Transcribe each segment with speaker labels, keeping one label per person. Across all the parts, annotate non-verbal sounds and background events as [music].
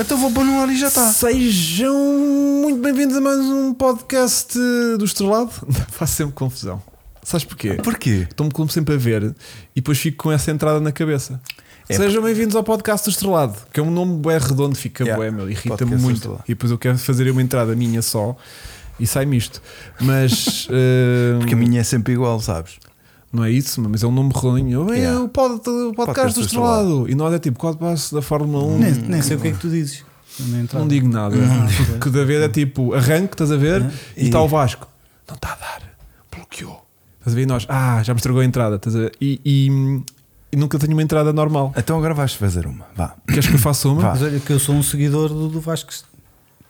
Speaker 1: Então vou pôr no ar e já está.
Speaker 2: tá. Sejam muito bem-vindos a mais um podcast eh, do Estrelado. [laughs] Faz sempre confusão. Sabes porquê?
Speaker 1: Porquê?
Speaker 2: Estou-me como sempre a ver e depois fico com essa entrada na cabeça.
Speaker 1: É,
Speaker 2: Sejam bem-vindos ao podcast do Estrelado, que é um nome bué redondo, fica
Speaker 1: Yeah,
Speaker 2: bué, meu, irrita-me
Speaker 1: podcast do
Speaker 2: muito.
Speaker 1: Estrelado.
Speaker 2: E depois eu quero fazer uma entrada minha só e sai-me isto.
Speaker 1: [laughs]
Speaker 2: Mas. eh,
Speaker 1: Porque a minha é sempre igual, sabes?
Speaker 2: Não é isso, mas é um nome redondinho. É
Speaker 1: Yeah.
Speaker 2: o, pod, o podcast,
Speaker 1: Podcast
Speaker 2: do
Speaker 1: do
Speaker 2: Estrelado. E nós é tipo passo da Fórmula 1.
Speaker 3: Nem, nem sei o que é que tu dizes. Na entrada.
Speaker 2: Não digo nada. [laughs] O que da ver é tipo arranque, estás a ver? E
Speaker 1: E-
Speaker 2: está o Vasco. Não está a dar. Bloqueou. Estás a ver? E nós, ah, já me estragou a entrada. Estás a ver? E, e- e nunca tenho uma entrada [coughs] normal.
Speaker 1: Então agora vais fazer uma. Vá.
Speaker 2: Queres que eu faça uma?
Speaker 1: Vá.
Speaker 3: Mas olha que eu sou um seguidor do, do Vasco.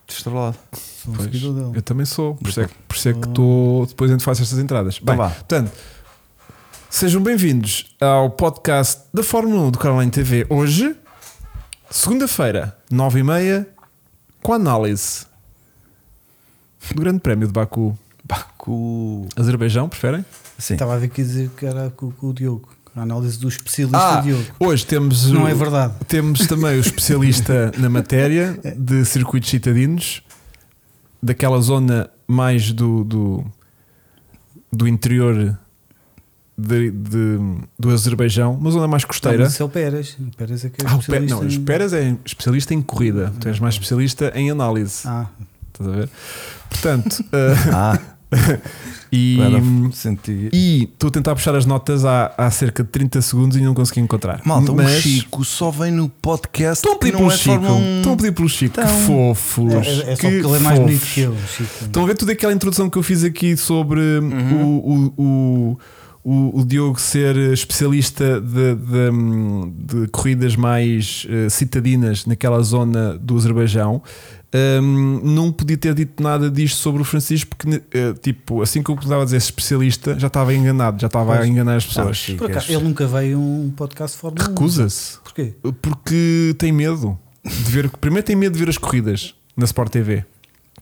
Speaker 1: Estrelado.
Speaker 3: Sou um
Speaker 2: Pois,
Speaker 3: seguidor dele.
Speaker 2: eu também sou. Por isso é que, por isso é que tô, depois a gente faz estas entradas. Bem,
Speaker 1: Então vá.
Speaker 2: portanto, sejam bem-vindos ao podcast da Fórmula 1 do Caroline TV. Hoje, segunda-feira, 9h30, com a análise do Grande Prémio de Baku.
Speaker 1: Baku. Tá.
Speaker 2: Azerbaijão, preferem?
Speaker 1: Sim.
Speaker 2: [laughs]
Speaker 3: Estava a ver que ia dizer que era com, com o Diogo. A análise do especialista
Speaker 2: Ah,
Speaker 3: Diogo.
Speaker 2: hoje temos o-
Speaker 3: Não é verdade.
Speaker 2: Temos também o especialista na matéria de circuitos citadinos, daquela zona mais do, do, do interior de, de- do Azerbaijão, uma zona mais
Speaker 3: Não,
Speaker 2: costeira.
Speaker 3: mas Isso é o Peras. O Peras é que é
Speaker 2: Ah, o Pe-
Speaker 3: especialista
Speaker 2: não,
Speaker 3: em-
Speaker 2: os Peras é especialista em corrida, tu és mais especialista em análise.
Speaker 3: Ah,
Speaker 2: Estás a ver?
Speaker 3: [laughs]
Speaker 2: Portanto, eh,
Speaker 1: Ah,
Speaker 2: e,
Speaker 1: agora senti.
Speaker 2: e estou a tentar puxar as notas há, há cerca de 30 segundos e não consegui encontrar.
Speaker 3: um
Speaker 1: Malta, o
Speaker 2: Mas-
Speaker 1: Chico só vem no podcast
Speaker 2: Estão a
Speaker 1: que
Speaker 2: pedir
Speaker 1: não
Speaker 2: pelo
Speaker 1: é
Speaker 2: um Chico.
Speaker 1: Fórmula 1.
Speaker 2: Estão a pedir pelo Chico. Que
Speaker 1: Então,
Speaker 2: fofos.
Speaker 3: é, é só
Speaker 2: que
Speaker 3: porque ele é mais bonito
Speaker 2: fofos.
Speaker 3: que eu. Chico.
Speaker 2: Estão a ver toda aquela introdução que eu fiz aqui sobre
Speaker 3: Uhum.
Speaker 2: o, o, o, o, o Diogo ser eh, especialista de, de, hum, de corridas mais eh, citadinas naquela zona do Azerbaijão. Hum, não podia ter dito nada disto sobre o Francisco, porque eh, tipo, assim que eu começava a dizer especialista, já estava enganado, já estava a
Speaker 3: Pois. Ah,
Speaker 2: enganar as pessoas.
Speaker 1: Chico.
Speaker 3: Por acaso, ele nunca veio a um podcast de Fórmula 1.
Speaker 2: Recusa-se.
Speaker 3: Porquê?
Speaker 2: Porque tem medo de ver. Primeiro tem medo de ver as corridas na Sport TV.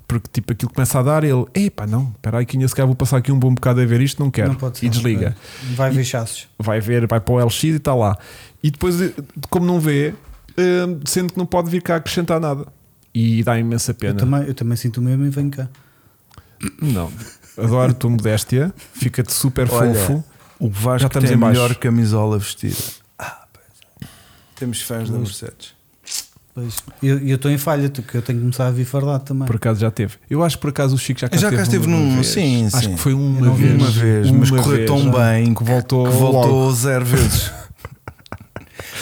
Speaker 2: Porque tipo aquilo começa a dar, ele, epá, não, espera aí que ainda se calhar vou passar aqui um bom bocado a ver isto, não quero.
Speaker 3: Não pode
Speaker 2: e
Speaker 3: ser.
Speaker 1: é?
Speaker 2: desliga.
Speaker 3: Vai
Speaker 2: E-
Speaker 3: ver chassos.
Speaker 2: Vai ver, vai para o LX e está lá. E depois, eh, como não vê, eh, sente que não pode vir cá acrescentar nada. E dá imensa
Speaker 3: Eu
Speaker 2: pena.
Speaker 3: também, eu também sinto o mesmo e venho cá.
Speaker 2: Não. Adoro a tua modéstia, fica-te super
Speaker 1: Olha,
Speaker 2: fofo.
Speaker 1: O Vasco
Speaker 2: Já estamos
Speaker 1: tem a
Speaker 2: em baixo.
Speaker 1: melhor camisola vestida. Ah, pois é. Temos fãs da Mercedes.
Speaker 3: Pois. Eu eu estou em falha, tu, que eu tenho que começar a vir fardado também.
Speaker 2: Por acaso já teve. Eu acho que por acaso o Chico já cá
Speaker 1: Já cá esteve
Speaker 2: uma
Speaker 1: num-
Speaker 2: vez.
Speaker 1: sim,
Speaker 2: Acho
Speaker 1: sim.
Speaker 2: que foi uma
Speaker 3: Uma
Speaker 2: vez.
Speaker 1: Uma vez, mas
Speaker 2: Uma
Speaker 1: correu
Speaker 2: vez.
Speaker 1: tão bem
Speaker 2: que voltou,
Speaker 1: que
Speaker 2: logo.
Speaker 1: voltou zero [laughs] vezes.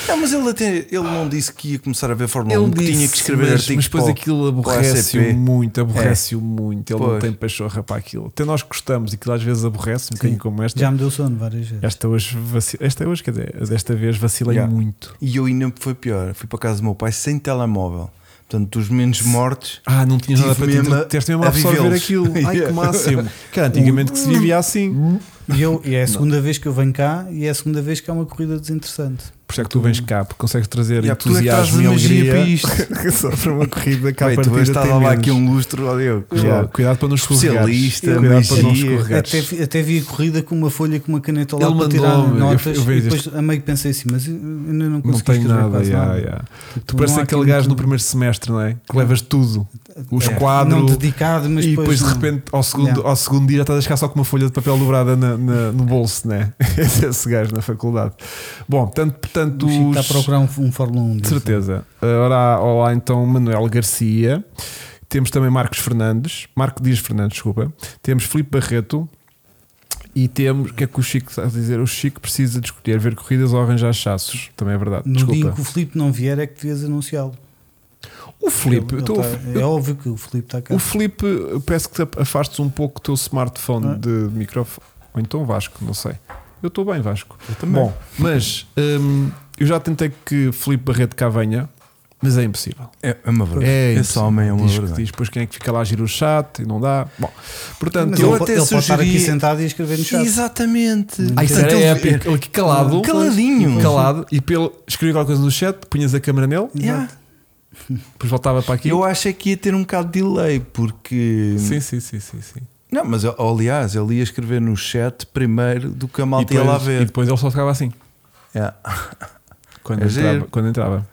Speaker 1: Não, mas ele, até, ele não disse que ia começar a ver Fórmula 1, que tinha que escrever
Speaker 2: mas,
Speaker 1: artigos
Speaker 2: mas depois
Speaker 1: para o-
Speaker 2: aquilo
Speaker 1: para o
Speaker 2: aborrece-o
Speaker 1: SCP.
Speaker 2: muito, aborrece-o muito. Ele não
Speaker 1: É. Pois.
Speaker 2: tem pachorra para aquilo. Até nós gostamos, aquilo às vezes aborrece um bocadinho como esta.
Speaker 3: Já me deu sono várias vezes.
Speaker 2: Esta hoje, vaci- esta é hoje, quer dizer, desta vez vacilei
Speaker 1: Yeah.
Speaker 2: muito.
Speaker 1: E eu ainda foi pior. Fui para a casa do meu pai sem telemóvel. Portanto, dos menos mortos.
Speaker 2: Ah, não tinhas nada para
Speaker 1: Tive
Speaker 2: ti,
Speaker 1: mesmo a-
Speaker 2: teste mesmo a
Speaker 1: a
Speaker 2: absorver
Speaker 1: vivê-los.
Speaker 2: aquilo.
Speaker 1: [laughs]
Speaker 2: Ai que
Speaker 1: Yeah. Hum.
Speaker 2: máximo. Cara, antigamente que se vivia assim.
Speaker 3: E, eu, e é a segunda vez que eu venho cá e é a segunda vez que há uma corrida desinteressante.
Speaker 2: Por isso é que tu vens cá, porque consegues trazer
Speaker 1: Yeah, tu é que trazes
Speaker 2: entusiasmo e
Speaker 1: a magia
Speaker 2: alegria
Speaker 1: para isto.
Speaker 2: que [laughs] só para uma corrida
Speaker 1: [laughs]
Speaker 2: cá
Speaker 1: Pai,
Speaker 2: para
Speaker 1: tu estás lá aqui um lustro, ó Diogo.
Speaker 2: Yeah, Cuidado para não escorregares.
Speaker 1: Especialista,
Speaker 2: Cuidado para não
Speaker 1: magia. É,
Speaker 2: escorregares.
Speaker 3: Até, vi- até vi a corrida com uma folha com uma caneta lá
Speaker 2: Ele
Speaker 3: para tirar
Speaker 2: mandou-me, eu-
Speaker 3: notas
Speaker 2: eu
Speaker 3: e
Speaker 2: vejo
Speaker 3: depois a meio que pensei assim, mas eu ainda não
Speaker 2: Não
Speaker 3: consegui
Speaker 2: tem
Speaker 3: escrever
Speaker 2: nada,
Speaker 3: quase
Speaker 2: yeah,
Speaker 3: nada.
Speaker 2: yeah.
Speaker 3: Tipo,
Speaker 2: Tu pareces
Speaker 3: não há
Speaker 2: aquele
Speaker 3: aqui
Speaker 2: gajo no
Speaker 3: muito- é,
Speaker 2: primeiro semestre, não é? Que levas tudo, os
Speaker 3: Não
Speaker 2: quadros,
Speaker 3: dedicado, mas
Speaker 2: e depois de
Speaker 3: não.
Speaker 2: repente ao segundo,
Speaker 3: Yeah.
Speaker 2: ao segundo dia já estás a chegar só com uma folha de papel dobrada na- na- no bolso, né? [laughs] Esse, esse gajo na faculdade. Bom, portanto, portanto
Speaker 3: O Chico está a
Speaker 2: os-
Speaker 3: procurar um, um Fórmula 1.
Speaker 2: de
Speaker 3: diz.
Speaker 2: certeza. Ora, olá então, Manuel Garcia. Temos também Marcos Fernandes, Marco Dias Fernandes, desculpa. Temos Filipe Barreto. E temos, o que é que o Chico está a dizer? O Chico precisa de escolher ver corridas ou arranjar chassos. Também é verdade.
Speaker 3: No dia em
Speaker 2: Desculpa.
Speaker 3: que o Filipe não vier é que devias anunciá-lo.
Speaker 2: O Filipe,
Speaker 3: Ele-
Speaker 2: eu estou
Speaker 3: ele
Speaker 2: a-
Speaker 3: está- É óbvio que o Filipe está cá.
Speaker 2: O Filipe, eu peço que te afastes um pouco o teu smartphone
Speaker 3: Ah.
Speaker 2: de microfone. Ou então Vasco, não sei. Eu estou bem, Vasco.
Speaker 1: Eu também.
Speaker 2: Bom, mas hum, eu já tentei que Filipe Barreto cá venha, mas é impossível.
Speaker 1: É, é uma verdade.
Speaker 2: É
Speaker 1: Esse
Speaker 2: impossível.
Speaker 1: homem é uma
Speaker 2: diz,
Speaker 1: verdade.
Speaker 2: diz depois quem é que fica lá a girar o chat e não dá. Bom, portanto,
Speaker 3: Mas
Speaker 1: eu
Speaker 3: ele,
Speaker 1: até
Speaker 3: ele pode estar aqui
Speaker 1: sugeri-
Speaker 3: sentado e escrever no chat.
Speaker 1: Exatamente.
Speaker 2: Ah, isso era
Speaker 1: Portanto, ele-
Speaker 2: épico. Ele aqui calado,
Speaker 1: Caladinho.
Speaker 2: calado, e pelo escrevia qualquer coisa no chat, punhas a câmera nele,
Speaker 1: Yeah.
Speaker 2: depois voltava para aqui.
Speaker 1: é, Eu acho é que ia ter um bocado de delay, porque.
Speaker 2: Sim, sim, sim, sim, sim.
Speaker 1: Não, mas aliás, ele ia escrever no chat primeiro do que a
Speaker 2: E
Speaker 1: malta ia
Speaker 2: depois,
Speaker 1: lá
Speaker 2: e
Speaker 1: ver. É.
Speaker 2: depois ele só ficava assim
Speaker 1: Yeah.
Speaker 2: quando
Speaker 1: É
Speaker 2: entrava.
Speaker 1: giro.
Speaker 2: Quando entrava.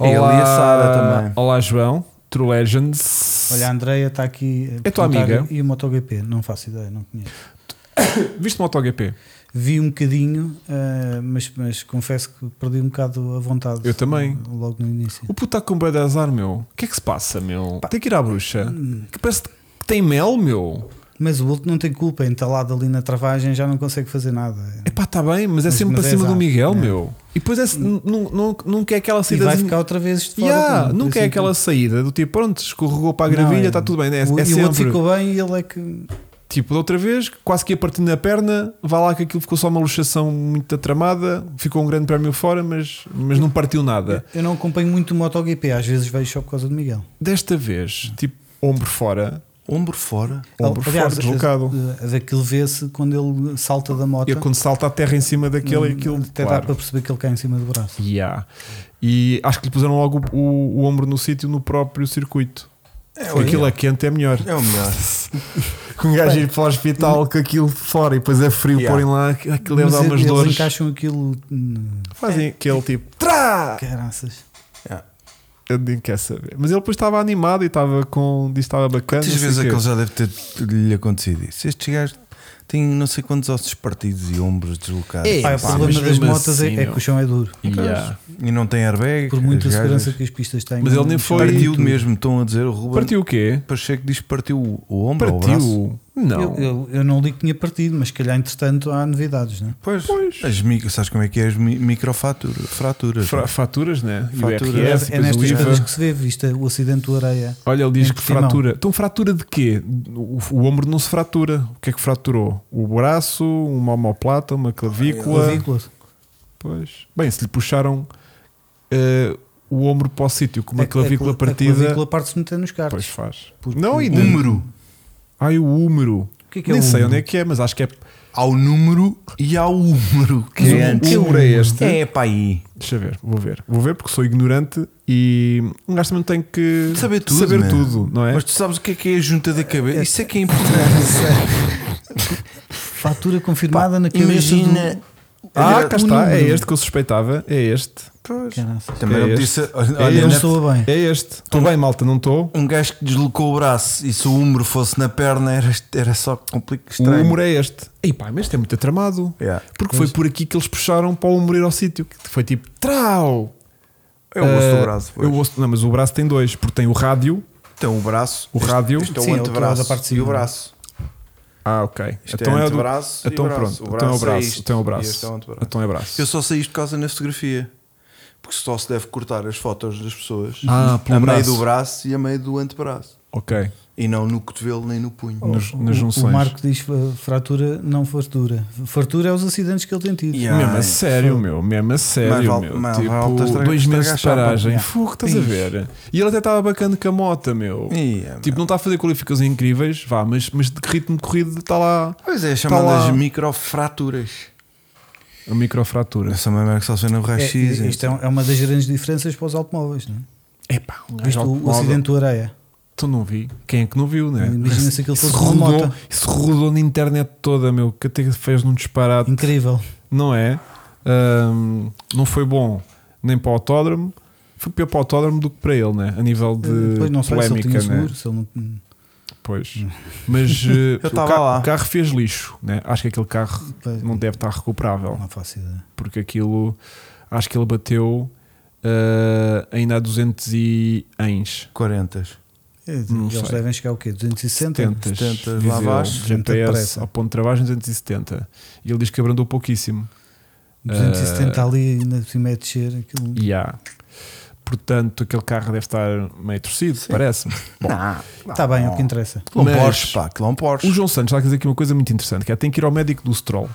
Speaker 1: É ele e a Sara também.
Speaker 2: Olá, João. True Legends.
Speaker 3: Olha, a Andreia está aqui. a
Speaker 2: É tua
Speaker 3: perguntar
Speaker 2: amiga?
Speaker 3: E o MotoGP? Não faço ideia, não conheço.
Speaker 2: Viste MotoGP?
Speaker 3: Vi um bocadinho, ah, mas, mas confesso que perdi um bocado a vontade.
Speaker 2: Eu também.
Speaker 3: Logo no início.
Speaker 2: O puto está com bué de azar, meu. O que é que se passa, meu? Tem que ir à bruxa.
Speaker 3: Hum.
Speaker 2: Que parece que tem mel, meu.
Speaker 3: Mas o Bolt não tem culpa, é entalado ali na travagem já não consegue fazer nada.
Speaker 2: Epá, está bem, mas é
Speaker 3: Mas-
Speaker 2: sempre
Speaker 3: mas
Speaker 2: para
Speaker 3: é
Speaker 2: cima do
Speaker 3: azar.
Speaker 2: Miguel,
Speaker 3: É. Hum.
Speaker 2: meu. E depois é, nu- nu- nu- nunca é aquela
Speaker 3: E
Speaker 2: saída.
Speaker 3: vai
Speaker 2: de-
Speaker 3: ficar outra vez de fora.
Speaker 2: Yeah,
Speaker 3: também, por
Speaker 2: nunca é
Speaker 3: isso
Speaker 2: aquela saída do tipo, pronto, escorregou para a
Speaker 3: Não,
Speaker 2: gravilha,
Speaker 3: é-
Speaker 2: está tudo bem. É, é
Speaker 3: o, e o
Speaker 2: sempre.
Speaker 3: outro ficou bem e ele é que.
Speaker 2: Tipo, da outra vez, quase que ia partindo a perna, vá lá que aquilo ficou só uma luxação muito atramada, ficou um grande prémio fora, mas, mas não partiu nada.
Speaker 3: Eu não acompanho muito o MotoGP, às vezes vejo só por causa do Miguel.
Speaker 2: Desta vez, tipo, ombro fora,
Speaker 1: Ombro fora.
Speaker 2: ombro fora, deslocado.
Speaker 3: a- a- eh, aquilo vê-se quando ele salta da moto.
Speaker 2: E é quando salta a terra em cima daquele, aquilo.
Speaker 3: até dá
Speaker 2: claro.
Speaker 3: Hum, para perceber que ele cai em cima do braço.
Speaker 2: Yeah. E acho que lhe puseram logo o, o ombro no sítio, no próprio circuito. Porque aquilo é quente, é melhor.
Speaker 1: É o melhor.
Speaker 2: Que um gajo ir para o hospital com aquilo fora e depois é frio,
Speaker 1: Yeah.
Speaker 2: porem lá, aquilo
Speaker 3: Mas
Speaker 2: deve dar
Speaker 3: ele-
Speaker 2: umas
Speaker 3: eles
Speaker 2: dores.
Speaker 3: encaixam aquilo. hum,
Speaker 2: Fazem aquele tipo. Trá!
Speaker 3: Caraças.
Speaker 1: É.
Speaker 2: É, Eu nem quero saber. Mas ele depois estava animado e estava com. Disse que estava bacana.
Speaker 1: Quantas
Speaker 2: não sei
Speaker 1: vezes é
Speaker 2: quê.
Speaker 1: que ele já deve ter lhe acontecido isso? Estes gajos têm não sei quantos ossos partidos e ombros deslocados.
Speaker 2: Ei,
Speaker 1: Pá,
Speaker 3: Pá, o
Speaker 2: pá,
Speaker 3: problema
Speaker 2: mas
Speaker 3: das
Speaker 2: mesmo
Speaker 3: motas é-
Speaker 2: assim,
Speaker 3: é,
Speaker 2: meu.
Speaker 3: que o chão é duro.
Speaker 2: Yeah.
Speaker 1: E não tem airbag.
Speaker 3: Por muita
Speaker 1: as gajas-
Speaker 3: segurança que as pistas têm.
Speaker 2: Mas ele nem
Speaker 3: o chão
Speaker 2: foi-
Speaker 3: é
Speaker 1: Partiu
Speaker 3: duro.
Speaker 1: mesmo, estão a dizer o Ruben
Speaker 2: Partiu o quê?
Speaker 1: Pacheco diz que partiu o- o
Speaker 3: Um
Speaker 1: ombro ou o braço.
Speaker 2: Partiu. Não.
Speaker 3: Eu, eu- eu não li que tinha partido, mas se calhar entretanto há novidades, não é?
Speaker 1: Pois,
Speaker 2: Pois.
Speaker 1: As mi- sabes como é que é as mi- microfraturas? Fraturas.
Speaker 2: Fra- Faturas, né? E o
Speaker 1: Faturas.
Speaker 2: RS,
Speaker 3: É,
Speaker 2: depois o
Speaker 3: nestas
Speaker 2: IVA.
Speaker 3: coisas que se vê, vista o acidente do Areia.
Speaker 2: Olha, ele diz
Speaker 3: Em
Speaker 2: que
Speaker 3: Portimão.
Speaker 2: fratura. Então, fratura de quê? O, o ombro não se fratura. O que é que fraturou? O braço, uma omoplata, uma clavícula.
Speaker 3: Clavículas.
Speaker 2: Pois. Bem, se lhe puxaram eh, o ombro para o sítio com uma
Speaker 3: A- a
Speaker 2: clavícula
Speaker 3: É, cla-
Speaker 2: partida,
Speaker 3: A clavícula parte-se metendo nos
Speaker 2: pois
Speaker 3: cartos.
Speaker 2: faz.
Speaker 3: Porque
Speaker 2: Não,
Speaker 3: o
Speaker 2: ainda.
Speaker 1: Número.
Speaker 2: Ai, o húmero.
Speaker 3: O que é que é
Speaker 2: Nem
Speaker 3: o
Speaker 2: sei
Speaker 3: húmero?
Speaker 2: onde é que é, mas acho que é.
Speaker 1: Há o número e há o húmero. Que
Speaker 2: Mas o-
Speaker 1: é antes.
Speaker 2: que húmero é este?
Speaker 1: É, pá, aí.
Speaker 2: Deixa eu ver, vou ver. Vou ver porque sou ignorante e um gajo também tem que
Speaker 1: Saber tudo, né?
Speaker 2: tudo, não é?
Speaker 1: Mas tu sabes o que é que é a junta da cabeça? Isso é que é [laughs] importante.
Speaker 3: Fatura confirmada na cabeça
Speaker 1: Imagina.
Speaker 3: do...
Speaker 2: ah,
Speaker 1: Olha,
Speaker 2: cá
Speaker 1: o
Speaker 2: está, é
Speaker 1: número.
Speaker 2: este que eu suspeitava. É este.
Speaker 1: Pois.
Speaker 3: Caraças.
Speaker 1: Também
Speaker 2: É
Speaker 1: não
Speaker 2: este.
Speaker 1: disse.
Speaker 2: É
Speaker 1: Olha,
Speaker 2: este.
Speaker 1: na-
Speaker 3: não soa bem.
Speaker 2: É este. Estou bem, malta, não estou?
Speaker 1: um gajo que deslocou o braço e se o húmero fosse na perna era, era só complicado.
Speaker 2: O
Speaker 1: Estranho.
Speaker 2: humor é este. Ei pá, mas isto é muito tramado.
Speaker 1: Yeah.
Speaker 2: Porque foi por aqui que eles puxaram para o humor ir ao sítio. Que Foi tipo, trau!
Speaker 1: É o osso do
Speaker 2: Ah,
Speaker 1: braço.
Speaker 2: é o
Speaker 1: pois.
Speaker 2: osso- não, mas o braço tem dois, porque tem o rádio.
Speaker 1: Então o braço.
Speaker 2: O rádio.
Speaker 1: Isto é
Speaker 3: Sim, é
Speaker 1: o
Speaker 3: o outro lado
Speaker 1: antebraço
Speaker 3: da parte de
Speaker 1: e o
Speaker 3: cima.
Speaker 1: braço.
Speaker 2: Ah, ok.
Speaker 1: Isto
Speaker 2: então
Speaker 1: é
Speaker 2: o do-
Speaker 1: antebraço e
Speaker 2: Então
Speaker 1: braço.
Speaker 2: pronto,
Speaker 1: O
Speaker 2: então é o
Speaker 1: braço é
Speaker 2: braço.
Speaker 1: isto,
Speaker 2: Então é
Speaker 1: e este é
Speaker 2: o
Speaker 1: o
Speaker 2: braço.
Speaker 1: antebraço.
Speaker 2: Então é o braço.
Speaker 1: Eu só sei isto por causa da fotografia. Porque só se deve cortar as fotos das pessoas
Speaker 2: Ah, pelo
Speaker 1: a meio
Speaker 2: braço.
Speaker 1: do braço e a meio do antebraço.
Speaker 2: Ok.
Speaker 1: E não no cotovelo nem no punho.
Speaker 2: Nos-
Speaker 3: O-
Speaker 2: nas
Speaker 3: O
Speaker 2: junções.
Speaker 3: Marco diz eh, fratura, não fartura. Fartura é os acidentes que ele tem tido.
Speaker 1: Yeah.
Speaker 2: mesmo
Speaker 1: Ai,
Speaker 2: a sério, meu. Mesmo a sério,
Speaker 1: Mas vale-
Speaker 2: meu.
Speaker 1: mas
Speaker 2: tipo,
Speaker 1: vale estar-
Speaker 2: dois
Speaker 1: estragar
Speaker 2: meses
Speaker 1: a
Speaker 2: de
Speaker 1: chapa.
Speaker 2: paragem.
Speaker 1: Yeah.
Speaker 2: Fogo, estás a
Speaker 1: Ixi.
Speaker 2: ver? E ele até estava bacana com a moto, meu.
Speaker 1: Yeah,
Speaker 2: tipo, não está a fazer qualificações incríveis, vá, mas, mas de que ritmo de corrida está lá
Speaker 1: Pois é,
Speaker 2: Tá
Speaker 1: chamadas
Speaker 2: lá.
Speaker 1: microfraturas.
Speaker 2: a microfratura.
Speaker 1: Essa merda que só se vê no
Speaker 3: É,
Speaker 1: raio-x. hein?
Speaker 3: isto é, um- é uma das grandes diferenças para os automóveis. Não? é?
Speaker 2: Epá, um
Speaker 3: Viste
Speaker 2: gajo
Speaker 3: o, o
Speaker 2: automóvel.
Speaker 3: acidente do Areia.
Speaker 2: Tu não vi. Quem é que não viu, né?
Speaker 3: Imagina se aquilo
Speaker 2: Isso
Speaker 3: fosse uma
Speaker 2: rodou,
Speaker 3: moto.
Speaker 2: isso rodou na internet toda, meu, que até fez num disparate.
Speaker 3: Incrível.
Speaker 2: não é? Ahm, não foi bom nem para o autódromo, foi pior para o autódromo do que para ele, né? A nível de
Speaker 3: Depois Eh, não sei se ele
Speaker 2: polémica,
Speaker 3: tinha seguro.
Speaker 2: né?
Speaker 3: Se ele não...
Speaker 2: Pois. Mas eh, o,
Speaker 1: tava
Speaker 2: carro,
Speaker 1: lá.
Speaker 2: o carro fez lixo, né? Acho que aquele carro
Speaker 3: Pois.
Speaker 2: não deve estar recuperável,
Speaker 3: não faço ideia.
Speaker 2: porque aquilo, acho que ele bateu eh, ainda a 200 e ens.
Speaker 1: 40.
Speaker 3: É,
Speaker 2: Não
Speaker 3: Eles
Speaker 2: sei.
Speaker 3: devem chegar o quê? 260?
Speaker 2: 70,
Speaker 1: 70, lá
Speaker 2: diz ele,
Speaker 1: abaixo,
Speaker 2: GPS
Speaker 3: depressa.
Speaker 2: ao ponto de trabalho 270 e ele diz que abrandou pouquíssimo
Speaker 3: 270 ali ainda por cima é descer. Aquilo.
Speaker 2: Eh, e há portanto aquele carro deve estar meio torcido parece-me
Speaker 3: Está
Speaker 1: Tá
Speaker 3: bem, é o que interessa.
Speaker 1: Aquilo é um
Speaker 2: Mas-
Speaker 1: Porsche, pá. Aquilo é um Porsche.
Speaker 2: O João Santos está a dizer aqui uma coisa muito interessante: que é, tem que ir ao médico do Stroll.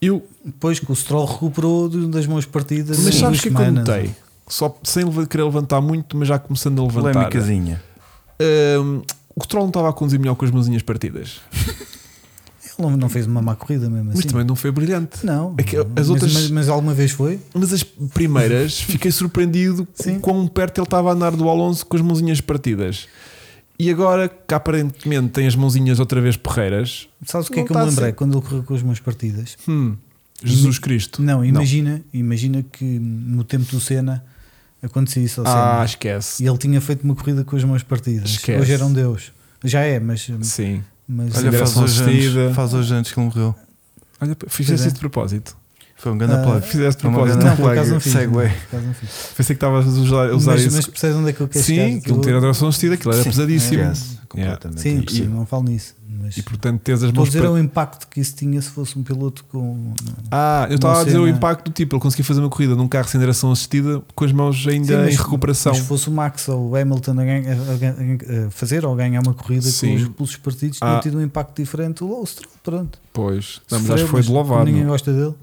Speaker 2: Eu,
Speaker 3: Depois que o Stroll recuperou de- das mãos partidas.
Speaker 2: mas
Speaker 3: em
Speaker 2: sabes
Speaker 3: duas
Speaker 2: o que é que eu
Speaker 3: semanas.
Speaker 2: notei? Só sem leva- querer levantar muito, mas já começando a levantar.
Speaker 1: Polémicazinha.
Speaker 2: Hum, o Stroll não estava a conduzir melhor com as mãozinhas partidas,
Speaker 3: Ele não fez uma má corrida mesmo assim.
Speaker 2: mas também não foi brilhante.
Speaker 3: Não.
Speaker 2: É que as
Speaker 3: mas-
Speaker 2: outras-
Speaker 3: mas, mas alguma vez foi?
Speaker 2: Mas as primeiras fiquei surpreendido com
Speaker 3: Sim.
Speaker 2: quão perto ele estava a andar do Alonso com as mãozinhas partidas. E agora que aparentemente tem as mãozinhas outra vez porreiras,
Speaker 3: Sabes o que
Speaker 2: Não
Speaker 3: é que eu me
Speaker 2: tá
Speaker 3: lembrei
Speaker 2: assim.
Speaker 3: quando ele correu com as mãos partidas?
Speaker 2: hum, Jesus Cristo.
Speaker 3: Não, imagina, imagina que hum, no tempo do Senna Acontecia isso ao
Speaker 2: Ah,
Speaker 3: Senna.
Speaker 2: esquece.
Speaker 3: E ele tinha feito uma corrida com as mãos partidas.
Speaker 2: Esquece.
Speaker 3: Hoje era um Deus. Já é, mas.
Speaker 2: Sim.
Speaker 3: mas é
Speaker 2: Olha,
Speaker 1: Olha, faz
Speaker 2: Direção
Speaker 1: hoje,
Speaker 2: assistida.
Speaker 1: anos, faz hoje anos que ele morreu.
Speaker 2: Olha, fizeste
Speaker 3: é.
Speaker 2: isso de propósito.
Speaker 1: Foi um grande
Speaker 3: Ah,
Speaker 1: plug.
Speaker 2: Fizeste de
Speaker 1: Não,
Speaker 2: propósito.
Speaker 1: não,
Speaker 2: um
Speaker 1: por
Speaker 2: plug.
Speaker 1: acaso não
Speaker 3: fiz,
Speaker 1: Segway.
Speaker 3: por acaso não fiz.
Speaker 2: Pensei que estavas a usar, a usar
Speaker 3: mas,
Speaker 2: isso.
Speaker 3: mas percebes onde é que eu quero chegar?
Speaker 2: Sim, aquilo ter a direção assistida, aquilo era
Speaker 1: Sim,
Speaker 2: pesadíssimo.
Speaker 1: esquece, Completamente.
Speaker 3: é. Sim,
Speaker 1: impossível.
Speaker 3: não falo nisso. Mas
Speaker 2: E portanto tens as
Speaker 3: estou a
Speaker 2: mãos.
Speaker 3: dizer um-
Speaker 2: para-
Speaker 3: o impacto que isso tinha se fosse um piloto com.
Speaker 2: Ah, eu
Speaker 3: uma
Speaker 2: estava a dizer o
Speaker 3: cena-
Speaker 2: impacto do tipo, ele conseguia fazer uma corrida num carro sem direção assistida com as mãos
Speaker 3: Sim,
Speaker 2: ainda
Speaker 3: mas-
Speaker 2: em recuperação.
Speaker 3: Mas se fosse o Max ou o Hamilton a, ganha- a gan- a fazer ou ganhar uma corrida
Speaker 2: Sim.
Speaker 3: com os pulsos partidos,
Speaker 2: Ah.
Speaker 3: tinha tido um impacto diferente. O Lowell Stroll, pronto.
Speaker 2: Pois, não, mas
Speaker 3: Sofreu,
Speaker 2: acho que foi
Speaker 3: mas
Speaker 2: de louvar.
Speaker 3: Ninguém
Speaker 2: não?
Speaker 3: gosta dele.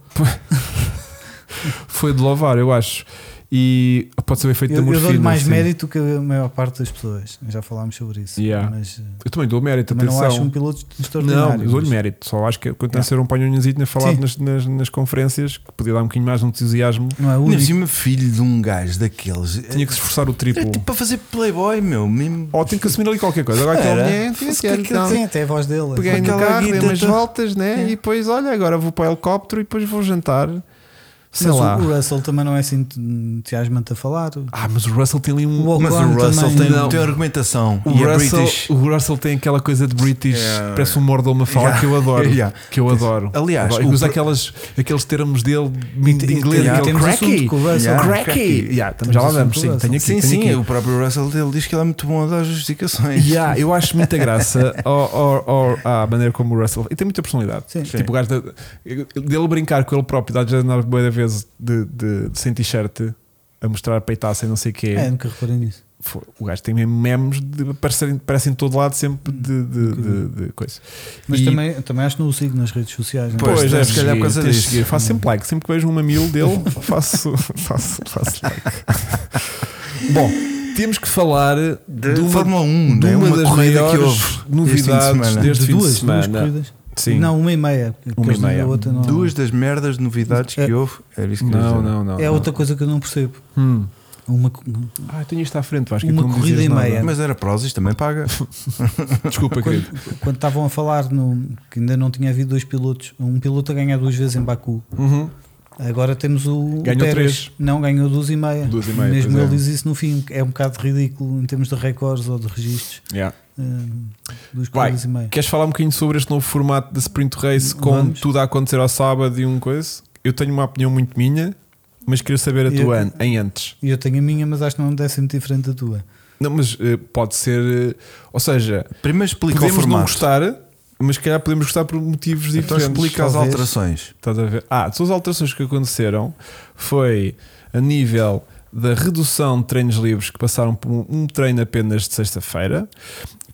Speaker 2: Foi de louvar, eu acho. E pode ser o efeito
Speaker 3: Eu,
Speaker 2: da
Speaker 3: eu
Speaker 2: morfina.
Speaker 3: dou-lhe mais
Speaker 2: sim.
Speaker 3: mérito que a maior parte das pessoas. Já falámos sobre isso.
Speaker 2: Yeah.
Speaker 3: Mas eh,
Speaker 2: Eu também dou mérito,
Speaker 3: também não
Speaker 2: atenção.
Speaker 3: acho um piloto
Speaker 2: Não,
Speaker 3: extraordinário.
Speaker 2: eu dou-lhe
Speaker 3: mas-
Speaker 2: mérito. Só acho que quando tem a ser um panhonhozinho a falar
Speaker 3: Sim.
Speaker 2: nas, nas, nas conferências, que podia dar um bocadinho mais de entusiasmo,
Speaker 3: Não é o
Speaker 1: Ainda por
Speaker 3: único.
Speaker 1: cima, filho de um gajo daqueles.
Speaker 3: Eh,
Speaker 2: tinha que se esforçar o
Speaker 1: Era
Speaker 2: triplo.
Speaker 1: tipo para fazer playboy, meu. Mesmo.
Speaker 2: Ou tem que assumir ali qualquer coisa. Agora aquele
Speaker 1: Era.
Speaker 2: "É,
Speaker 1: Fosse
Speaker 2: sim,
Speaker 1: que aquele
Speaker 2: então,
Speaker 3: Sim, até a voz dele.
Speaker 2: Peguei no
Speaker 1: Aquela
Speaker 2: carro, dei
Speaker 1: guita
Speaker 2: umas
Speaker 1: toda-
Speaker 2: voltas, né?
Speaker 3: É.
Speaker 2: E depois, olha, agora vou para o helicóptero e depois vou jantar. Sei
Speaker 3: Mas o-
Speaker 2: lá.
Speaker 3: O Russell também não é assim entusiasmante a falar.
Speaker 2: Ah, mas o Russell tem ali um.
Speaker 3: O
Speaker 1: Mas o
Speaker 3: Ocon
Speaker 1: Russell
Speaker 3: também.
Speaker 1: tem,
Speaker 2: Não.
Speaker 1: então é. tem argumentação.
Speaker 2: O
Speaker 1: e é
Speaker 2: Russell,
Speaker 1: British.
Speaker 2: o Russell tem aquela coisa de British,
Speaker 1: Yeah.
Speaker 2: parece um Mordel Mafalda
Speaker 1: Yeah.
Speaker 2: que eu adoro.
Speaker 1: [laughs] Yeah.
Speaker 2: Que eu adoro.
Speaker 1: Aliás,
Speaker 2: adoro. E
Speaker 1: o
Speaker 2: usa
Speaker 1: pro-
Speaker 2: aquelas, aqueles termos dele de
Speaker 3: e-
Speaker 2: inglês,
Speaker 1: e
Speaker 2: aquele
Speaker 3: temos
Speaker 2: cracky.
Speaker 3: assunto com o Russell.
Speaker 2: Yeah.
Speaker 1: Cracky.
Speaker 2: Cracky. Yeah, estamos- já lá vamos,
Speaker 3: Temos assunto
Speaker 2: sim,
Speaker 3: com o
Speaker 2: tenho aqui.
Speaker 1: um Sim,
Speaker 2: tenho
Speaker 1: sim,
Speaker 2: aqui.
Speaker 1: o próprio Russell dele diz que ele é muito bom a dar justificações.
Speaker 2: Yeah, eu acho muita graça ao- ao- ao- à maneira como o Russell. E tem muita personalidade.
Speaker 3: Sim. Sim.
Speaker 2: Tipo, o gajo da- dele brincar com ele próprio, dá-lhe já andar boa da vez de, de, de sem t-shirt a mostrar peitaça e não sei o quê.
Speaker 3: É, nunca reparei nisso.
Speaker 2: Foi- O gajo tem mesmo memes de aparecerem, aparecem de todo lado sempre de, de,
Speaker 3: Uhum.
Speaker 2: de, de coisa.
Speaker 3: Mas
Speaker 2: E-
Speaker 3: também, também acho que não o sigo nas redes sociais. não é?
Speaker 1: Pois,
Speaker 2: Pois,
Speaker 1: deve
Speaker 2: deve
Speaker 1: seguir,
Speaker 2: calhar por causa
Speaker 1: tens de
Speaker 2: disso.
Speaker 1: seguir.
Speaker 2: Faço sempre like. Sempre que vejo um mamilo
Speaker 3: [laughs]
Speaker 2: dele, faço, faço, faço like. Bom, temos que falar de,
Speaker 1: De
Speaker 2: uma,
Speaker 1: Fórmula 1,
Speaker 2: de
Speaker 1: né?
Speaker 2: uma
Speaker 1: uma
Speaker 2: das
Speaker 1: corrida que
Speaker 2: maiores
Speaker 1: houve este fim de
Speaker 2: novidades
Speaker 1: semana.
Speaker 2: deste
Speaker 3: De
Speaker 2: fim de
Speaker 3: duas, duas
Speaker 2: semana.
Speaker 3: corridas.
Speaker 2: Sim.
Speaker 3: Não, uma e meia. porque
Speaker 2: Uma e
Speaker 3: eles dizem
Speaker 2: meia.
Speaker 3: A outra não...
Speaker 1: Duas das merdas de novidades que
Speaker 3: É.
Speaker 1: houve. Era isso que eu ia
Speaker 2: não,
Speaker 1: dizer.
Speaker 2: não, não.
Speaker 3: é
Speaker 2: não.
Speaker 3: outra coisa que eu não percebo.
Speaker 2: Hum.
Speaker 3: Uma, co-
Speaker 2: Ah, eu tenho isto à frente, acho que
Speaker 3: Uma
Speaker 2: tu não me
Speaker 3: corrida
Speaker 2: dizias
Speaker 3: e
Speaker 2: nada.
Speaker 3: meia.
Speaker 1: É, Mas era Prozis, também paga.
Speaker 2: Desculpa, querido.
Speaker 3: quando, quando estavam a falar no, que ainda não tinha havido dois pilotos, um piloto a ganhar duas vezes em Baku.
Speaker 2: Uhum.
Speaker 3: Agora temos o. o
Speaker 2: Ganhou
Speaker 3: Pérez.
Speaker 2: três.
Speaker 3: Não, ganhou duas e meia.
Speaker 2: Duas e meia,
Speaker 3: Mesmo
Speaker 2: pois
Speaker 3: ele
Speaker 2: é.
Speaker 3: diz isso no fim, que é um bocado ridículo em termos de recordes ou de registros.
Speaker 2: Yeah.
Speaker 3: hum, duas
Speaker 2: Vai,
Speaker 3: corridas e meia.
Speaker 2: Queres falar um bocadinho sobre este novo formato da Sprint Race com
Speaker 3: Hum, Vamos.
Speaker 2: tudo a acontecer ao sábado e um coisa? Eu tenho uma opinião muito minha, mas queria saber a
Speaker 3: Eu-
Speaker 2: tua an- em antes.
Speaker 3: E eu tenho a minha, mas acho que não deve ser muito diferente da tua.
Speaker 2: Não, mas eh, pode ser. eh, ou seja,
Speaker 1: Primeiro explica o
Speaker 2: podemos
Speaker 1: formato.
Speaker 2: não gostar, mas se calhar podemos gostar por motivos
Speaker 1: então
Speaker 2: diferentes.
Speaker 1: explica as
Speaker 3: talvez.
Speaker 1: alterações.
Speaker 2: Estás a ver? Ah, são as alterações que aconteceram foi a nível da redução de treinos livres que passaram por um- um treino apenas de sexta-feira,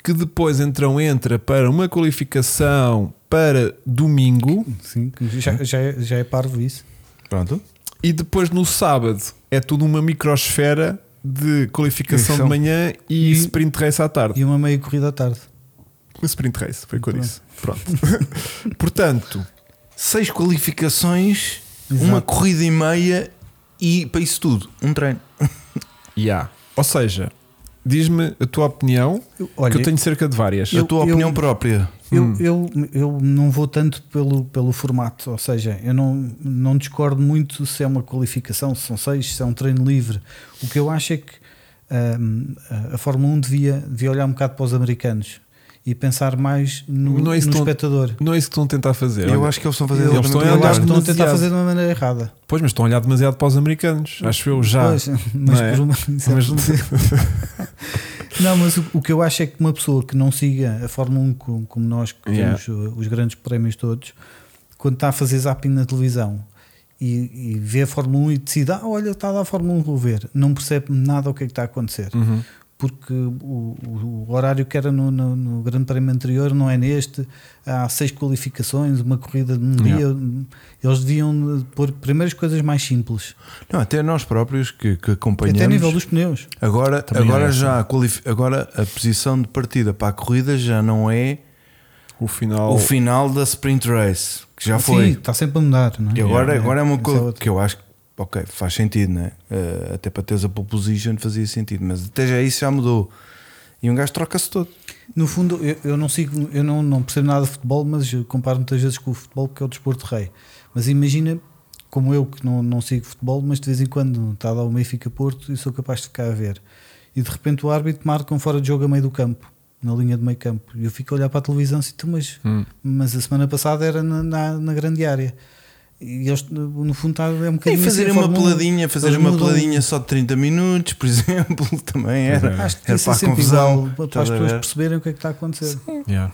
Speaker 2: que depois então entra para uma qualificação para domingo
Speaker 3: Sim, que já, já, é- já é parvo isso.
Speaker 1: Pronto.
Speaker 2: e depois no sábado é tudo uma microsfera de qualificação de
Speaker 1: Isso.
Speaker 2: manhã e,
Speaker 3: E-
Speaker 2: sprint race à tarde.
Speaker 3: E uma meia corrida à tarde.
Speaker 2: Um sprint race, foi o que eu
Speaker 3: Pronto.
Speaker 2: disse. Pronto. [laughs] Portanto,
Speaker 1: Seis qualificações,
Speaker 3: Exato.
Speaker 1: uma corrida e meia e para isso tudo, um treino.
Speaker 2: yeah. ou seja, diz-me a tua opinião,
Speaker 3: Eu- olha,
Speaker 2: que eu tenho cerca de várias.
Speaker 1: a tua
Speaker 3: eu-
Speaker 1: opinião própria.
Speaker 3: eu,
Speaker 2: Hum.
Speaker 3: eu, eu não vou tanto pelo, pelo formato, ou seja, eu não, não discordo muito se é uma qualificação, se são seis, se é um treino livre. O que eu acho é que hum, a- a Fórmula 1 devia, devia olhar um bocado para os americanos e pensar mais no,
Speaker 2: Não é isso
Speaker 3: no
Speaker 2: tão-
Speaker 3: espectador.
Speaker 2: Não é isso que estão a tentar fazer.
Speaker 1: Eu
Speaker 2: olha.
Speaker 1: acho que eles estão a fazer
Speaker 2: Eles estão a
Speaker 1: exatamente o
Speaker 2: andar-
Speaker 3: Eu acho que
Speaker 1: contrário.
Speaker 3: estão a
Speaker 2: demasiado.
Speaker 3: tentar fazer de uma maneira errada.
Speaker 2: Pois, mas estão a olhar demasiado para os americanos. Acho eu já.
Speaker 3: Pois, [laughs] mas
Speaker 2: não é?
Speaker 3: por uma- isso é
Speaker 2: Mas-
Speaker 3: por- Não, mas o, o que eu acho é que uma pessoa que não siga a Fórmula 1 como, como nós que
Speaker 2: Yeah.
Speaker 3: vemos uh, os grandes prémios todos, quando está a fazer zapping na televisão e, e vê a Fórmula 1 e decide, ah, olha, está lá a Fórmula 1, vou ver, não percebe nada o que é que está a acontecer.
Speaker 2: Uhum.
Speaker 3: Porque o, o- o horário que era no, no- no Grande Prémio anterior não é neste, há seis qualificações, uma corrida de um
Speaker 2: Yeah.
Speaker 3: dia. Eles deviam uh, pôr primeiras coisas mais simples,
Speaker 1: Não, até nós próprios que, que acompanhamos.
Speaker 3: até a nível dos pneus.
Speaker 1: Agora,
Speaker 2: Também
Speaker 1: agora,
Speaker 2: acho.
Speaker 1: já a qualifi- agora a posição de partida para a corrida já não é
Speaker 2: [laughs] O final.
Speaker 1: o final da sprint race, que já foi.
Speaker 3: Sim, está sempre a mudar, não é?
Speaker 1: E agora, agora é uma
Speaker 3: Isso é
Speaker 1: coisa
Speaker 3: outro.
Speaker 1: que eu acho que ok, faz sentido, né? Eh, até para teres a pole position fazia sentido, mas até já isso já mudou. E um gajo troca-se todo.
Speaker 3: No fundo, eu, eu não sigo, eu não, não percebo nada de futebol, mas eu comparo muitas vezes com o futebol, que é o desporto rei. Mas imagina como eu que não, não sigo futebol, mas de vez em quando está lá o Benfica Porto e sou capaz de ficar a ver. E de repente o árbitro marca um fora de jogo a meio do campo, na linha de meio campo. E eu fico a olhar para a televisão e assim, "Tu, mas,
Speaker 2: Hum,
Speaker 3: mas a semana passada era na, na, na grande área. E eles, no fundo, está, é um
Speaker 1: E
Speaker 3: bocadinho.
Speaker 1: fazer
Speaker 3: assim, a
Speaker 1: uma
Speaker 3: Fórmula um.
Speaker 1: peladinha, fazer
Speaker 3: eles
Speaker 1: uma
Speaker 3: mudam-
Speaker 1: peladinha só de 30 minutos, por [laughs] exemplo, também era,
Speaker 3: Acho que
Speaker 1: era
Speaker 3: isso é
Speaker 1: né? para a
Speaker 3: sempre
Speaker 1: confusão.
Speaker 3: igual, para
Speaker 1: Estás
Speaker 3: as
Speaker 1: a
Speaker 3: pessoas
Speaker 1: ver?
Speaker 3: perceberem o que é que está a acontecer.
Speaker 2: Yeah,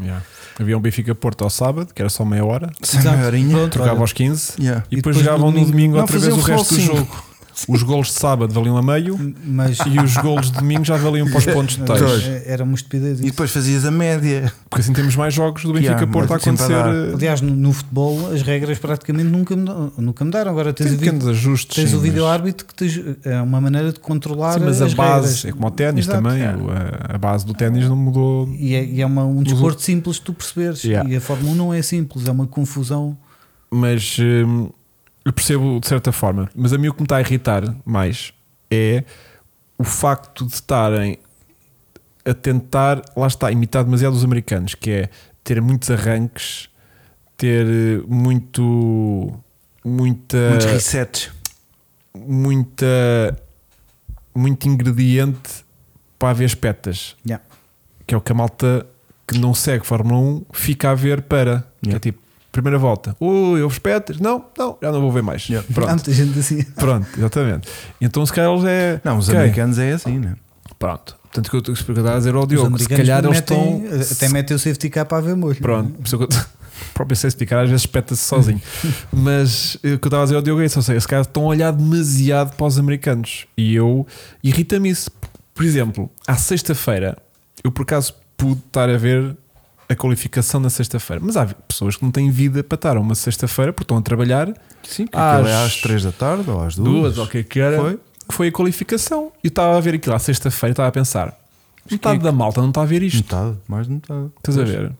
Speaker 2: yeah. Havia um Benfica Porto ao sábado, que era só meia hora,
Speaker 1: Sem
Speaker 3: Exato.
Speaker 1: maiorinha.
Speaker 3: Pronto,
Speaker 2: trocava
Speaker 3: olha.
Speaker 2: aos 15
Speaker 1: Yeah.
Speaker 2: e, depois jogavam no domingo outra
Speaker 1: Não,
Speaker 2: vez o
Speaker 1: faziam
Speaker 2: resto do
Speaker 1: futebol
Speaker 2: jogo. Os golos de sábado valiam a meio
Speaker 3: Mas
Speaker 2: e os golos de domingo já valiam
Speaker 3: [laughs]
Speaker 2: para os pontos de
Speaker 1: Dois.
Speaker 2: tais.
Speaker 3: É, era uma estupidez.
Speaker 1: E
Speaker 3: isso.
Speaker 1: depois fazias a média.
Speaker 2: Porque assim temos mais jogos do
Speaker 1: Que há,
Speaker 2: Benfica Porto a
Speaker 1: mas sempre a
Speaker 2: acontecer.
Speaker 1: dar.
Speaker 2: eh,
Speaker 3: assim Aliás, no, no futebol as regras praticamente nunca mudaram. Nunca mudaram. Agora tens,
Speaker 2: Tem
Speaker 3: o, vídeo,
Speaker 2: pequenos ajustes.
Speaker 3: tens
Speaker 2: sim,
Speaker 3: o vídeo
Speaker 2: mas-
Speaker 3: árbitro que te- é uma maneira de controlar
Speaker 2: Sim, mas a
Speaker 3: as
Speaker 2: base, é
Speaker 3: regras.
Speaker 2: como o ténis
Speaker 3: Exato. é.
Speaker 2: também, o- eh, a, a base do ténis não mudou.
Speaker 3: E é, e é uma- um desporto simples de tu perceberes.
Speaker 2: Yeah.
Speaker 3: E a Fórmula 1 não é simples, é uma confusão.
Speaker 2: Mas hum, eu percebo de certa forma. Mas a mim o que me está a irritar mais é o facto de estarem a tentar, lá está, imitar demasiado os americanos, que é ter muitos arranques, ter eh, muito.
Speaker 3: Eh,
Speaker 2: Muita,
Speaker 1: Muitos resets.
Speaker 2: muita muito ingrediente para haver espetas.
Speaker 3: Yeah.
Speaker 2: Que é o que a malta que não segue Fórmula 1 fica a ver para. Que
Speaker 1: Yeah.
Speaker 2: é tipo, primeira volta, ui, houve espetas? Não, não, já não vou ver mais.
Speaker 1: Yeah.
Speaker 3: Há [laughs]
Speaker 2: Pronto,
Speaker 3: muita gente assim.
Speaker 2: pronto, exatamente. Então se calhar eles é.
Speaker 1: Não, os
Speaker 2: ok,
Speaker 1: americanos é assim, né?
Speaker 2: Pronto. Portanto, o que eu estou a explicar a dizer ao
Speaker 3: Os
Speaker 2: Diogo, se
Speaker 3: americanos
Speaker 2: calhar eles
Speaker 3: metem-
Speaker 2: estão.
Speaker 3: Até metem o safety car para ver molho.
Speaker 2: Pronto, por isso é que eu- o [laughs] próprio safety car às vezes espeta-se sozinho. [laughs] Mas eh, o que eu estava a dizer ao Diogo é isso, ou seja, se calhar estão a olhar demasiado para os americanos. E eu irrita-me isso. Por exemplo, à sexta-feira, eu por acaso pude estar a ver a qualificação na sexta-feira. Mas há vi- pessoas que não têm vida para estar a uma sexta-feira porque estão a trabalhar
Speaker 1: Sim, porque
Speaker 2: Às-
Speaker 1: aquilo é às 3 da tarde ou às 2.
Speaker 2: duas, ou o que é que era.
Speaker 1: Foi.
Speaker 2: Foi. a qualificação. E eu estava a ver aquilo à sexta-feira e estava a pensar: metade
Speaker 1: que-
Speaker 2: da malta não está a ver isto.
Speaker 1: Metade, mais de metade.
Speaker 2: Estás a ver?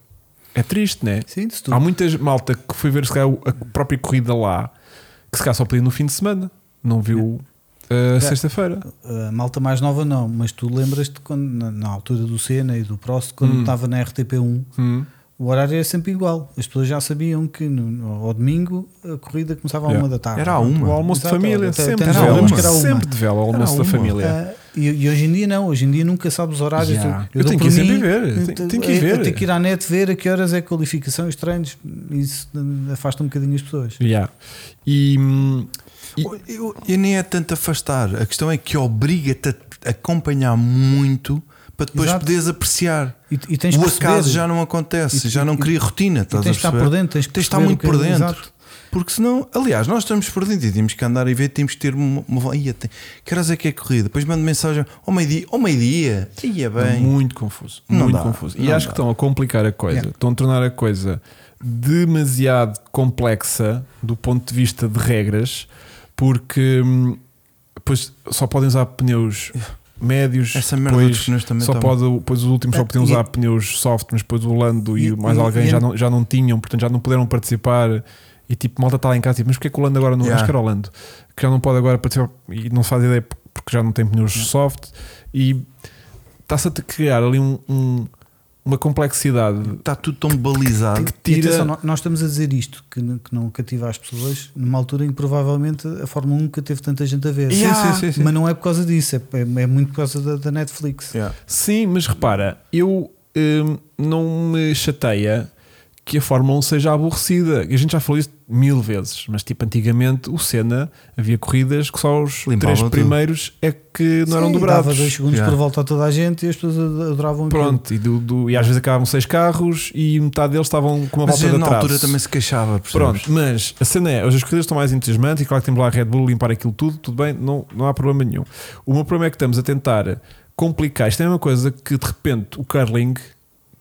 Speaker 2: É triste, não é?
Speaker 3: Sim, se tu
Speaker 2: Há muita malta que foi ver se calhar, a própria corrida lá que se calhar só podia ir no fim de semana, não viu
Speaker 1: É.
Speaker 2: uh, sexta-feira.
Speaker 3: a malta mais nova não, mas tu lembras-te quando, na, na altura do Senna e do Prost, quando estava na RTP1,
Speaker 2: Hum.
Speaker 3: o horário era sempre igual. As pessoas já sabiam que no, ao domingo a corrida começava à
Speaker 2: Yeah.
Speaker 3: uma da tarde.
Speaker 1: Era à uma.
Speaker 2: O almoço
Speaker 3: Exato,
Speaker 2: de família,
Speaker 3: até-
Speaker 2: sempre
Speaker 3: até
Speaker 2: de
Speaker 1: era
Speaker 2: vela,
Speaker 1: uma.
Speaker 2: mas
Speaker 1: Era
Speaker 3: uma.
Speaker 2: sempre de vela, o almoço
Speaker 1: uma. É.
Speaker 2: da família.
Speaker 3: Ah, e, e hoje em dia não, hoje em dia nunca sabes os horários.
Speaker 2: Yeah.
Speaker 3: Eu,
Speaker 2: Eu
Speaker 3: dou
Speaker 2: tenho
Speaker 3: por
Speaker 2: que ir
Speaker 3: mim,
Speaker 2: sempre ver, eu tenho- tenho que ir
Speaker 3: eu- eu
Speaker 2: ver.
Speaker 3: tenho que ir à net ver a que horas é a qualificação e os treinos. Isso hum, afasta um bocadinho as pessoas.
Speaker 2: Yeah. E, hum, e-
Speaker 1: Eu, eu nem é tanto afastar. A questão é que obriga-te a acompanhar muito para depois
Speaker 3: Exato.
Speaker 1: poderes apreciar.
Speaker 3: E, e tens
Speaker 1: o
Speaker 3: que
Speaker 1: acaso
Speaker 3: perceber.
Speaker 1: já não acontece,
Speaker 3: E-
Speaker 1: já não
Speaker 3: e-
Speaker 1: cria rotina.
Speaker 3: e tens
Speaker 1: Estás
Speaker 3: de
Speaker 1: a
Speaker 3: estar
Speaker 1: perceber?
Speaker 3: por dentro, tens que
Speaker 1: Tens de estar
Speaker 3: perceber
Speaker 1: muito
Speaker 3: o
Speaker 1: por
Speaker 3: que é-
Speaker 1: dentro.
Speaker 3: Exato.
Speaker 1: Porque senão, aliás, nós estamos por dentro e temos que andar e ver, temos que ter uma. uma ia, tem, que horas é que é corrida? Depois mando mensagem ao meio-dia, ao meio-dia, ia
Speaker 2: é
Speaker 1: bem.
Speaker 2: muito confuso,
Speaker 1: Não
Speaker 2: muito
Speaker 1: dá,
Speaker 2: confuso. E
Speaker 1: não
Speaker 2: acho
Speaker 1: dá.
Speaker 2: que estão a complicar a coisa,
Speaker 3: Yeah.
Speaker 2: estão a tornar a coisa demasiado complexa do ponto de vista de regras, porque hum, depois só podem usar pneus médios,
Speaker 1: Essa merda
Speaker 2: depois
Speaker 1: dos pneus também
Speaker 2: Só
Speaker 1: tá-
Speaker 2: pode, pois os últimos só podiam
Speaker 3: Ah, E-
Speaker 2: usar pneus soft, mas depois o Lando e,
Speaker 3: E-
Speaker 2: mais
Speaker 3: e-
Speaker 2: alguém
Speaker 3: e-
Speaker 2: já, não, já não tinham, portanto já não puderam participar. E tipo, malta está lá em casa, tipo, mas porque é que o Lando agora não.
Speaker 1: Yeah.
Speaker 2: Acho que era o Lando, que já não pode agora participar e não se faz ideia por- porque já não tem pneus soft. E está-se a te criar ali um- um- uma complexidade.
Speaker 1: Está Tá tudo tão balizado.
Speaker 3: [laughs] E
Speaker 2: Tira-
Speaker 3: atenção, nó- nós estamos a dizer isto que, n- que não cativa as pessoas numa altura em que provavelmente a Fórmula 1 nunca teve tanta gente a ver.
Speaker 1: Sim, Yeah. sim, sim, sim.
Speaker 3: Mas não é por causa disso, é, é- é muito por causa da, da Netflix.
Speaker 1: Yeah.
Speaker 2: Sim, mas repara, eu hum, não me chateia que a Fórmula 1 seja aborrecida. E A gente já falou isso mil vezes, mas tipo, antigamente o Senna havia corridas que só os
Speaker 1: Limpavam
Speaker 2: três
Speaker 1: tudo.
Speaker 2: primeiros é que não eram
Speaker 3: Sim, Dava
Speaker 2: dobrados.
Speaker 3: 2 segundos
Speaker 1: Yeah.
Speaker 3: por volta a toda a gente e as pessoas ad- adoravam aquilo.
Speaker 2: Pronto, e, do- do- e às vezes acabavam seis carros e metade deles estavam com uma
Speaker 1: Mas
Speaker 2: volta de
Speaker 1: na
Speaker 2: atraso.
Speaker 1: altura também se queixava, percebes?
Speaker 2: Pronto, mas a cena é, hoje as corridas estão mais entusiasmantes e claro que temos lá a Red Bull limpar aquilo tudo, tudo bem, não, não há problema nenhum. O meu problema é que estamos a tentar complicar. Isto é a mesma coisa que de repente o curling,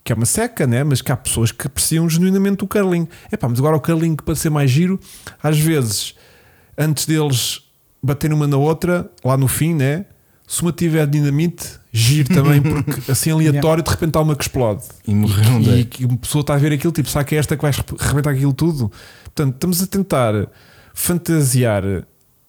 Speaker 2: que é uma seca, né? mas que há pessoas que apreciam genuinamente o curling. Epá, mas agora o curling para ser mais giro, às vezes, antes deles baterem uma na outra, lá no fim, né? se uma tiver dinamite, giro também, porque assim aleatório de repente há uma que explode
Speaker 1: E morreram
Speaker 3: é.
Speaker 2: e,
Speaker 1: daí.
Speaker 2: que uma pessoa está a ver aquilo, tipo, será que é esta que vai rep- arrebentar aquilo tudo? Portanto, estamos a tentar fantasiar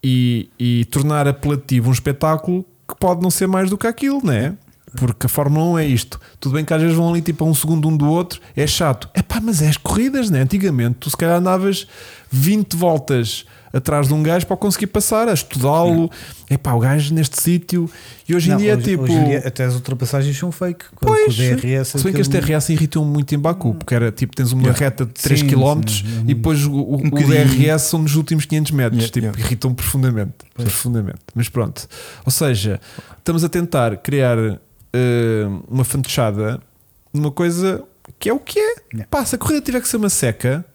Speaker 2: e, e tornar apelativo um espetáculo que pode não ser mais do que aquilo, não é? Porque a Fórmula 1 é isto. Tudo bem que às vezes vão ali tipo a um segundo um do outro, é chato. É pá, mas é as corridas, né? Antigamente tu se calhar andavas 20 voltas atrás de um gajo para o conseguir passar, a estudá-lo. É pá, o gajo neste sítio. E hoje em
Speaker 3: Não,
Speaker 2: dia
Speaker 3: hoje-
Speaker 2: é tipo.
Speaker 3: hoje em dia até as ultrapassagens são fake. Com- com
Speaker 2: Pois,
Speaker 3: o DRS,
Speaker 2: se bem que este
Speaker 3: aquilo-
Speaker 2: DRS irritou-me muito em Baku, porque era tipo, tens uma reta de 3
Speaker 3: Hum. Sim,
Speaker 2: km
Speaker 3: sim, é
Speaker 2: e
Speaker 3: muito-
Speaker 2: depois o, o-
Speaker 1: Um
Speaker 2: o
Speaker 1: bocadinho.
Speaker 2: DRS são nos últimos 500 metros,
Speaker 1: Yeah,
Speaker 2: tipo,
Speaker 1: yeah.
Speaker 2: irritam-me profundamente, profundamente. Mas pronto, ou seja, estamos a tentar criar eh, uma fantochada numa coisa que é o que é.
Speaker 3: Yeah.
Speaker 2: Pá, se a corrida tiver que ser uma seca,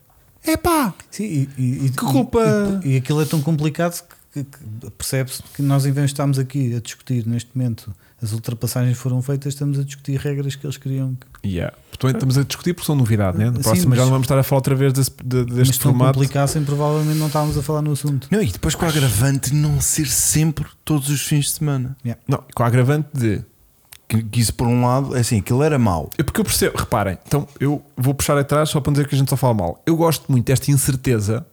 Speaker 2: é pá,
Speaker 3: Sim, e, e- e-
Speaker 2: Que culpa-
Speaker 3: E, e aquilo é tão complicado que, que percebe-se que nós, em vez de estarmos aqui a discutir neste momento as ultrapassagens foram feitas, estamos a discutir regras que eles queriam. Que,
Speaker 2: yeah. Portanto, estamos a discutir porque são novidade, né? Na
Speaker 3: Sim,
Speaker 2: próxima já
Speaker 3: mas-
Speaker 2: não vamos estar a falar outra vez desse- de-
Speaker 3: mas
Speaker 2: deste
Speaker 3: se não
Speaker 2: formato.
Speaker 3: complicassem, provavelmente não estávamos a falar no assunto.
Speaker 1: Não, e depois com o agravante de não ser sempre todos os fins de semana.
Speaker 2: Não, com a agravante de
Speaker 1: Que, que isso, por um lado, é assim, aquilo era mau.
Speaker 2: É porque eu percebo, reparem, então eu vou puxar atrás só para dizer que a gente só fala mal. Eu gosto muito desta incerteza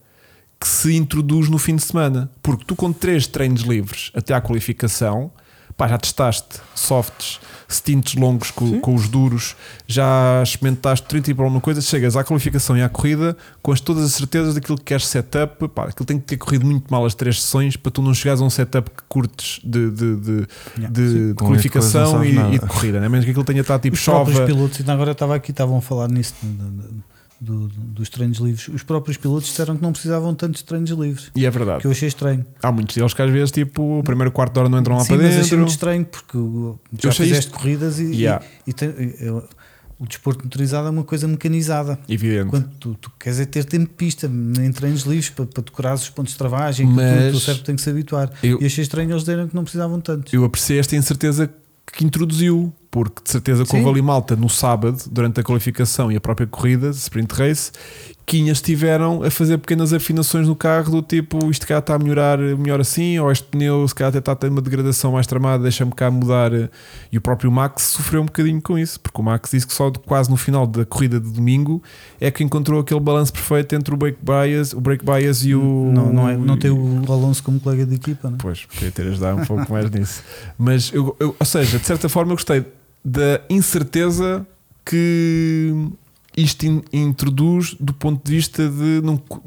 Speaker 2: que se introduz no fim de semana, porque tu com três treinos livres até à qualificação, pá, já testaste softs, stints longos com, com os duros, já experimentaste 30 e por alguma coisa, chegas à qualificação e à corrida com as, todas as certezas daquilo que queres setup, pá, aquilo tem que ter corrido muito mal as três sessões para tu não chegares a um setup que curtes de, de, de,
Speaker 3: Yeah.
Speaker 2: de- de
Speaker 1: com as coisas não
Speaker 2: qualificação
Speaker 1: sabes
Speaker 2: e,
Speaker 1: nada.
Speaker 2: e de corrida, né? menos que aquilo tenha estado tipo
Speaker 3: os próprios
Speaker 2: chove.
Speaker 3: pilotos, ainda agora eu estava aqui, estavam a falar nisso do- do- dos treinos livres. Os próprios pilotos disseram que não precisavam tanto de treinos livres.
Speaker 2: E é
Speaker 3: Que
Speaker 2: verdade.
Speaker 3: eu achei estranho.
Speaker 2: Há muitos deles que às vezes, tipo, o primeiro quarto de hora não entram lá
Speaker 3: Sim,
Speaker 2: para
Speaker 3: mas achei
Speaker 2: dentro.
Speaker 3: muito estranho porque o- já
Speaker 2: Eu achei
Speaker 3: fizeste corridas e, e-
Speaker 2: Yeah.
Speaker 3: e tem- e- eu- o desporto motorizado é uma coisa mecanizada.
Speaker 2: Evidente.
Speaker 3: Quando tu, tu queres é ter tempo de pista, em treinos livres, para, para decorares os pontos de travagem, que
Speaker 2: Mas-
Speaker 3: tu, o cérebro tem que se habituar.
Speaker 2: Eu-
Speaker 3: E achei estranho eles deram que não precisavam tanto.
Speaker 2: Eu apreciei esta incerteza que introduziu, porque de certeza que houve
Speaker 3: Sim.
Speaker 2: ali malta no sábado, durante a qualificação e a própria corrida, sprint race, quinhas tiveram a fazer pequenas afinações no carro, do tipo isto cá está a melhorar melhor assim, ou este pneu se cá até está a ter uma degradação mais tramada, deixa-me cá mudar. E o próprio Max sofreu um bocadinho com isso, porque o Max disse que só de- quase no final da corrida de domingo é que encontrou aquele balanço perfeito entre o break bias, o break bias e o.
Speaker 3: Não, não, é, não ter o Alonso como colega de equipa, não é?
Speaker 2: Pois, podia ter ajudado um pouco mais nisso. Mas, eu, eu- ou seja, de certa forma eu gostei da incerteza que isto in- introduz do ponto de vista de não, co-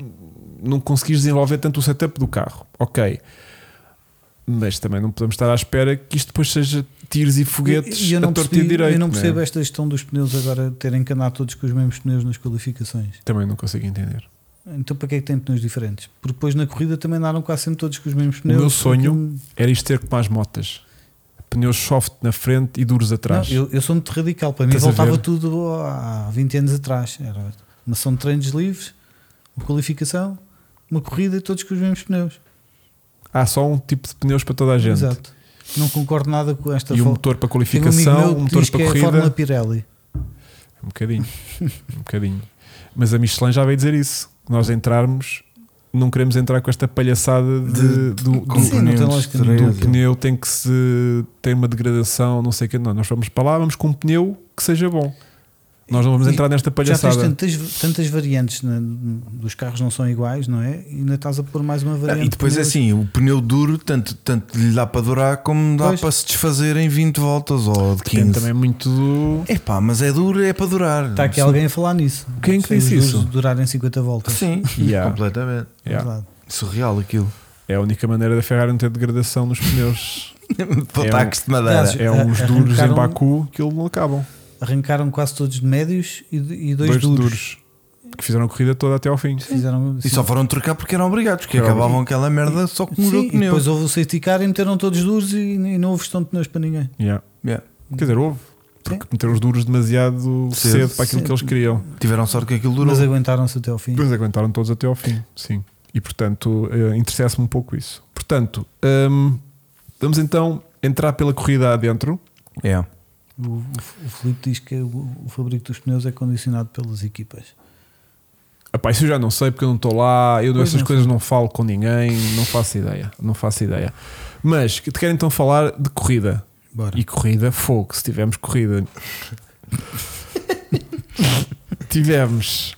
Speaker 2: não conseguires desenvolver tanto o setup do carro. Ok. Mas também não podemos estar à espera que isto depois seja tiros e foguetes
Speaker 3: E- e eu não
Speaker 2: a torto e a
Speaker 3: percebi-
Speaker 2: direito.
Speaker 3: Eu não
Speaker 2: né?
Speaker 3: percebo esta gestão dos pneus agora terem que andar todos com os mesmos pneus nas qualificações.
Speaker 2: Também não consigo entender.
Speaker 3: Então para que é que têm pneus diferentes? Porque depois na corrida também andaram quase sempre todos com os mesmos
Speaker 2: meu
Speaker 3: pneus.
Speaker 2: sonho
Speaker 3: porque- um
Speaker 2: Era isto ter com mais motas. Pneus soft na frente e duros atrás.
Speaker 3: Não, eu, eu sou muito radical. Para mim
Speaker 2: Estás a
Speaker 3: voltava
Speaker 2: ver?
Speaker 3: tudo há 20 anos atrás. Era uma sessão de treinos livres, uma qualificação, uma corrida e todos com os mesmos pneus.
Speaker 2: Há só um tipo de pneus para toda a gente.
Speaker 3: Exato. Não concordo nada com esta
Speaker 2: E o
Speaker 3: fo-
Speaker 2: motor para
Speaker 3: Tenho um amigo
Speaker 2: qualificação,
Speaker 3: meu
Speaker 2: o
Speaker 3: que
Speaker 2: motor
Speaker 3: diz que
Speaker 2: para
Speaker 3: é a
Speaker 2: corrida.
Speaker 3: Fórmula Pirelli.
Speaker 2: Um bocadinho. um bocadinho. Mas a Michelin já veio dizer isso. que Nós entrarmos, não queremos entrar com esta palhaçada de, do, do-
Speaker 3: Sim, não tem lógica
Speaker 2: do
Speaker 1: nenhuma.
Speaker 2: pneu tem que se ter uma degradação, não sei o que. Não, nós vamos para lá, vamos com um pneu que seja bom. Nós não vamos
Speaker 3: E-
Speaker 2: entrar nesta
Speaker 3: Já tens
Speaker 2: palhaçada.
Speaker 3: tantas, tantas variantes na- dos carros não são iguais, não é? E ainda estás a pôr mais uma
Speaker 1: Ah,
Speaker 3: variante.
Speaker 1: E depois é
Speaker 3: pneus.
Speaker 1: assim, o pneu duro tanto, tanto lhe dá para durar como dá
Speaker 3: Pois.
Speaker 1: para se desfazer em 20 voltas ou de
Speaker 2: Tem
Speaker 1: 15.
Speaker 2: também muito do.
Speaker 1: É pá, mas é duro, é para durar.
Speaker 3: Está aqui alguém a falar nisso.
Speaker 2: Quem é que
Speaker 3: Se os
Speaker 2: disse
Speaker 3: dois
Speaker 2: isso?
Speaker 3: durarem 50 voltas.
Speaker 1: Sim,
Speaker 2: Yeah.
Speaker 1: completamente.
Speaker 2: Yeah.
Speaker 3: É Verdade.
Speaker 1: Surreal aquilo.
Speaker 2: É a única maneira da Ferrari não ter degradação nos
Speaker 3: [laughs]
Speaker 2: pneus.
Speaker 1: para
Speaker 2: É um-
Speaker 1: tacos de madeira.
Speaker 3: Gases.
Speaker 2: É uns duros em
Speaker 3: Arrancaram- um-
Speaker 2: Baku que eles não acabam.
Speaker 3: Arrancaram quase todos de médios e, e dois,
Speaker 2: Dois,
Speaker 3: duros.
Speaker 2: duros. Que fizeram a corrida toda até ao fim.
Speaker 3: Fizeram,
Speaker 1: E só foram trocar porque eram obrigados, que
Speaker 2: Era
Speaker 1: acabavam aquela merda só com um
Speaker 3: Sim,
Speaker 1: jogo
Speaker 3: e
Speaker 1: pneu.
Speaker 3: depois houve o safety car e meteram todos duros e, e não houve gestão de pneus para ninguém.
Speaker 2: Yeah.
Speaker 1: Yeah.
Speaker 2: Quer dizer, houve. Porque meteram os duros demasiado cedo,
Speaker 1: Cedo.
Speaker 2: para aquilo
Speaker 3: Cedo.
Speaker 2: que eles queriam.
Speaker 1: Tiveram sorte que aquilo durou.
Speaker 3: Mas aguentaram-se até ao fim.
Speaker 2: Depois aguentaram todos até ao fim, sim. E portanto, eh, interessa-me um pouco isso. Portanto, hum, vamos então entrar pela corrida adentro.
Speaker 1: É.
Speaker 3: O, o, o Filipe diz que o, o fabrico dos pneus é condicionado pelas equipas.
Speaker 2: Epá, isso eu já não sei porque eu não estou lá, eu
Speaker 3: Pois
Speaker 2: dessas
Speaker 3: não
Speaker 2: coisas não falo com ninguém, não faço ideia, não faço ideia. Mas que te quero então falar de corrida.
Speaker 3: Bora.
Speaker 2: E corrida, fogo, se tivermos
Speaker 3: [laughs]
Speaker 2: corrida. tivemos.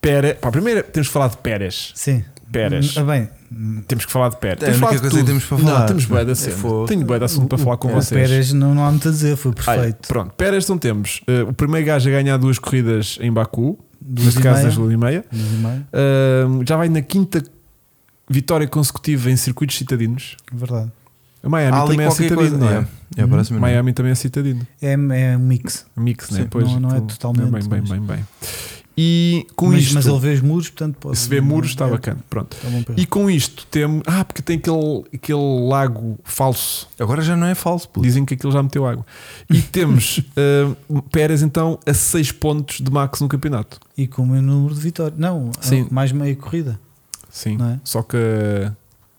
Speaker 2: Pera, pá, primeiro temos que falar de Pérez.
Speaker 3: Sim.
Speaker 2: Pérez.
Speaker 3: Ah, bem, hum,
Speaker 2: Temos que falar de Pérez.
Speaker 1: É a
Speaker 2: Temos que
Speaker 1: única
Speaker 2: falar de
Speaker 1: coisa que
Speaker 2: tudo.
Speaker 1: temos para
Speaker 2: Não,
Speaker 1: falar.
Speaker 2: temos bué de
Speaker 1: É
Speaker 2: assunto.
Speaker 1: fogo.
Speaker 2: Tenho bué de assunto para falar com
Speaker 3: o
Speaker 2: vocês.
Speaker 3: É,
Speaker 2: Ah, é.
Speaker 3: Pérez não, não há muito a dizer, foi
Speaker 2: Olha,
Speaker 3: perfeito.
Speaker 2: pronto, Pérez então temos eh, o primeiro gajo a ganhar duas corridas em Baku,
Speaker 3: Duas
Speaker 2: neste
Speaker 3: e
Speaker 2: caso
Speaker 3: meia.
Speaker 2: das duas e meia. Ehm,
Speaker 3: Duas e meia.
Speaker 2: Ahm, já vai na quinta vitória consecutiva em circuitos citadinos.
Speaker 3: Verdade.
Speaker 2: A Miami
Speaker 1: Há ali
Speaker 2: também é
Speaker 1: qualquer
Speaker 2: citadino,
Speaker 1: coisa.
Speaker 2: não é?
Speaker 1: É, é, parece-me não.
Speaker 2: Miami também é citadino.
Speaker 3: É, é um mix.
Speaker 2: Mix, né?
Speaker 1: Sim,
Speaker 2: Pois,
Speaker 3: não- não é
Speaker 2: aquilo-
Speaker 3: totalmente,
Speaker 2: Bem, bem,
Speaker 3: mas-
Speaker 2: bem, bem. E com
Speaker 3: mas,
Speaker 2: isto,
Speaker 3: mas ele vê os muros, portanto pode.
Speaker 2: se vê muros, está
Speaker 3: é,
Speaker 2: bacana. Pronto.
Speaker 3: Está bom para ele.
Speaker 2: E com isto temos. Ah, porque tem aquele, aquele lago falso.
Speaker 1: Agora já não é falso, puto.
Speaker 2: Dizem que aquilo já meteu água. E temos ah, Pérez, então, a 6 pontos de Max no campeonato.
Speaker 3: E com o meu número de vitórias. Não,
Speaker 2: Sim.
Speaker 3: mais meia corrida.
Speaker 2: Sim.
Speaker 3: Não é?
Speaker 2: Só que ah,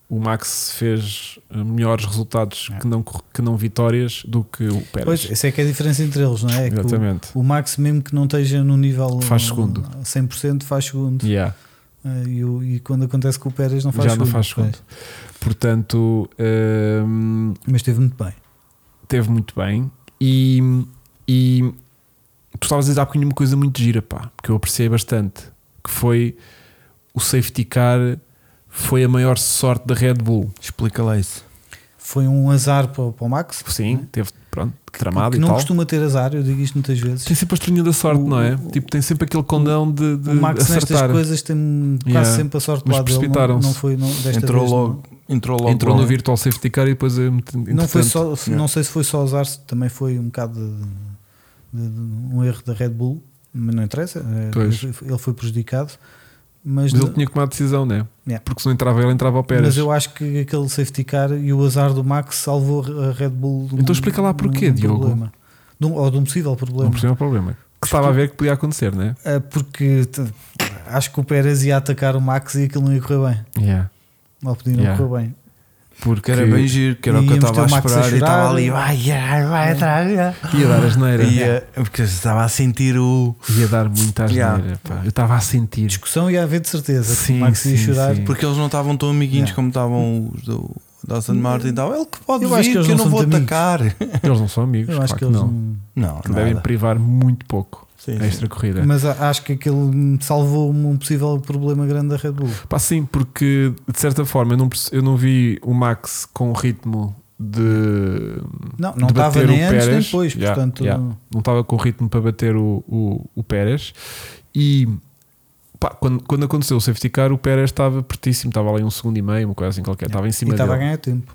Speaker 2: o Max fez ah, melhores resultados que, não, cor- que não vitórias do que o Pérez.
Speaker 3: Pois, essa é que é a diferença entre eles, não é? É que o-
Speaker 2: Exatamente.
Speaker 3: o, Max, mesmo que não esteja no nível
Speaker 2: Faz
Speaker 3: uh,
Speaker 2: segundo.
Speaker 3: 100%, faz segundo.
Speaker 2: Yeah,
Speaker 3: Uh, E, o- e quando acontece com o Pérez, não faz
Speaker 2: já
Speaker 3: segundo.
Speaker 2: não faz segundo. Portanto, ah,
Speaker 3: Mas esteve muito bem.
Speaker 2: teve muito bem e, e tu estavas a dizer há bocadinho uma coisa muito gira, pá, que eu apreciei bastante, que foi o safety car foi a maior sorte da Red Bull.
Speaker 1: Explica lá isso.
Speaker 3: Foi um azar para, o- para o Max.
Speaker 2: Tipo, Sim, teve, pronto, tramado
Speaker 3: é? que
Speaker 2: e
Speaker 3: não
Speaker 2: tal.
Speaker 3: costuma ter azar, eu digo isto muitas vezes.
Speaker 2: Tem sempre a estrelinha da sorte,
Speaker 3: O-
Speaker 2: não é?
Speaker 3: o-
Speaker 2: tipo, tem sempre aquele condão de, de
Speaker 3: o Max
Speaker 2: acertar.
Speaker 3: nestas coisas tem quase
Speaker 2: Yeah.
Speaker 3: sempre a sorte do
Speaker 2: Mas
Speaker 3: lado dele. Não,
Speaker 2: precipitaram-se.
Speaker 3: não foi, não, desta
Speaker 1: Entrou
Speaker 3: vez não-
Speaker 1: logo, entrou logo.
Speaker 2: Entrou no
Speaker 1: lá.
Speaker 2: virtual safety car e depois eh,
Speaker 3: Não, foi
Speaker 2: entretanto,
Speaker 3: só,
Speaker 1: yeah.
Speaker 3: não sei se foi só azar, se também foi um bocado de- de- de- um erro da Red Bull, mas não interessa. eh,
Speaker 2: Pois.
Speaker 3: ele foi- Ele foi prejudicado. Mas,
Speaker 2: mas ele tinha que tomar a decisão, não é?
Speaker 3: Yeah.
Speaker 2: Porque se não entrava ele, entrava ao Pérez.
Speaker 3: Mas eu acho que aquele safety car e o azar do Max salvou a Red Bull de um,
Speaker 2: Então explica lá porquê,
Speaker 3: de um
Speaker 2: Diogo.
Speaker 3: Problema. De um- ou de um possível
Speaker 2: Não
Speaker 3: problema.
Speaker 2: percebeu o problema. Que estava a ver que podia acontecer, não é?
Speaker 3: Ah, porque t- acho que o Pérez ia atacar o Max e aquilo não ia correr bem.
Speaker 2: Yeah.
Speaker 3: Não podia não
Speaker 2: Yeah.
Speaker 3: correr bem.
Speaker 1: Porque era bem giro, que era o que eu
Speaker 3: Íamos
Speaker 1: estava a
Speaker 3: ter o Max a
Speaker 1: esperar e
Speaker 3: chorar.
Speaker 1: estava ali, vai, vai, vai atrás. já.
Speaker 2: Ia dar asneira.
Speaker 1: E, eh, Porque eu estava a sentir o.
Speaker 2: Ia dar muita asneira.
Speaker 1: Yeah.
Speaker 2: pá. Eu estava a sentir.
Speaker 3: Discussão ia haver de certeza. que
Speaker 2: Sim,
Speaker 3: o Max ia
Speaker 2: sim,
Speaker 3: chorar.
Speaker 2: sim.
Speaker 1: Porque eles não estavam tão amiguinhos
Speaker 3: Yeah.
Speaker 1: como estavam os do. Da Aston Martin e tal, ele que pode
Speaker 3: Eu
Speaker 1: vir,
Speaker 3: acho que
Speaker 1: que,
Speaker 3: eles
Speaker 1: eu
Speaker 3: não
Speaker 1: não
Speaker 3: são
Speaker 1: vou
Speaker 3: muito amigos.
Speaker 1: atacar.
Speaker 2: Eles não são amigos,
Speaker 3: Eu
Speaker 2: claro
Speaker 3: acho
Speaker 2: que,
Speaker 3: que eles
Speaker 2: não. é
Speaker 3: não-
Speaker 1: Não,
Speaker 2: Que devem
Speaker 1: nada.
Speaker 2: privar muito pouco
Speaker 1: Sim,
Speaker 2: a
Speaker 1: sim.
Speaker 2: extra corrida.
Speaker 3: Mas a- acho que aquele salvou-me um possível problema grande da Red Bull.
Speaker 2: Pá, sim, porque de certa forma eu não, perce- eu não vi o Max com o ritmo de.
Speaker 3: Não, não
Speaker 2: de
Speaker 3: estava
Speaker 2: bater
Speaker 3: nem
Speaker 2: o
Speaker 3: antes nem
Speaker 2: Pérez.
Speaker 3: depois,
Speaker 2: Yeah,
Speaker 3: portanto,
Speaker 2: yeah. não estava com o ritmo para bater o, o, o Pérez. E pá, quando, quando aconteceu o safety car, o Pérez estava pertíssimo, estava ali um segundo e meio, uma coisa assim qualquer, estava em
Speaker 3: e
Speaker 2: cima
Speaker 3: estava a
Speaker 2: dele.
Speaker 3: ganhar tempo.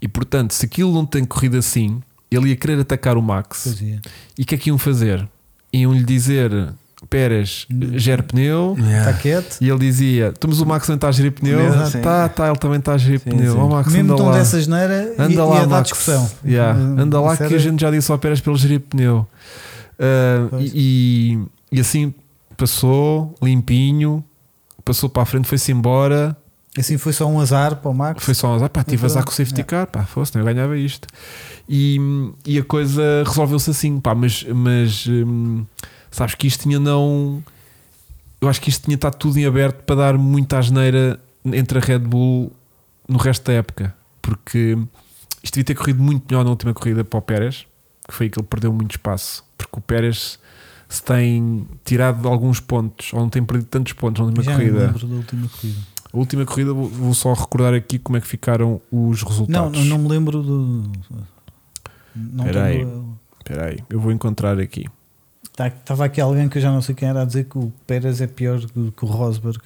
Speaker 2: E portanto, se aquilo não tem corrido assim, ele ia querer atacar o Max.
Speaker 3: Pois é.
Speaker 2: E o que é que iam fazer? Iam lhe dizer Pérez,
Speaker 3: Hum.
Speaker 2: gera pneu.
Speaker 1: Yeah.
Speaker 3: Está quieto.
Speaker 2: E ele dizia: Estamos o Max também está a gerir pneu.
Speaker 1: Pneu,
Speaker 2: Ah,
Speaker 1: sim.
Speaker 2: tá, tá, ele também está a gerir
Speaker 1: Sim,
Speaker 2: pneu.
Speaker 1: sim.
Speaker 2: Ó, Max,
Speaker 3: Mesmo
Speaker 2: anda
Speaker 3: tão
Speaker 2: lá.
Speaker 3: dessa geneira,
Speaker 2: Anda
Speaker 3: ia,
Speaker 2: lá,
Speaker 3: ia dar
Speaker 2: Max.
Speaker 3: discussão.
Speaker 2: Yeah,
Speaker 3: Eh,
Speaker 2: Anda lá
Speaker 3: isso
Speaker 2: que a
Speaker 3: era-
Speaker 2: gente já disse ao Pérez para ele gerir pneu. Ah,
Speaker 3: Pois.
Speaker 2: e, e assim passou, limpinho, passou para a frente, foi-se embora.
Speaker 3: Assim foi só um azar para o Max.
Speaker 2: Foi só um azar, pá, tive azar com o safety
Speaker 3: É.
Speaker 2: car, pá, fosse, não, eu ganhava isto. E, e a coisa resolveu-se assim, pá, mas, mas hum, sabes que isto tinha não. Eu acho que isto tinha estado tudo em aberto para dar muita asneira entre a Red Bull no resto da época, porque isto devia ter corrido muito melhor na última corrida para o Pérez, que foi aí que ele perdeu muito espaço, porque o Pérez se tem tirado de alguns pontos, ou não tem perdido tantos pontos na última
Speaker 3: Já me
Speaker 2: corrida.
Speaker 3: lembro da última corrida.
Speaker 2: A última corrida, vou- vou só recordar aqui como é que ficaram os
Speaker 3: Não,
Speaker 2: resultados.
Speaker 3: não, não me lembro do. Não
Speaker 2: Espera aí.
Speaker 3: tenho-
Speaker 2: Espera aí, eu vou encontrar aqui.
Speaker 3: tá- Estava aqui alguém que eu já não sei quem era a dizer que o Pérez é pior que, que o Rosberg.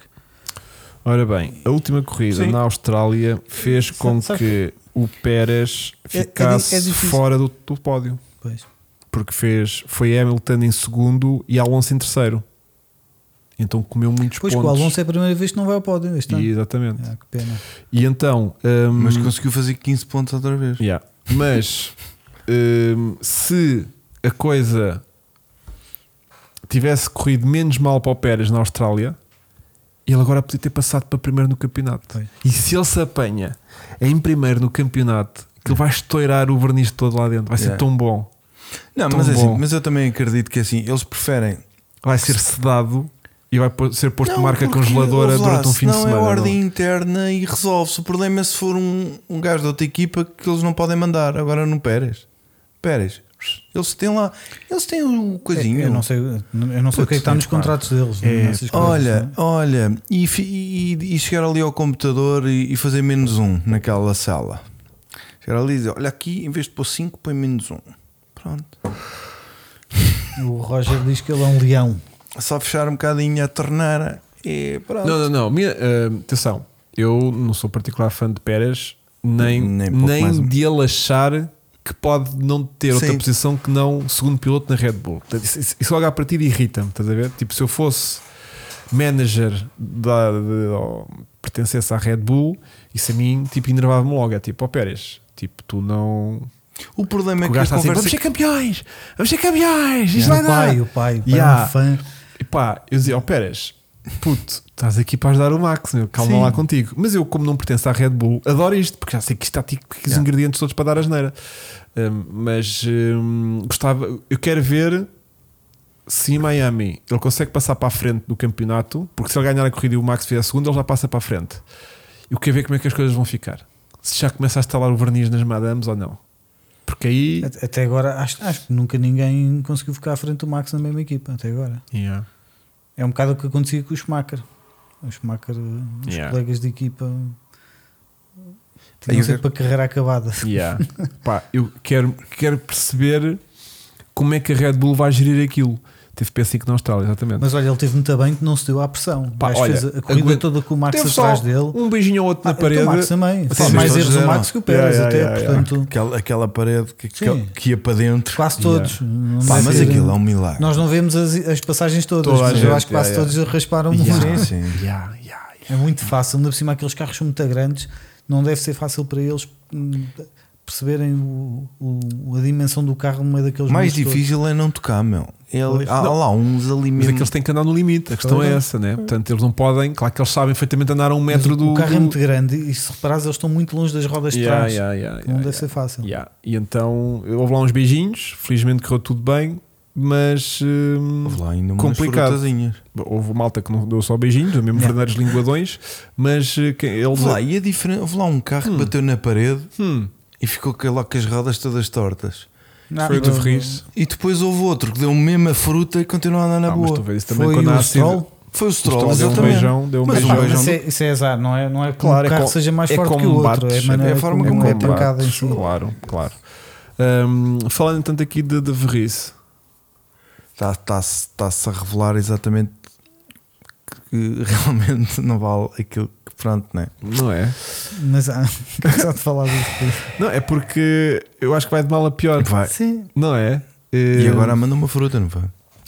Speaker 2: Ora bem, a última corrida
Speaker 1: Sim.
Speaker 2: na Austrália fez
Speaker 3: Sa-
Speaker 2: com
Speaker 3: sabes-
Speaker 2: que o Pérez
Speaker 3: É- é di-
Speaker 2: ficasse
Speaker 3: é difícil.
Speaker 2: fora do, do pódio,
Speaker 3: Pois.
Speaker 2: porque fez, foi Hamilton em segundo e Alonso em terceiro. Então comeu muitos
Speaker 3: Pois que o
Speaker 2: pontos.
Speaker 3: Alonso é a primeira vez que não vai ao pódio este
Speaker 2: e,
Speaker 3: ano.
Speaker 2: exatamente.
Speaker 3: Ah, que pena.
Speaker 2: E então, hum,
Speaker 1: Mas conseguiu fazer 15 pontos outra vez.
Speaker 2: Yeah. Mas hum, se a coisa tivesse corrido menos mal para o Pérez na Austrália, ele agora podia ter passado para primeiro no campeonato.
Speaker 3: Pois.
Speaker 2: E se ele se apanha em primeiro no campeonato, que ele vai estourar o verniz todo lá dentro, vai ser
Speaker 1: Yeah.
Speaker 2: tão bom,
Speaker 1: Não,
Speaker 2: Tão
Speaker 1: mas, é
Speaker 2: bom.
Speaker 1: assim, mas eu também acredito que é assim, eles preferem
Speaker 2: vai ser sedado e vai pô- ser posto
Speaker 1: Não,
Speaker 2: marca
Speaker 1: porque,
Speaker 2: congeladora
Speaker 1: ouve lá,
Speaker 2: durante um fim de
Speaker 1: senão
Speaker 2: semana.
Speaker 1: é
Speaker 2: não?
Speaker 1: ordem interna e resolve-se. O problema é se for um, um gajo da outra equipa que eles não podem mandar. Agora no Pérez. Pérez. Eles têm lá. Eles têm o coisinho.
Speaker 3: É, Eu não sei, eu não sei o que é que está nos contratos deles.
Speaker 2: É,
Speaker 3: nessas coisas,
Speaker 1: Olha,
Speaker 3: não é?
Speaker 1: olha, e, fi- e- e chegar ali ao computador e, e fazer menos um naquela sala. Chegar ali e dizer: Olha, aqui em vez de pôr 5, põe menos um. Pronto.
Speaker 3: né? o Roger diz que ele é um leão.
Speaker 1: Só fechar um bocadinho a torneira e pronto.
Speaker 2: Não, não, não. Minha, ah, atenção. Eu não sou particular fã de Pérez, nem,
Speaker 1: Nem
Speaker 2: nem,
Speaker 1: pouco mais um.
Speaker 2: de ele achar que pode não ter outra
Speaker 1: Sim.
Speaker 2: posição que não segundo piloto na Red Bull. Portanto, Isso, isso- isso logo à partida irrita-me, estás a ver? Tipo, se eu fosse manager da, de- ou pertencesse à Red Bull, isso a mim tipo, enervava-me logo. É tipo, ó Pérez, tipo, tu não.
Speaker 1: O problema é
Speaker 2: o
Speaker 1: que
Speaker 2: gajo
Speaker 1: a
Speaker 2: está assim,
Speaker 1: conversa
Speaker 2: vamos ser campeões! Vamos ser campeões! Isto vai
Speaker 3: Yeah. O
Speaker 2: dar!
Speaker 3: É um pai, o pai, o pai é
Speaker 2: Yeah.
Speaker 3: um fã.
Speaker 2: E pá, eu dizia, ó Pérez, puto, estás aqui para ajudar o Max, meu, calma
Speaker 1: Sim.
Speaker 2: lá contigo. Mas eu, como não pertenço à Red Bull, adoro isto, porque já sei que isto está aqui com os
Speaker 1: Yeah.
Speaker 2: ingredientes todos para dar asneira. Hum, mas hum, gostava, eu quero ver se em Miami ele consegue passar para a frente do campeonato, porque se ele ganhar a corrida e o Max fizer a segunda, ele já passa para a frente. Eu quero ver como é que as coisas vão ficar. Se já começa a estalar o verniz nas madames ou não. Porque aí.
Speaker 3: At- Até agora, acho, acho que nunca ninguém conseguiu ficar à frente do Max na mesma equipa. Até agora
Speaker 2: Yeah.
Speaker 3: é um bocado o que acontecia com o Schumacher. O Schumacher, eh, os
Speaker 2: Yeah.
Speaker 3: colegas de equipa
Speaker 1: Aí
Speaker 3: tinham
Speaker 1: eu
Speaker 3: sempre a carreira acabada.
Speaker 2: Yeah. [laughs] Pá, eu quero, quero perceber como é que a Red Bull vai gerir aquilo. Teve P5 na Austrália, exatamente.
Speaker 3: Mas olha, ele teve muito bem que não se deu à pressão.
Speaker 2: Pá,
Speaker 3: O gajo
Speaker 2: olha,
Speaker 3: fez a- a corrida
Speaker 2: aguenta-
Speaker 3: toda com o Max
Speaker 2: Teve
Speaker 3: atrás
Speaker 2: só
Speaker 3: dele.
Speaker 2: um beijinho ou outro
Speaker 3: Ah,
Speaker 2: na parede.
Speaker 3: O Max também.
Speaker 2: Sim,
Speaker 3: Fez
Speaker 2: mas
Speaker 3: mais
Speaker 1: todos
Speaker 3: erros o
Speaker 1: deram.
Speaker 3: Max que o Pérez,
Speaker 2: Yeah,
Speaker 3: até.
Speaker 2: yeah, yeah,
Speaker 3: portanto,
Speaker 1: aquela, aquela parede que, que-
Speaker 3: Sim.
Speaker 1: que ia para dentro.
Speaker 3: quase todos. Não
Speaker 1: Pá,
Speaker 3: deve
Speaker 1: mas
Speaker 3: ser-
Speaker 1: aquilo é um milagre.
Speaker 3: Nós não vemos as, as passagens todas,
Speaker 2: Toda a
Speaker 3: mas
Speaker 2: gente,
Speaker 3: eu acho que quase
Speaker 2: yeah,
Speaker 3: todos rasparam muito.
Speaker 1: Sim,
Speaker 2: [laughs]
Speaker 1: sim.
Speaker 2: Yeah, yeah, yeah.
Speaker 3: É muito fácil, ainda por cima aqueles carros são muito grandes, não deve ser fácil para eles hum, perceberem o, o- a dimensão do carro no meio daqueles
Speaker 1: Mais
Speaker 3: muros todos.
Speaker 1: difícil é não tocar, meu. Ele, há, há lá uns ali
Speaker 2: Mas é que
Speaker 1: mesmo.
Speaker 2: eles têm que andar no limite, a questão é essa, né? Portanto, eles não podem, claro que eles sabem perfeitamente andar a um
Speaker 3: Mas
Speaker 2: metro do.
Speaker 3: O carro é
Speaker 2: do-
Speaker 3: muito grande e se reparares, eles estão muito longe das rodas de
Speaker 2: Yeah,
Speaker 3: trás.
Speaker 2: yeah, yeah,
Speaker 3: não
Speaker 2: yeah,
Speaker 3: deve
Speaker 2: yeah.
Speaker 3: ser fácil.
Speaker 2: Yeah. E então houve lá uns beijinhos, felizmente correu tudo bem, mas hum,
Speaker 1: Houve lá ainda umas
Speaker 2: Complicado.
Speaker 1: frutazinhas.
Speaker 2: houve malta que não deu só beijinhos, ou mesmo
Speaker 3: Yeah.
Speaker 2: verdadeiros linguadões, mas eh, que- eles.
Speaker 1: Houve lá, e a diferença, houve lá um carro que bateu na parede
Speaker 2: Hum.
Speaker 1: e ficou com- lá com as rodas todas tortas.
Speaker 3: Não,
Speaker 2: Foi o
Speaker 3: não-
Speaker 2: do Ferris.
Speaker 1: E depois houve outro que deu mesmo a fruta e continuou a andar na
Speaker 2: Ah, mas
Speaker 1: boa.
Speaker 2: tu vês isso também
Speaker 3: Foi
Speaker 2: quando
Speaker 3: o
Speaker 2: há acidente.
Speaker 3: Stroll?
Speaker 1: Foi o Stroll,
Speaker 2: Stroll deu um
Speaker 1: exatamente.
Speaker 2: beijão, deu um
Speaker 1: mas
Speaker 3: Ah,
Speaker 2: beijão.
Speaker 1: um beijão.
Speaker 3: mas é- isso é azar, não é, não é que
Speaker 2: Claro,
Speaker 3: um
Speaker 2: é
Speaker 3: carro
Speaker 2: com-
Speaker 3: seja mais
Speaker 2: é
Speaker 3: forte
Speaker 2: com
Speaker 3: que o outro, é a,
Speaker 2: bates,
Speaker 3: maneira
Speaker 1: é a forma
Speaker 3: como,
Speaker 1: como
Speaker 3: é
Speaker 1: bates,
Speaker 3: pancada em si.
Speaker 2: Claro, claro. Hum, falando tanto aqui de, de Verrice,
Speaker 1: Está- Está-se está-se tá, a revelar exatamente que [laughs] realmente não vale aquilo que pronto, né?
Speaker 2: não é?
Speaker 3: Mas ah, [laughs] cansado de falar disso.
Speaker 2: Não, é porque eu acho que vai de mal a pior.
Speaker 1: Vai.
Speaker 3: Sim,
Speaker 2: Não é?
Speaker 1: E
Speaker 2: Hum,
Speaker 1: agora manda uma fruta, não foi?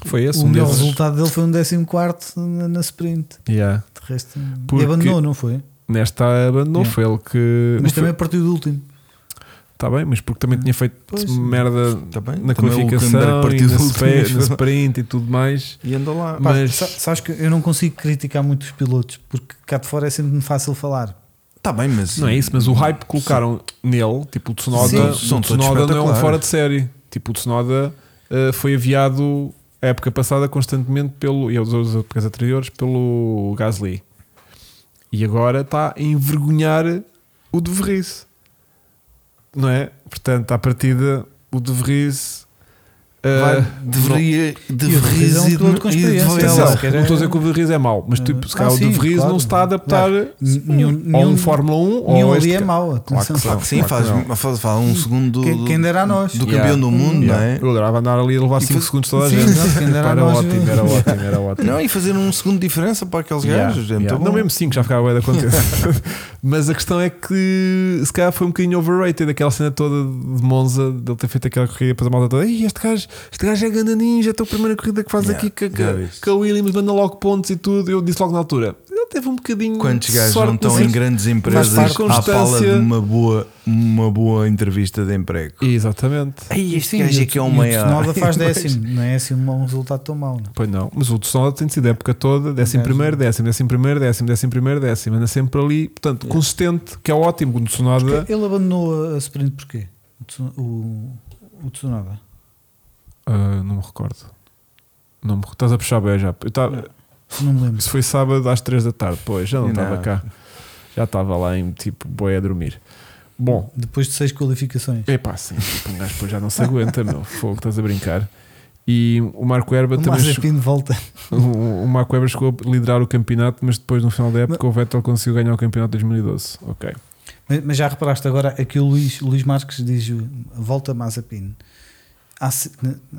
Speaker 2: foi esse
Speaker 3: o
Speaker 2: um
Speaker 3: melhor
Speaker 2: deles.
Speaker 3: resultado dele foi um 14 na, na sprint.
Speaker 2: Yeah.
Speaker 3: De resto,
Speaker 2: Porque-
Speaker 3: e abandonou, não foi?
Speaker 2: Nesta abandonou,
Speaker 3: Yeah.
Speaker 2: foi ele que.
Speaker 3: Mas também partiu do último.
Speaker 2: Está bem, mas porque também tinha feito
Speaker 3: Pois. é
Speaker 2: merda
Speaker 1: Está Tá bem?
Speaker 2: na
Speaker 1: Também é o Leclerc
Speaker 2: qualificação, e
Speaker 1: partiu
Speaker 2: na,
Speaker 1: do último,
Speaker 2: spe-
Speaker 1: [laughs]
Speaker 2: na
Speaker 1: mas-
Speaker 2: sprint e tudo mais.
Speaker 1: E andou lá.
Speaker 3: Pá,
Speaker 2: Mas-
Speaker 3: sa- sabes que eu não consigo criticar muito os pilotos porque cá de fora é sempre fácil falar.
Speaker 1: Está Tá bem, mas.
Speaker 2: Não é isso, mas o hype que colocaram nele, tipo o Tsunoda,
Speaker 3: Sim,
Speaker 1: são
Speaker 2: o
Speaker 1: todos
Speaker 2: Tsunoda não é um
Speaker 1: espetaculares.
Speaker 2: fora de série. Tipo o Tsunoda eh, foi aviado a época passada constantemente pelo e aos aos épocas anteriores pelo Gasly. E agora está a envergonhar o De Vries. Não é? Portanto, à partida o De Vries eh,
Speaker 1: Vai, deveria.
Speaker 3: Vries é um
Speaker 1: Deveria.
Speaker 3: piloto com experiência.
Speaker 2: Atenção,
Speaker 3: Ela-
Speaker 2: não estou a dizer que o De Vries é mau, mas tipo, se calhar
Speaker 3: Ah,
Speaker 2: o De
Speaker 3: sim,
Speaker 2: Vries
Speaker 3: claro,
Speaker 2: não se está a adaptar
Speaker 3: claro. N- nenhum-
Speaker 2: ou a
Speaker 3: nenhum-
Speaker 2: um Fórmula 1
Speaker 3: Nenhum
Speaker 2: ou a
Speaker 3: ali
Speaker 2: este
Speaker 3: é
Speaker 2: ca-
Speaker 3: mau. atenção.
Speaker 1: Claro que sim,
Speaker 2: Claro
Speaker 1: faz,
Speaker 2: que não.
Speaker 1: faz, faz um segundo
Speaker 3: Quem,
Speaker 1: do,
Speaker 3: quem dera a nós.
Speaker 1: do
Speaker 2: Yeah.
Speaker 1: campeão do mundo,
Speaker 2: Yeah.
Speaker 1: não é?
Speaker 2: Eu adorava andar ali a levar
Speaker 1: E
Speaker 2: 5
Speaker 1: faz-
Speaker 2: segundos toda a
Speaker 3: Sim,
Speaker 2: gente.
Speaker 3: exato, quem dera
Speaker 2: Pá,
Speaker 3: a
Speaker 2: Era
Speaker 3: nós.
Speaker 2: ótimo, era ótimo, era
Speaker 1: é?
Speaker 2: ótimo.
Speaker 1: Não, e fazer um segundo de diferença para aqueles
Speaker 2: Yeah,
Speaker 1: gajos. É
Speaker 2: yeah.
Speaker 1: muito bom.
Speaker 2: Não, mesmo 5 já ficava bem da
Speaker 1: [laughs]
Speaker 2: contente. Mas a questão é que se calhar foi um bocadinho overrated aquela cena toda de Monza, de ele ter feito aquela corrida para a malta toda. Ei, este gajo, este gajo é ganda ninja, é a tua primeira corrida que faz
Speaker 1: Yeah,
Speaker 2: aqui que,
Speaker 1: já
Speaker 2: que,
Speaker 1: viste.
Speaker 2: que a Williams manda logo pontos e tudo. Eu disse logo na altura, ele teve um bocadinho.
Speaker 1: Quantos
Speaker 2: de
Speaker 1: gajos
Speaker 2: sorte
Speaker 1: não estão
Speaker 2: nas
Speaker 1: em grandes empresas
Speaker 2: Faz parte.
Speaker 1: à pala de
Speaker 2: Constância.
Speaker 1: uma boa, uma boa entrevista de emprego?
Speaker 2: Exatamente.
Speaker 1: Ei, este
Speaker 3: Sim,
Speaker 1: gajo
Speaker 3: e
Speaker 1: aqui é o
Speaker 3: e
Speaker 1: maior.
Speaker 3: Tsunoda
Speaker 1: [laughs]
Speaker 3: faz [laughs] décimo, não é assim um resultado tão mau. não.
Speaker 2: Pois não, mas o Tsunoda tem sido a época toda, décimo
Speaker 3: Gajo.
Speaker 2: primeiro, décimo, décimo primeiro, décimo, décimo primeiro, décimo, anda sempre ali, portanto, consistente, que é ótimo, o Tsunoda
Speaker 3: Ele abandonou a- a sprint porquê? O Tsu- O, o Tsunoda.
Speaker 2: Ah, não me recordo. Não me Estás a puxar bem já. Eu tava-
Speaker 3: Não me lembro.
Speaker 2: Isso foi sábado às 3 da tarde, pois, já não
Speaker 1: Não.
Speaker 2: estava cá. Já estava lá em tipo boia a dormir. Bom,
Speaker 3: Depois de seis qualificações.
Speaker 2: epá, sim, tipo, um gajo depois já não se aguenta, [laughs] meu fogo, estás a brincar. E o Marco Herba
Speaker 3: O
Speaker 2: também
Speaker 3: Mazepin de volta.
Speaker 2: O, o Marco Webber chegou a liderar o campeonato, mas depois no final da época o Vettel conseguiu ganhar o campeonato de 2012. Ok.
Speaker 3: Mas, mas já reparaste agora aqui o Luís, o Luís Marques diz o- volta Mazapin. Há se-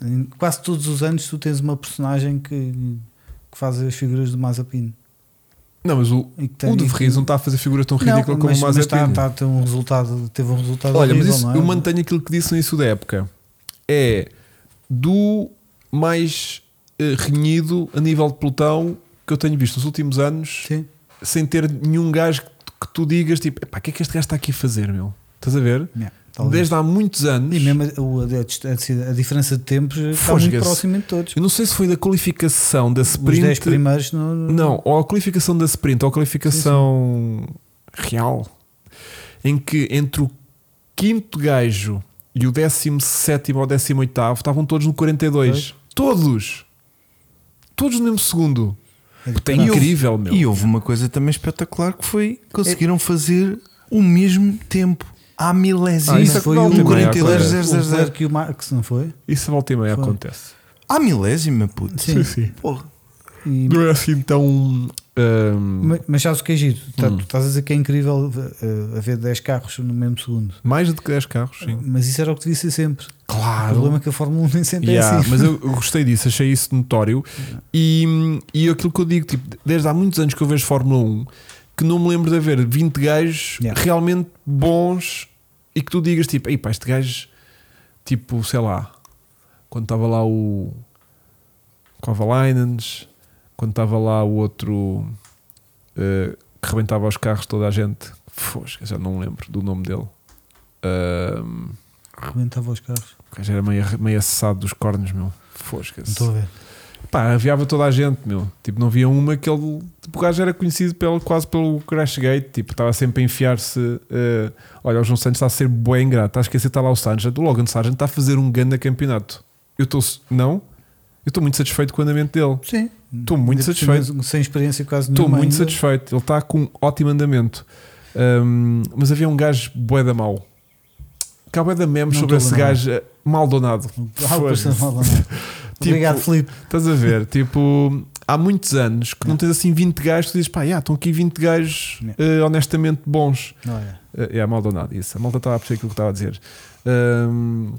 Speaker 3: em quase todos os anos tu tens uma personagem que, que faz as figuras do Mazapin.
Speaker 2: Não, mas o,
Speaker 3: E que tem- né?
Speaker 2: o Um de Vries não está a fazer figuras tão ridículas como
Speaker 3: mas,
Speaker 2: o
Speaker 3: mas está,
Speaker 2: Mazepin.
Speaker 3: está a ter um resultado, teve um resultado
Speaker 2: Olha, mas
Speaker 3: horrível,
Speaker 2: isso,
Speaker 3: não é?
Speaker 2: eu mantenho aquilo que disse no início da época. É do mais eh, renhido a nível de pelotão que eu tenho visto nos últimos anos,
Speaker 3: Sim.
Speaker 2: sem ter nenhum gajo que, que tu digas tipo, "Epá, o que é que este gajo está aqui a fazer, meu? Estás a ver?
Speaker 3: Yeah, talvez.
Speaker 2: Desde há muitos anos.
Speaker 3: Tá E mesmo a, o- a, a- a diferença de tempos está
Speaker 2: Fosga-se.
Speaker 3: muito próxima de todos.
Speaker 2: Eu não sei se foi da qualificação da
Speaker 3: Os 10
Speaker 2: sprint.
Speaker 3: primeiros no, no-
Speaker 2: Não, ou a qualificação da sprint, ou a qualificação real, em que entre o quinto gajo e o 17 ou 18 estavam todos no 42. Todos! Todos no mesmo segundo.
Speaker 3: É
Speaker 2: Puta, é
Speaker 1: E houve-
Speaker 2: incrível, meu. É-
Speaker 1: E houve uma coisa também espetacular que foi conseguiram fazer o mesmo tempo à milésima.
Speaker 2: Ah,
Speaker 3: Mas
Speaker 2: isso é que
Speaker 3: foi
Speaker 2: dá
Speaker 3: o,
Speaker 2: um
Speaker 1: um
Speaker 2: também,
Speaker 1: 42
Speaker 2: acontece.
Speaker 1: 000.
Speaker 3: o Leclerc e o Max, não foi?
Speaker 2: Isso volta e meia
Speaker 3: Foi.
Speaker 2: acontece.
Speaker 1: À milésima, puto.
Speaker 3: Sim.
Speaker 1: Porra.
Speaker 3: E-
Speaker 2: Não é assim tão. hum,
Speaker 3: ma- mas sabes o que é giro? Tá- Tu estás a dizer que é incrível eh, haver 10 carros no mesmo segundo.
Speaker 2: mais do que 10 carros, sim.
Speaker 3: Mas isso era o que devia ser sempre. O
Speaker 2: Claro.
Speaker 3: problema é que a Fórmula 1 nem sempre é
Speaker 2: Ah, Yeah,
Speaker 3: assim.
Speaker 2: mas eu eu gostei disso, achei isso notório. E, e aquilo que eu digo, tipo, desde há muitos anos que eu vejo Fórmula 1, que não me lembro de haver 20 gajos
Speaker 3: Yeah.
Speaker 2: realmente bons e que tu digas, tipo, ei pá, este gajo, tipo, sei lá, quando estava lá o Kovalainens, quando estava lá o outro eh, que rebentava os carros toda a gente, fosca, já não me lembro do nome dele. Ahm,
Speaker 3: Rebentava os carros.
Speaker 2: o gajo era meio, meio acessado dos cornos, meu. Fosca-se.
Speaker 3: Não estou a ver.
Speaker 2: Pá, aviava toda a gente, meu. Tipo, não havia uma que ele. Tipo, o gajo era conhecido pelo, quase pelo Crashgate. Tipo, estava sempre a enfiar-se. eh, olha, o João Santos está a ser bué ingrato. Está a esquecer que está lá o Sargent. O Logan Sargent está a fazer um grande campeonato. Eu estou. Não? Eu estou muito satisfeito com o andamento dele.
Speaker 3: Sim.
Speaker 2: Estou muito
Speaker 3: Ainda por
Speaker 2: satisfeito.
Speaker 3: cima, Sem experiência quase
Speaker 2: Estou
Speaker 3: nenhuma.
Speaker 2: muito
Speaker 3: ainda.
Speaker 2: satisfeito. Ele está com um ótimo andamento. Um, mas havia um gajo bué da mau. Cá bué da memes
Speaker 3: Não
Speaker 2: sobre
Speaker 3: estou
Speaker 2: esse
Speaker 3: a lembrar.
Speaker 2: gajo eh, maldonado.
Speaker 3: Ah, o
Speaker 2: Foda-se.
Speaker 3: Cristiano Ronaldo. é?
Speaker 2: [laughs] Tipo,
Speaker 3: Obrigado, Filipe.
Speaker 2: Estás a
Speaker 3: [laughs]
Speaker 2: ver? tipo, há muitos anos que não
Speaker 3: É.
Speaker 2: tens assim 20 gajos, que tu dizes, pá, já, estão aqui 20 gajos
Speaker 3: É.
Speaker 2: eh, honestamente bons.
Speaker 3: Não, é.
Speaker 2: Eh, É, a malta nada, isso. A malta estava a perceber aquilo que estava a dizer. Ahm,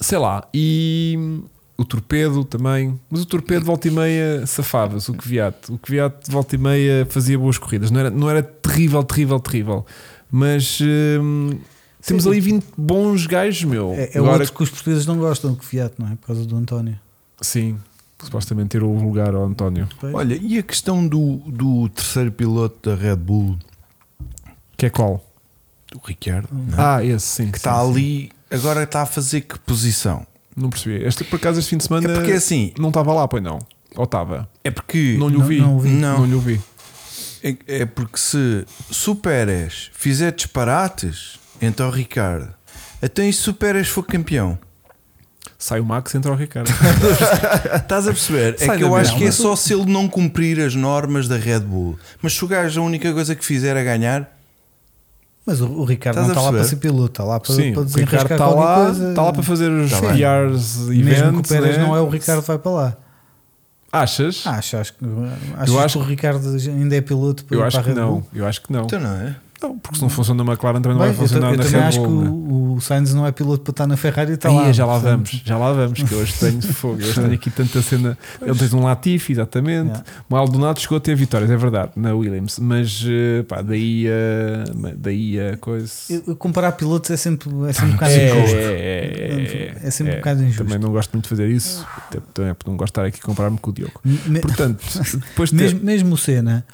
Speaker 2: sei lá, e o torpedo também. Mas o torpedo volta e meia safavas, o Kvyat. O Kvyat volta e meia fazia boas corridas. Não era, não era terrível, terrível, terrível. Mas ahm, temos
Speaker 3: Sim.
Speaker 2: ali 20 bons gajos, meu.
Speaker 3: É, é
Speaker 2: Agora-
Speaker 3: outro que os portugueses não gostam, que Fiat, não é? Por causa do António.
Speaker 2: Sim, supostamente tirou o lugar ao António.
Speaker 3: Pois.
Speaker 1: Olha, e a questão do, do terceiro piloto da Red Bull,
Speaker 2: Que é qual?
Speaker 1: do Ricciardo, não é?
Speaker 2: Ah, esse, sim.
Speaker 1: que
Speaker 2: sim,
Speaker 1: está
Speaker 2: sim.
Speaker 1: ali, agora está a fazer que posição?
Speaker 2: Não percebi. Este, por acaso, este fim de semana.
Speaker 1: É porque assim,
Speaker 2: Não estava lá, pois não. Ou estava.
Speaker 1: é porque
Speaker 2: Não lhe
Speaker 3: Não-
Speaker 2: ouvi.
Speaker 3: não ouvi.
Speaker 1: Não.
Speaker 2: lhe ouvi.
Speaker 1: É, é porque se superas, fizer disparates, então Ricardo. Até e se superas for campeão.
Speaker 2: Sai o Max, entra o
Speaker 3: [laughs]
Speaker 2: Ricardo.
Speaker 1: Estás a perceber? É
Speaker 2: Sai
Speaker 1: que
Speaker 2: da
Speaker 1: eu acho
Speaker 2: mesma.
Speaker 1: que é só se ele não cumprir as normas da Red Bull. Mas se o gajo a única coisa que fizer é ganhar,
Speaker 3: Mas o, o Ricardo
Speaker 1: Estás a
Speaker 3: não está lá para
Speaker 1: perceber?
Speaker 3: ser piloto, está lá para,
Speaker 2: Sim,
Speaker 3: para
Speaker 2: o Ricardo
Speaker 3: desenrascar
Speaker 2: está
Speaker 3: qualquer
Speaker 2: lá,
Speaker 3: coisa.
Speaker 2: está lá para fazer os
Speaker 1: Tá bem.
Speaker 2: PRs e
Speaker 3: Mesmo que
Speaker 2: eventos.
Speaker 3: o Pérez
Speaker 2: né?
Speaker 3: não é, o Ricardo Ah, vai para lá.
Speaker 2: Achas?
Speaker 3: Acho, acho, que- acho,
Speaker 2: acho-
Speaker 3: que o Ricardo ainda é piloto para
Speaker 2: eu
Speaker 3: ir
Speaker 2: acho
Speaker 3: para
Speaker 2: que
Speaker 3: a Red Bull.
Speaker 2: não. Eu acho que não.
Speaker 1: então não é?
Speaker 2: Não, porque se não funciona na McLaren também não vai
Speaker 3: Bem, eu, ta-
Speaker 2: funcionar
Speaker 3: eu
Speaker 2: na
Speaker 3: também
Speaker 2: Red
Speaker 3: acho que
Speaker 2: Bull. né?
Speaker 3: o, o Sainz não é piloto para estar na Ferrari e está
Speaker 2: Aí,
Speaker 3: Tá
Speaker 2: é
Speaker 3: lá.
Speaker 2: já lá
Speaker 3: portanto,
Speaker 2: vamos, já lá vamos, que eu hoje
Speaker 3: [laughs]
Speaker 2: tenho fogo, eu hoje tenho aqui tanta cena. Ele tens um Latifi, exatamente.
Speaker 3: Yeah.
Speaker 2: O Maldonado chegou a ter vitórias, é verdade, na Williams, mas eh, pá, daí a. daí a coisa.
Speaker 3: eu- eu comparar pilotos é sempre, é sempre um
Speaker 2: [laughs]
Speaker 3: bocado
Speaker 2: É,
Speaker 3: injusto.
Speaker 2: é, é,
Speaker 3: É sempre um
Speaker 2: é.
Speaker 3: bocado injusto.
Speaker 2: Também não gosto muito de fazer isso, até também porque não gosto de estar aqui a comparar-me com o Diogo.
Speaker 3: Me-
Speaker 2: Portanto, depois de ter.
Speaker 3: mesmo, mesmo o Senna,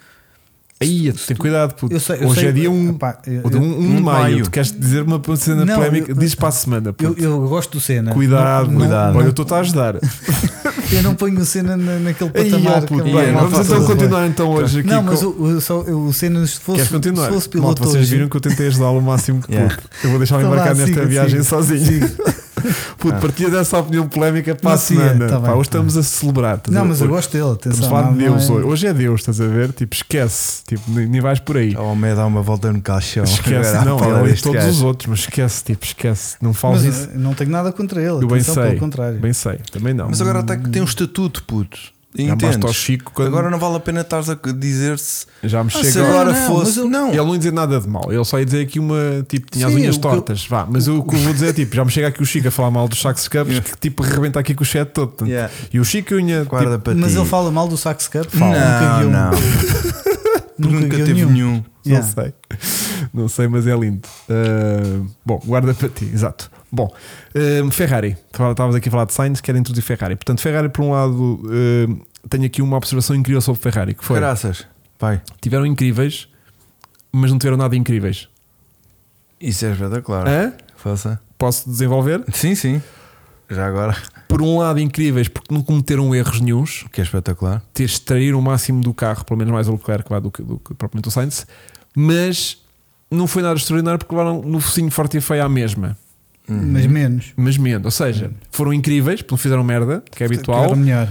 Speaker 2: Aí, tem cuidado, é- puto.
Speaker 3: eu sei, eu
Speaker 2: hoje
Speaker 3: sei-
Speaker 2: é dia 1
Speaker 3: Epá, eu-
Speaker 2: um, um
Speaker 1: um
Speaker 2: de
Speaker 1: de
Speaker 2: maio.
Speaker 1: maio.
Speaker 2: Tu queres dizer uma cena
Speaker 3: Não,
Speaker 2: polémica?
Speaker 3: eu-
Speaker 2: Diz para a semana,
Speaker 3: eu,
Speaker 2: puto.
Speaker 3: eu gosto do Senna.
Speaker 2: Cuidado,
Speaker 3: Não-
Speaker 2: cuidado.
Speaker 3: não-
Speaker 2: Olha, eu estou-te a ajudar.
Speaker 3: Eu não ponho o Senna na- naquele
Speaker 2: Aí,
Speaker 3: patamar.
Speaker 2: ó,
Speaker 3: que
Speaker 2: puto,
Speaker 3: a
Speaker 2: bem,
Speaker 3: malta
Speaker 2: vamos
Speaker 3: toda
Speaker 2: então
Speaker 3: põe.
Speaker 2: continuar então hoje aqui.
Speaker 3: Não,
Speaker 2: com-
Speaker 3: mas o, o, só, o Senna, se fosse,
Speaker 2: Queres continuar?
Speaker 3: se fosse
Speaker 2: Malta,
Speaker 3: piloto
Speaker 2: vocês
Speaker 3: hoje,
Speaker 2: viram que eu tentei ajudá-lo o máximo que
Speaker 1: Yeah.
Speaker 2: pude. Eu vou deixá-lo
Speaker 3: Então vá,
Speaker 2: embarcar nesta
Speaker 3: siga,
Speaker 2: viagem
Speaker 3: siga.
Speaker 2: sozinho.
Speaker 3: Siga.
Speaker 2: [laughs] Puto,
Speaker 1: Ah.
Speaker 2: partilha dessa opinião polémica para a
Speaker 3: Não, siga,
Speaker 2: semana.
Speaker 3: tá bem,
Speaker 2: Pá, hoje
Speaker 3: tá
Speaker 2: estamos a celebrar. estás a
Speaker 3: Não,
Speaker 2: ver?
Speaker 3: mas eu
Speaker 2: Hoje-
Speaker 3: gosto dele.
Speaker 2: Estamos
Speaker 3: Atenção,
Speaker 2: a falar de
Speaker 3: não- não
Speaker 2: Deus
Speaker 3: é-
Speaker 2: hoje. Hoje é Deus, estás a ver? Tipo, esquece. Tipo, nem, nem vais por aí.
Speaker 1: O Homem dá uma volta no caixão.
Speaker 2: Esquece,
Speaker 1: Agora,
Speaker 2: não,
Speaker 1: fala
Speaker 2: ele e
Speaker 1: deste
Speaker 2: todos
Speaker 1: gajo.
Speaker 2: os outros, mas esquece, tipo, esquece. Não falas
Speaker 3: Mas
Speaker 2: isso.
Speaker 3: eu não tenho nada contra ele.
Speaker 2: Eu bem
Speaker 3: atenção,
Speaker 2: sei.
Speaker 3: Pelo contrário.
Speaker 2: Bem sei, também não.
Speaker 1: Mas agora até que tem um estatuto, puto.
Speaker 2: já basta ao
Speaker 1: Entendes?
Speaker 2: Chico quando
Speaker 1: Agora não vale a pena estares a dizer-se.
Speaker 2: já me
Speaker 1: "Ah, se
Speaker 2: chega.
Speaker 1: agora
Speaker 3: Não, não, mas
Speaker 1: fosse.
Speaker 3: eu-
Speaker 1: Não,
Speaker 2: Ele não ia dizer nada de mal, ele só ia dizer aqui uma tipo, tinha as
Speaker 3: Sim,
Speaker 2: unhas
Speaker 3: o que eu-
Speaker 2: tortas, vá. Mas eu, o que eu vou dizer é tipo, já me chega aqui o Chico a falar mal dos Sax Cups que tipo rebenta aqui com o chat todo. Portanto,
Speaker 1: Yeah.
Speaker 2: E o Chico e a unha. tipo,
Speaker 1: Tipo, guarda para
Speaker 3: Mas
Speaker 1: ti.
Speaker 3: ele fala mal do Sax Cup?
Speaker 1: Não,
Speaker 3: Nunca vi um.
Speaker 1: não. Nunca, teve nenhum.
Speaker 2: Não
Speaker 3: Yeah.
Speaker 2: sei. Não sei, mas é lindo. Ah, bom, guarda para ti, exato. Bom, ah, Ferrari. Estávamos aqui a falar de Sainz, querem introduzir Ferrari. Portanto, Ferrari, por um lado, ah, tenho aqui uma observação incrível sobre Ferrari, que foi:
Speaker 1: Graças. Vai.
Speaker 2: tiveram incríveis, mas não tiveram nada incríveis.
Speaker 1: Isso é espetacular.
Speaker 2: Hã?
Speaker 1: Faça.
Speaker 2: Posso desenvolver?
Speaker 1: Sim, sim. Já agora.
Speaker 2: Por um lado, incríveis, porque não cometeram erros nenhums,
Speaker 1: Que é espetacular.
Speaker 2: ter extrair o máximo do carro, pelo menos mais o Leclerc lá do que, do que propriamente o Sainz, mas não foi nada extraordinário porque levaram no focinho forte e feio à mesma.
Speaker 1: Uhum.
Speaker 3: mas menos.
Speaker 2: Mas menos, ou seja, foram incríveis, porque não fizeram merda, que é
Speaker 3: Era
Speaker 2: habitual,
Speaker 3: melhor.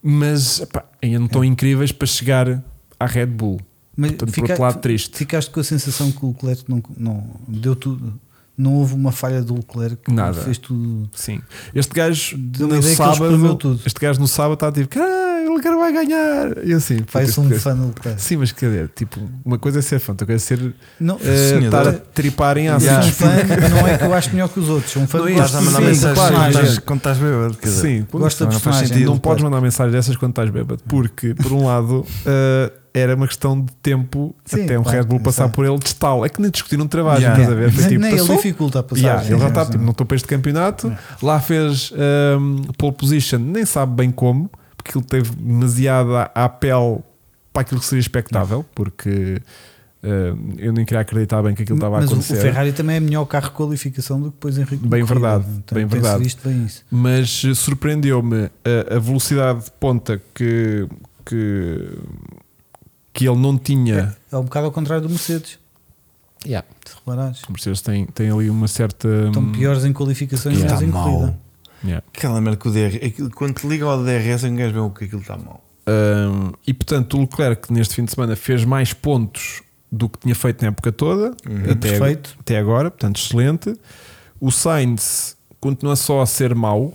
Speaker 2: mas epá, ainda não
Speaker 3: É.
Speaker 2: estão incríveis para chegar à Red Bull.
Speaker 3: Mas
Speaker 2: Portanto, por
Speaker 3: fica-
Speaker 2: outro lado, triste.
Speaker 3: Ficaste com a sensação que o Leclerc não, não deu tudo. Não houve uma falha do Leclerc que
Speaker 2: Nada.
Speaker 3: fez tudo.
Speaker 2: Sim. Este gajo
Speaker 3: Deu uma
Speaker 2: no
Speaker 3: ideia que ele espremeu
Speaker 2: sábado.
Speaker 3: tudo.
Speaker 2: Este gajo no sábado está tipo, caralho, o cara vai ganhar. E eu assim, puta,
Speaker 3: Faz
Speaker 2: este
Speaker 3: um
Speaker 2: gajo-
Speaker 3: fã do Leclerc.
Speaker 2: Sim, mas quer dizer, tipo, uma coisa é ser fã, outra coisa é ser
Speaker 3: Não, é?
Speaker 2: eh,
Speaker 1: Sim,
Speaker 2: estar a
Speaker 1: adoro.
Speaker 2: tripar em
Speaker 3: mas
Speaker 2: ações.
Speaker 3: um fã não é que eu acho melhor que os outros. Um fã
Speaker 1: Não
Speaker 3: que
Speaker 1: estás
Speaker 3: gosta
Speaker 1: a
Speaker 3: de
Speaker 1: mandar
Speaker 2: sim,
Speaker 1: mensagem
Speaker 2: claro,
Speaker 1: quando
Speaker 2: gente.
Speaker 1: estás- quando estás bêbado. quer dizer.
Speaker 2: Sim, pois,
Speaker 3: Gosta
Speaker 1: Não,
Speaker 3: de
Speaker 1: não faz
Speaker 3: personagem.
Speaker 1: sentido.
Speaker 2: não
Speaker 3: do
Speaker 2: podes
Speaker 3: Leclerc.
Speaker 2: mandar mensagens dessas quando estás bêbado, porque, por um lado, eh, era uma questão de tempo
Speaker 3: Sim,
Speaker 2: até um
Speaker 3: claro,
Speaker 2: Red Bull
Speaker 3: não
Speaker 2: passar
Speaker 3: sei.
Speaker 2: por ele de tal. É que nem discutiram um trabalho,
Speaker 1: Yeah.
Speaker 2: estás a ver? Foi
Speaker 3: Nem-
Speaker 2: tipo, [laughs]
Speaker 3: Nem ele
Speaker 2: passou,
Speaker 3: dificulta a passagem.
Speaker 2: Yeah, ele já está,
Speaker 3: Sim,
Speaker 2: tipo, não estou para este campeonato. Lá fez um, pole position, nem sabe bem como, porque ele teve demasiada à pele para aquilo que seria expectável, porque um, eu nem queria acreditar bem que aquilo estava a
Speaker 3: Mas o-
Speaker 2: acontecer.
Speaker 3: o Ferrari também é melhor carro de qualificação do que depois em Rico
Speaker 2: Bem verdade, bem verdade.
Speaker 3: Então, visto bem isso.
Speaker 2: Mas eh, surpreendeu-me a, a velocidade de ponta que, que, que ele não tinha.
Speaker 3: É um bocado ao contrário do Mercedes, se reparares.
Speaker 2: O Mercedes tem, tem ali uma certa. hum,
Speaker 3: Estão piores em qualificações
Speaker 1: Aquilo
Speaker 3: mas
Speaker 1: tá
Speaker 3: em
Speaker 1: mau.
Speaker 3: corrida.
Speaker 2: Yeah.
Speaker 1: Aquela merda que o DR, aquilo- quando te liga ao DRS, um gajo vê o que aquilo está mal.
Speaker 2: Um, e portanto, o Leclerc neste fim de semana fez mais pontos do que tinha feito na época toda, até,
Speaker 3: Perfeito.
Speaker 2: até agora, portanto, excelente. O Sainz continua só a ser mau,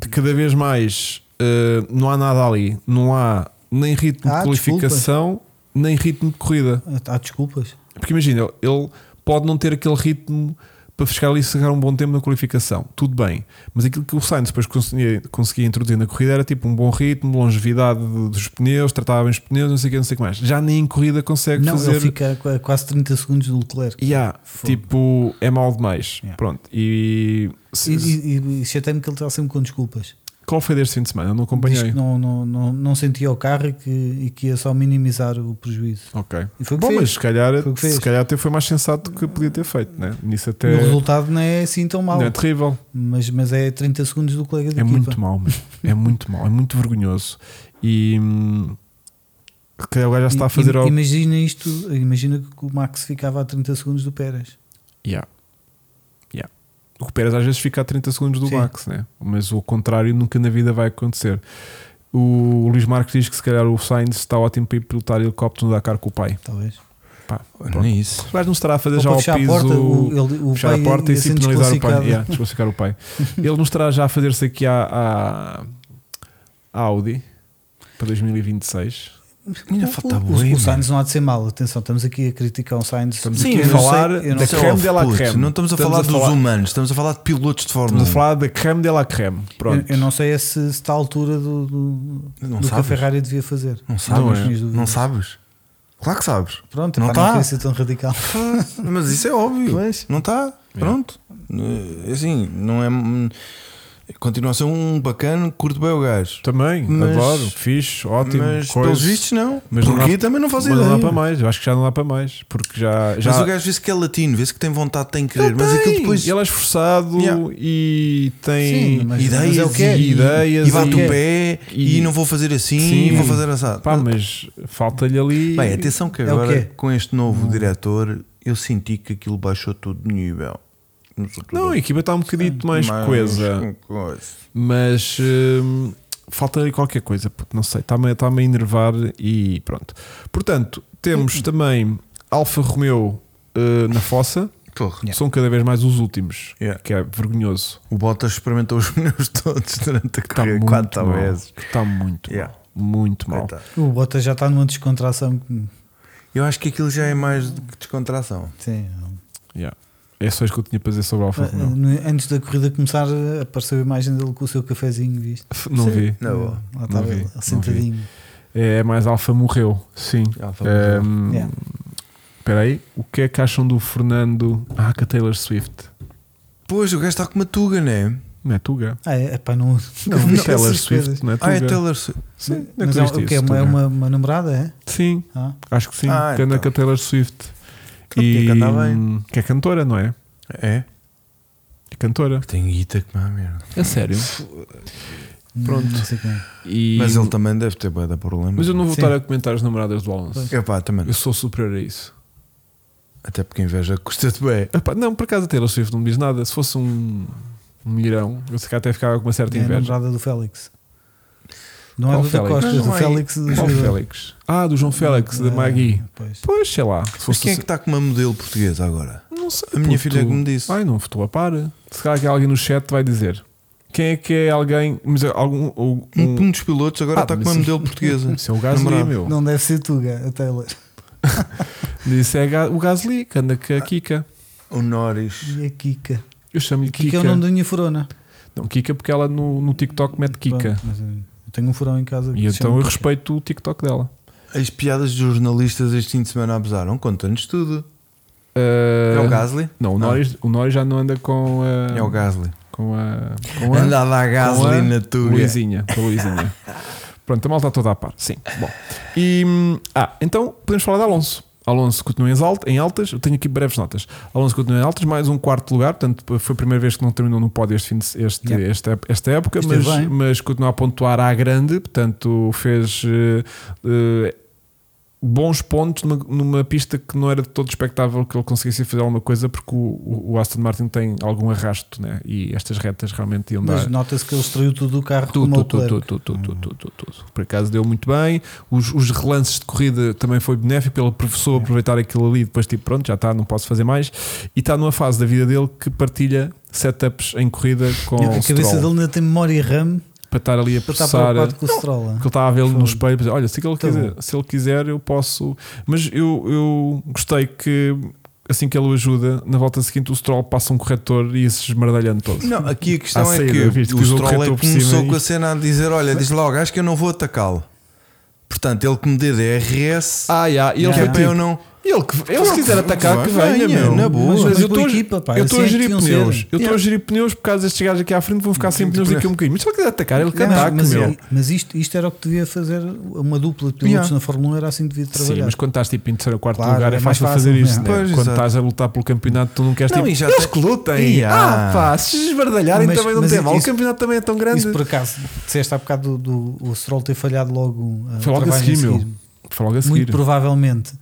Speaker 2: de cada vez mais uh, não há nada ali, não há nem ritmo
Speaker 3: Ah,
Speaker 2: de qualificação, nem ritmo de corrida.
Speaker 3: Há desculpas.
Speaker 2: Porque imagina, ele- ele pode não ter aquele ritmo para ficar ali e sacar um bom tempo na qualificação, tudo bem. Mas aquilo que o Sainz depois conseguia, conseguia introduzir na corrida era tipo um bom ritmo, longevidade do- dos pneus, tratava bem os pneus, não sei o que, não sei o que mais. Já nem em corrida consegue
Speaker 3: Não,
Speaker 2: é fazer.
Speaker 3: ele fica a qu- quase 30 segundos do Leclerc.
Speaker 2: Yeah,
Speaker 3: Fogo.
Speaker 2: tipo, é mal demais.
Speaker 3: Yeah.
Speaker 2: Pronto. E,
Speaker 3: E,
Speaker 2: se-
Speaker 3: e, e chatei-me que ele está sempre com desculpas.
Speaker 2: qual foi deste fim de semana? Eu não
Speaker 3: Diz que
Speaker 2: acompanhei.
Speaker 3: não, não, não, não sentia o carro e que, e que ia só minimizar o prejuízo.
Speaker 2: Ok.
Speaker 3: E foi o
Speaker 2: Bom,
Speaker 3: que fez.
Speaker 2: mas se calhar,
Speaker 3: Foi o que fez.
Speaker 2: se calhar até foi mais sensato do que podia ter feito, né? Nisso até.
Speaker 3: O resultado não é assim tão mau,
Speaker 2: Não é terrível.
Speaker 3: mas, mas é 30 segundos do colega de
Speaker 2: É
Speaker 3: equipa.
Speaker 2: muito mau, meu. é muito mau, é muito vergonhoso. E hum, se calhar o gajo já está a fazer
Speaker 3: I-
Speaker 2: algo.
Speaker 3: Imagina isto, imagina que o Max ficava a 30 segundos do Pérez.
Speaker 2: Yeah. Yeah. O Pérez às vezes fica a 30 segundos do
Speaker 3: Sim.
Speaker 2: Max, né? mas o contrário nunca na vida vai acontecer. O Luís Marques diz que se calhar o Sainz está ótimo para ir pilotar helicóptero no Dakar com o pai.
Speaker 3: Talvez.
Speaker 2: Pá,
Speaker 1: Não é isso.
Speaker 2: o gajo não estará a fazer
Speaker 3: Ou
Speaker 2: já
Speaker 3: para
Speaker 2: ao
Speaker 3: fechar a
Speaker 2: piso.
Speaker 3: porta, o- ele- o
Speaker 2: fechar
Speaker 3: pai
Speaker 2: a porta e
Speaker 3: ia
Speaker 2: se
Speaker 3: sendo
Speaker 2: penalizar o pai.
Speaker 3: desclassificado.
Speaker 2: Yeah, desclassificar o
Speaker 3: [laughs]
Speaker 2: pai. Ele não estará já a fazer-se aqui à, à- à Audi para 2026.
Speaker 1: Ainda
Speaker 3: O-
Speaker 1: falta
Speaker 3: o-
Speaker 1: bué,
Speaker 3: o,
Speaker 1: mano.
Speaker 3: o Sainz não há de ser mal, atenção, estamos aqui a criticar o Sainz.
Speaker 2: Estamos
Speaker 1: Sim,
Speaker 2: aqui
Speaker 3: eu
Speaker 2: a
Speaker 3: não
Speaker 2: falar
Speaker 3: sei- eu não
Speaker 2: da
Speaker 3: sei-
Speaker 2: creme de la
Speaker 1: Puto,
Speaker 2: creme.
Speaker 1: Não estamos a
Speaker 2: Estamos
Speaker 1: falar
Speaker 2: a
Speaker 1: dos
Speaker 2: falar-
Speaker 1: humanos, estamos a falar de pilotos de Fórmula 1.
Speaker 2: Estamos a falar da creme de la creme.
Speaker 3: eu,
Speaker 2: Pronto.
Speaker 3: eu não sei é se se está à altura do, do,
Speaker 1: Não
Speaker 3: do que a
Speaker 1: sabes?
Speaker 3: Ferrari devia fazer.
Speaker 1: Não sabes? é.
Speaker 3: Nas minhas
Speaker 1: Não,
Speaker 3: dúvidas.
Speaker 1: sabes? Claro que sabes.
Speaker 3: Pronto,
Speaker 1: Não
Speaker 3: não,
Speaker 1: tá.
Speaker 3: não queria ser tão radical.
Speaker 1: Mas isso é óbvio.
Speaker 3: Pois.
Speaker 1: Não está?
Speaker 2: É.
Speaker 1: Pronto. Eh, Assim, não é. Continua a ser um bacana, curto bem o gajo.
Speaker 2: Também,
Speaker 1: Mas-
Speaker 2: adoro, fixe, ótimo.
Speaker 1: mas
Speaker 2: coisa.
Speaker 1: pelos vistos não.
Speaker 2: Mas não
Speaker 1: Porque
Speaker 2: dá-
Speaker 1: também não
Speaker 2: Mas
Speaker 1: faço
Speaker 2: não
Speaker 1: ideia.
Speaker 2: dá para mais, eu acho que já não dá para mais. Porque já. já
Speaker 1: Mas o gajo vê-se que é latino, vê-se que tem vontade, tem
Speaker 2: Ele
Speaker 1: querer, mas
Speaker 2: tem,
Speaker 1: aquilo depois.
Speaker 2: Ele é esforçado
Speaker 1: Yeah.
Speaker 2: e tem.
Speaker 3: Sim, mas-
Speaker 1: ideias
Speaker 3: é o que é.
Speaker 1: e,
Speaker 2: Ideias
Speaker 1: e bate
Speaker 2: e- é.
Speaker 1: o pé
Speaker 2: e-
Speaker 1: e, não vou fazer assim
Speaker 2: Sim.
Speaker 1: e vou fazer assado.
Speaker 2: Pá, mas falta-lhe ali.
Speaker 1: Bem, atenção que
Speaker 3: É o
Speaker 1: agora
Speaker 3: que é.
Speaker 1: com este novo diretor eu senti que aquilo baixou tudo de nível.
Speaker 2: Não, a equipa está um bocadito mais, coesa,
Speaker 1: coisa.
Speaker 2: mas hum, falta-lhe qualquer coisa, puto, não sei, está-me está a enervar e pronto. Portanto,
Speaker 1: Hum.
Speaker 2: temos também Alfa Romeo eh, na fossa,
Speaker 1: Porra.
Speaker 2: são cada vez mais os últimos,
Speaker 1: Yeah.
Speaker 2: que é vergonhoso.
Speaker 1: O Bottas experimentou os [laughs] pneus todos durante a
Speaker 2: Está
Speaker 1: corrida
Speaker 2: Tá muito
Speaker 1: quatro
Speaker 2: mal.
Speaker 1: vezes.
Speaker 2: Está muito
Speaker 1: Yeah.
Speaker 2: mal. Muito mal.
Speaker 1: Coitado.
Speaker 3: O Bottas já está numa descontração. que-
Speaker 1: Eu acho que aquilo já é mais de descontração.
Speaker 3: Sim,
Speaker 2: Yeah. É só isso que eu tinha para dizer sobre a Alfa
Speaker 3: Ah,
Speaker 2: Romeo.
Speaker 3: no- Antes da corrida começar, apareceu a imagem dele com o seu cafezinho, visto?
Speaker 2: Não vi.
Speaker 1: ah, Não,
Speaker 3: Lá estava
Speaker 2: vi,
Speaker 3: ele,
Speaker 2: não vi.
Speaker 3: sentadinho.
Speaker 2: É mais Alfa morreu, sim.
Speaker 1: Alfa morreu.
Speaker 2: Ahm,
Speaker 3: Yeah.
Speaker 2: Espera aí, o que é que acham do Fernando? Ah, que a Taylor Swift.
Speaker 1: Pois, o gajo está com uma tuga, né?
Speaker 2: Não é Tuga?
Speaker 3: Ah, é, pá, não.
Speaker 2: Não,
Speaker 3: vi
Speaker 2: Taylor
Speaker 3: essas
Speaker 2: Swift,
Speaker 3: coisas.
Speaker 2: não é Tuga?
Speaker 1: Ah, é Taylor Swift.
Speaker 2: Sim, não
Speaker 3: Mas é,
Speaker 2: acredito
Speaker 3: o que é
Speaker 2: nisso,
Speaker 3: uma, é
Speaker 2: Tuga.
Speaker 3: uma, uma namorada, é?
Speaker 2: Sim,
Speaker 3: Ah.
Speaker 2: acho que sim.
Speaker 1: Ah,
Speaker 2: que anda
Speaker 1: então.
Speaker 2: com a Taylor Swift.
Speaker 1: Ela podia cantar bem.
Speaker 2: hum, que é cantora, não é?
Speaker 1: É?
Speaker 2: É cantora.
Speaker 1: Tem guita que má merda.
Speaker 2: É sério. Pronto.
Speaker 3: Não sei como é.
Speaker 2: E...
Speaker 1: Mas ele também deve ter bué de problemas.
Speaker 2: Mas eu não vou
Speaker 3: Sim.
Speaker 2: estar a comentar as namoradas do Alonso.
Speaker 1: Epá, também.
Speaker 2: Eu sou superior a isso.
Speaker 1: Até porque a inveja custa-te bem.
Speaker 2: Epá, não, por acaso a Taylor Swift não me diz nada. Se fosse um, um milhão, eu se calhar até ficava com uma certa
Speaker 3: É a
Speaker 2: inveja.
Speaker 3: namorada do Félix. Não é
Speaker 2: Qual
Speaker 3: do da
Speaker 2: Félix?
Speaker 3: Costa, é
Speaker 1: Não,
Speaker 3: do
Speaker 1: não é.
Speaker 3: Félix. do
Speaker 2: Qual
Speaker 3: jogador.
Speaker 2: Félix? Ah, do João Félix, da
Speaker 3: Ah,
Speaker 2: Maggie.
Speaker 3: Pois.
Speaker 2: Pois, sei lá. Se
Speaker 1: Mas
Speaker 2: fosse
Speaker 1: quem é que está com uma modelo portuguesa agora?
Speaker 2: Não sei.
Speaker 1: A minha
Speaker 2: puto.
Speaker 1: filha é que me disse.
Speaker 2: Ai, não estou a par. Se calhar que alguém no chat vai dizer. Quem é que é alguém. Mas é algum. ou-
Speaker 1: Um,
Speaker 2: Um,
Speaker 1: um dos pilotos agora
Speaker 2: Ah,
Speaker 1: está com
Speaker 2: mas
Speaker 1: uma
Speaker 2: isso-
Speaker 1: modelo portuguesa.
Speaker 2: isso é o Gasly,
Speaker 1: Namorado.
Speaker 2: meu.
Speaker 3: Não deve ser Tuga, a Taylor.
Speaker 2: Disse é Ga- o Gasly, que anda com a Kika.
Speaker 1: [laughs] O Norris.
Speaker 3: E a Kika.
Speaker 2: Eu chamo-lhe
Speaker 3: Kika,
Speaker 2: Kika.
Speaker 3: é o nome da minha furona.
Speaker 2: Não, Kika porque ela no, no TikTok mete Kika.
Speaker 3: Pronto, mas eu tenho um furão em casa. que
Speaker 2: E
Speaker 3: se chama
Speaker 2: então eu
Speaker 3: Kika.
Speaker 2: respeito o TikTok dela.
Speaker 1: As piadas dos jornalistas este fim de semana abusaram. Conta-nos tudo. É o Gasly?
Speaker 2: Ah, Não, o
Speaker 1: Não.
Speaker 2: Norris, o Norris já não anda com a.
Speaker 1: É o Gasly.
Speaker 2: Com a. Com a
Speaker 1: Anda a dar Gasly
Speaker 2: a
Speaker 1: na tuga.
Speaker 2: Luizinha. Com a
Speaker 3: [laughs]
Speaker 2: Luizinha. Pronto, a malta está toda a par. Sim. Bom. E. hum, Ah, então podemos falar de Alonso. Alonso continua em, alta, em altas. Eu tenho aqui breves notas. Alonso continua em altas, mais um quarto lugar. Portanto, foi a primeira vez que não terminou no pódio este fim de, este,
Speaker 3: Yeah.
Speaker 2: esta, ép- esta época,
Speaker 3: Esteve
Speaker 2: mas,
Speaker 3: bem.
Speaker 2: mas continua a pontuar à grande. Portanto, fez. eh, eh, bons pontos numa, numa pista que não era de todo expectável que ele conseguisse fazer alguma coisa porque o, o- o Aston Martin tem algum arrasto né? e estas retas realmente iam
Speaker 3: Mas
Speaker 2: dar
Speaker 3: nota-se que ele destruiu tudo o carro como
Speaker 2: é? tudo,
Speaker 3: o
Speaker 2: tudo, tudo,
Speaker 3: Leclerc.
Speaker 2: tudo, tudo, tudo, tudo, tudo. Por acaso deu muito bem. Os, os relances de corrida também foi benéfico pelo professor aproveitar aquilo ali e depois, tipo, pronto, já está, não posso fazer mais. E está numa fase da vida dele que partilha setups em corrida com
Speaker 3: A
Speaker 2: o
Speaker 3: cabeça
Speaker 2: Stroll,
Speaker 3: dele ainda tem memória RAM
Speaker 2: para estar ali a
Speaker 3: para estar
Speaker 2: processar.
Speaker 3: para o com o Stroll.
Speaker 2: Porque ele estava a vê-lo no espelho e dizer, olha, se ele,
Speaker 3: Tá
Speaker 2: quiser,
Speaker 3: bom.
Speaker 2: se ele quiser, eu posso. Mas eu, eu gostei que assim que ele o ajuda, na volta seguinte o Stroll passa um corretor e se esmardalhando todo.
Speaker 1: Não, aqui a questão
Speaker 2: À
Speaker 1: é
Speaker 2: saída,
Speaker 1: que
Speaker 2: viste,
Speaker 1: o
Speaker 2: pus um
Speaker 1: Stroll é
Speaker 2: corretor
Speaker 1: que
Speaker 2: por cima
Speaker 1: começou
Speaker 2: e-
Speaker 1: com a cena a dizer: Olha, diz lá ao gajo que eu não vou atacá-lo. Portanto, ele que me dê DRS,
Speaker 2: Ah, yeah, e ele
Speaker 1: que é
Speaker 2: foi
Speaker 3: já.
Speaker 1: para
Speaker 2: tipo,
Speaker 1: eu não.
Speaker 2: Ele, que, ele
Speaker 1: Claro
Speaker 2: se
Speaker 1: que
Speaker 2: quiser
Speaker 1: vai,
Speaker 2: atacar, que
Speaker 1: vai,
Speaker 2: venha,
Speaker 1: meu.
Speaker 2: meu.
Speaker 1: Na boa. Mas
Speaker 2: eu
Speaker 3: uma
Speaker 2: estou a-
Speaker 3: equipa, pá,
Speaker 2: eu estou a
Speaker 3: assim é que
Speaker 2: gerir
Speaker 3: deviam ser.
Speaker 2: pneus. Eu estou
Speaker 1: Yeah.
Speaker 2: a gerir pneus por causa destes gajos aqui à frente vão ficar sem
Speaker 1: Não,
Speaker 2: pneus
Speaker 1: tipo,
Speaker 2: daqui a um bocadinho. Mas se ele quiser atacar, ele que
Speaker 3: Não,
Speaker 2: ataque,
Speaker 3: mas
Speaker 2: meu.
Speaker 3: é- mas isto, isto era o que devia fazer uma dupla de pilotos
Speaker 1: Yeah.
Speaker 3: na Fórmula 1, era assim que devia trabalhar.
Speaker 2: Sim, mas quando estás tipo em terceiro ou quarto
Speaker 3: Claro,
Speaker 2: lugar
Speaker 3: é
Speaker 2: é,
Speaker 3: mais
Speaker 2: fácil,
Speaker 3: fácil,
Speaker 2: fazer isso,
Speaker 3: é.
Speaker 2: né?
Speaker 1: Pois,
Speaker 2: Quando
Speaker 1: exato.
Speaker 2: estás a lutar pelo campeonato, tu não queres
Speaker 1: Não,
Speaker 2: tipo,
Speaker 1: e já
Speaker 2: eles
Speaker 1: tem-
Speaker 2: que lutem.
Speaker 1: Yeah.
Speaker 2: Ah, pá, se esbardalharem
Speaker 3: Mas-
Speaker 2: também não
Speaker 3: mas
Speaker 2: tem mal. O
Speaker 3: isso-
Speaker 2: campeonato também é tão grande.
Speaker 3: Isso por acaso, disseste há bocado do, do- o Stroll ter falhado logo uh,
Speaker 2: Foi
Speaker 3: o
Speaker 2: logo a
Speaker 3: trabalho
Speaker 2: seguir, meu. Foi logo a seguir.
Speaker 3: Muito provavelmente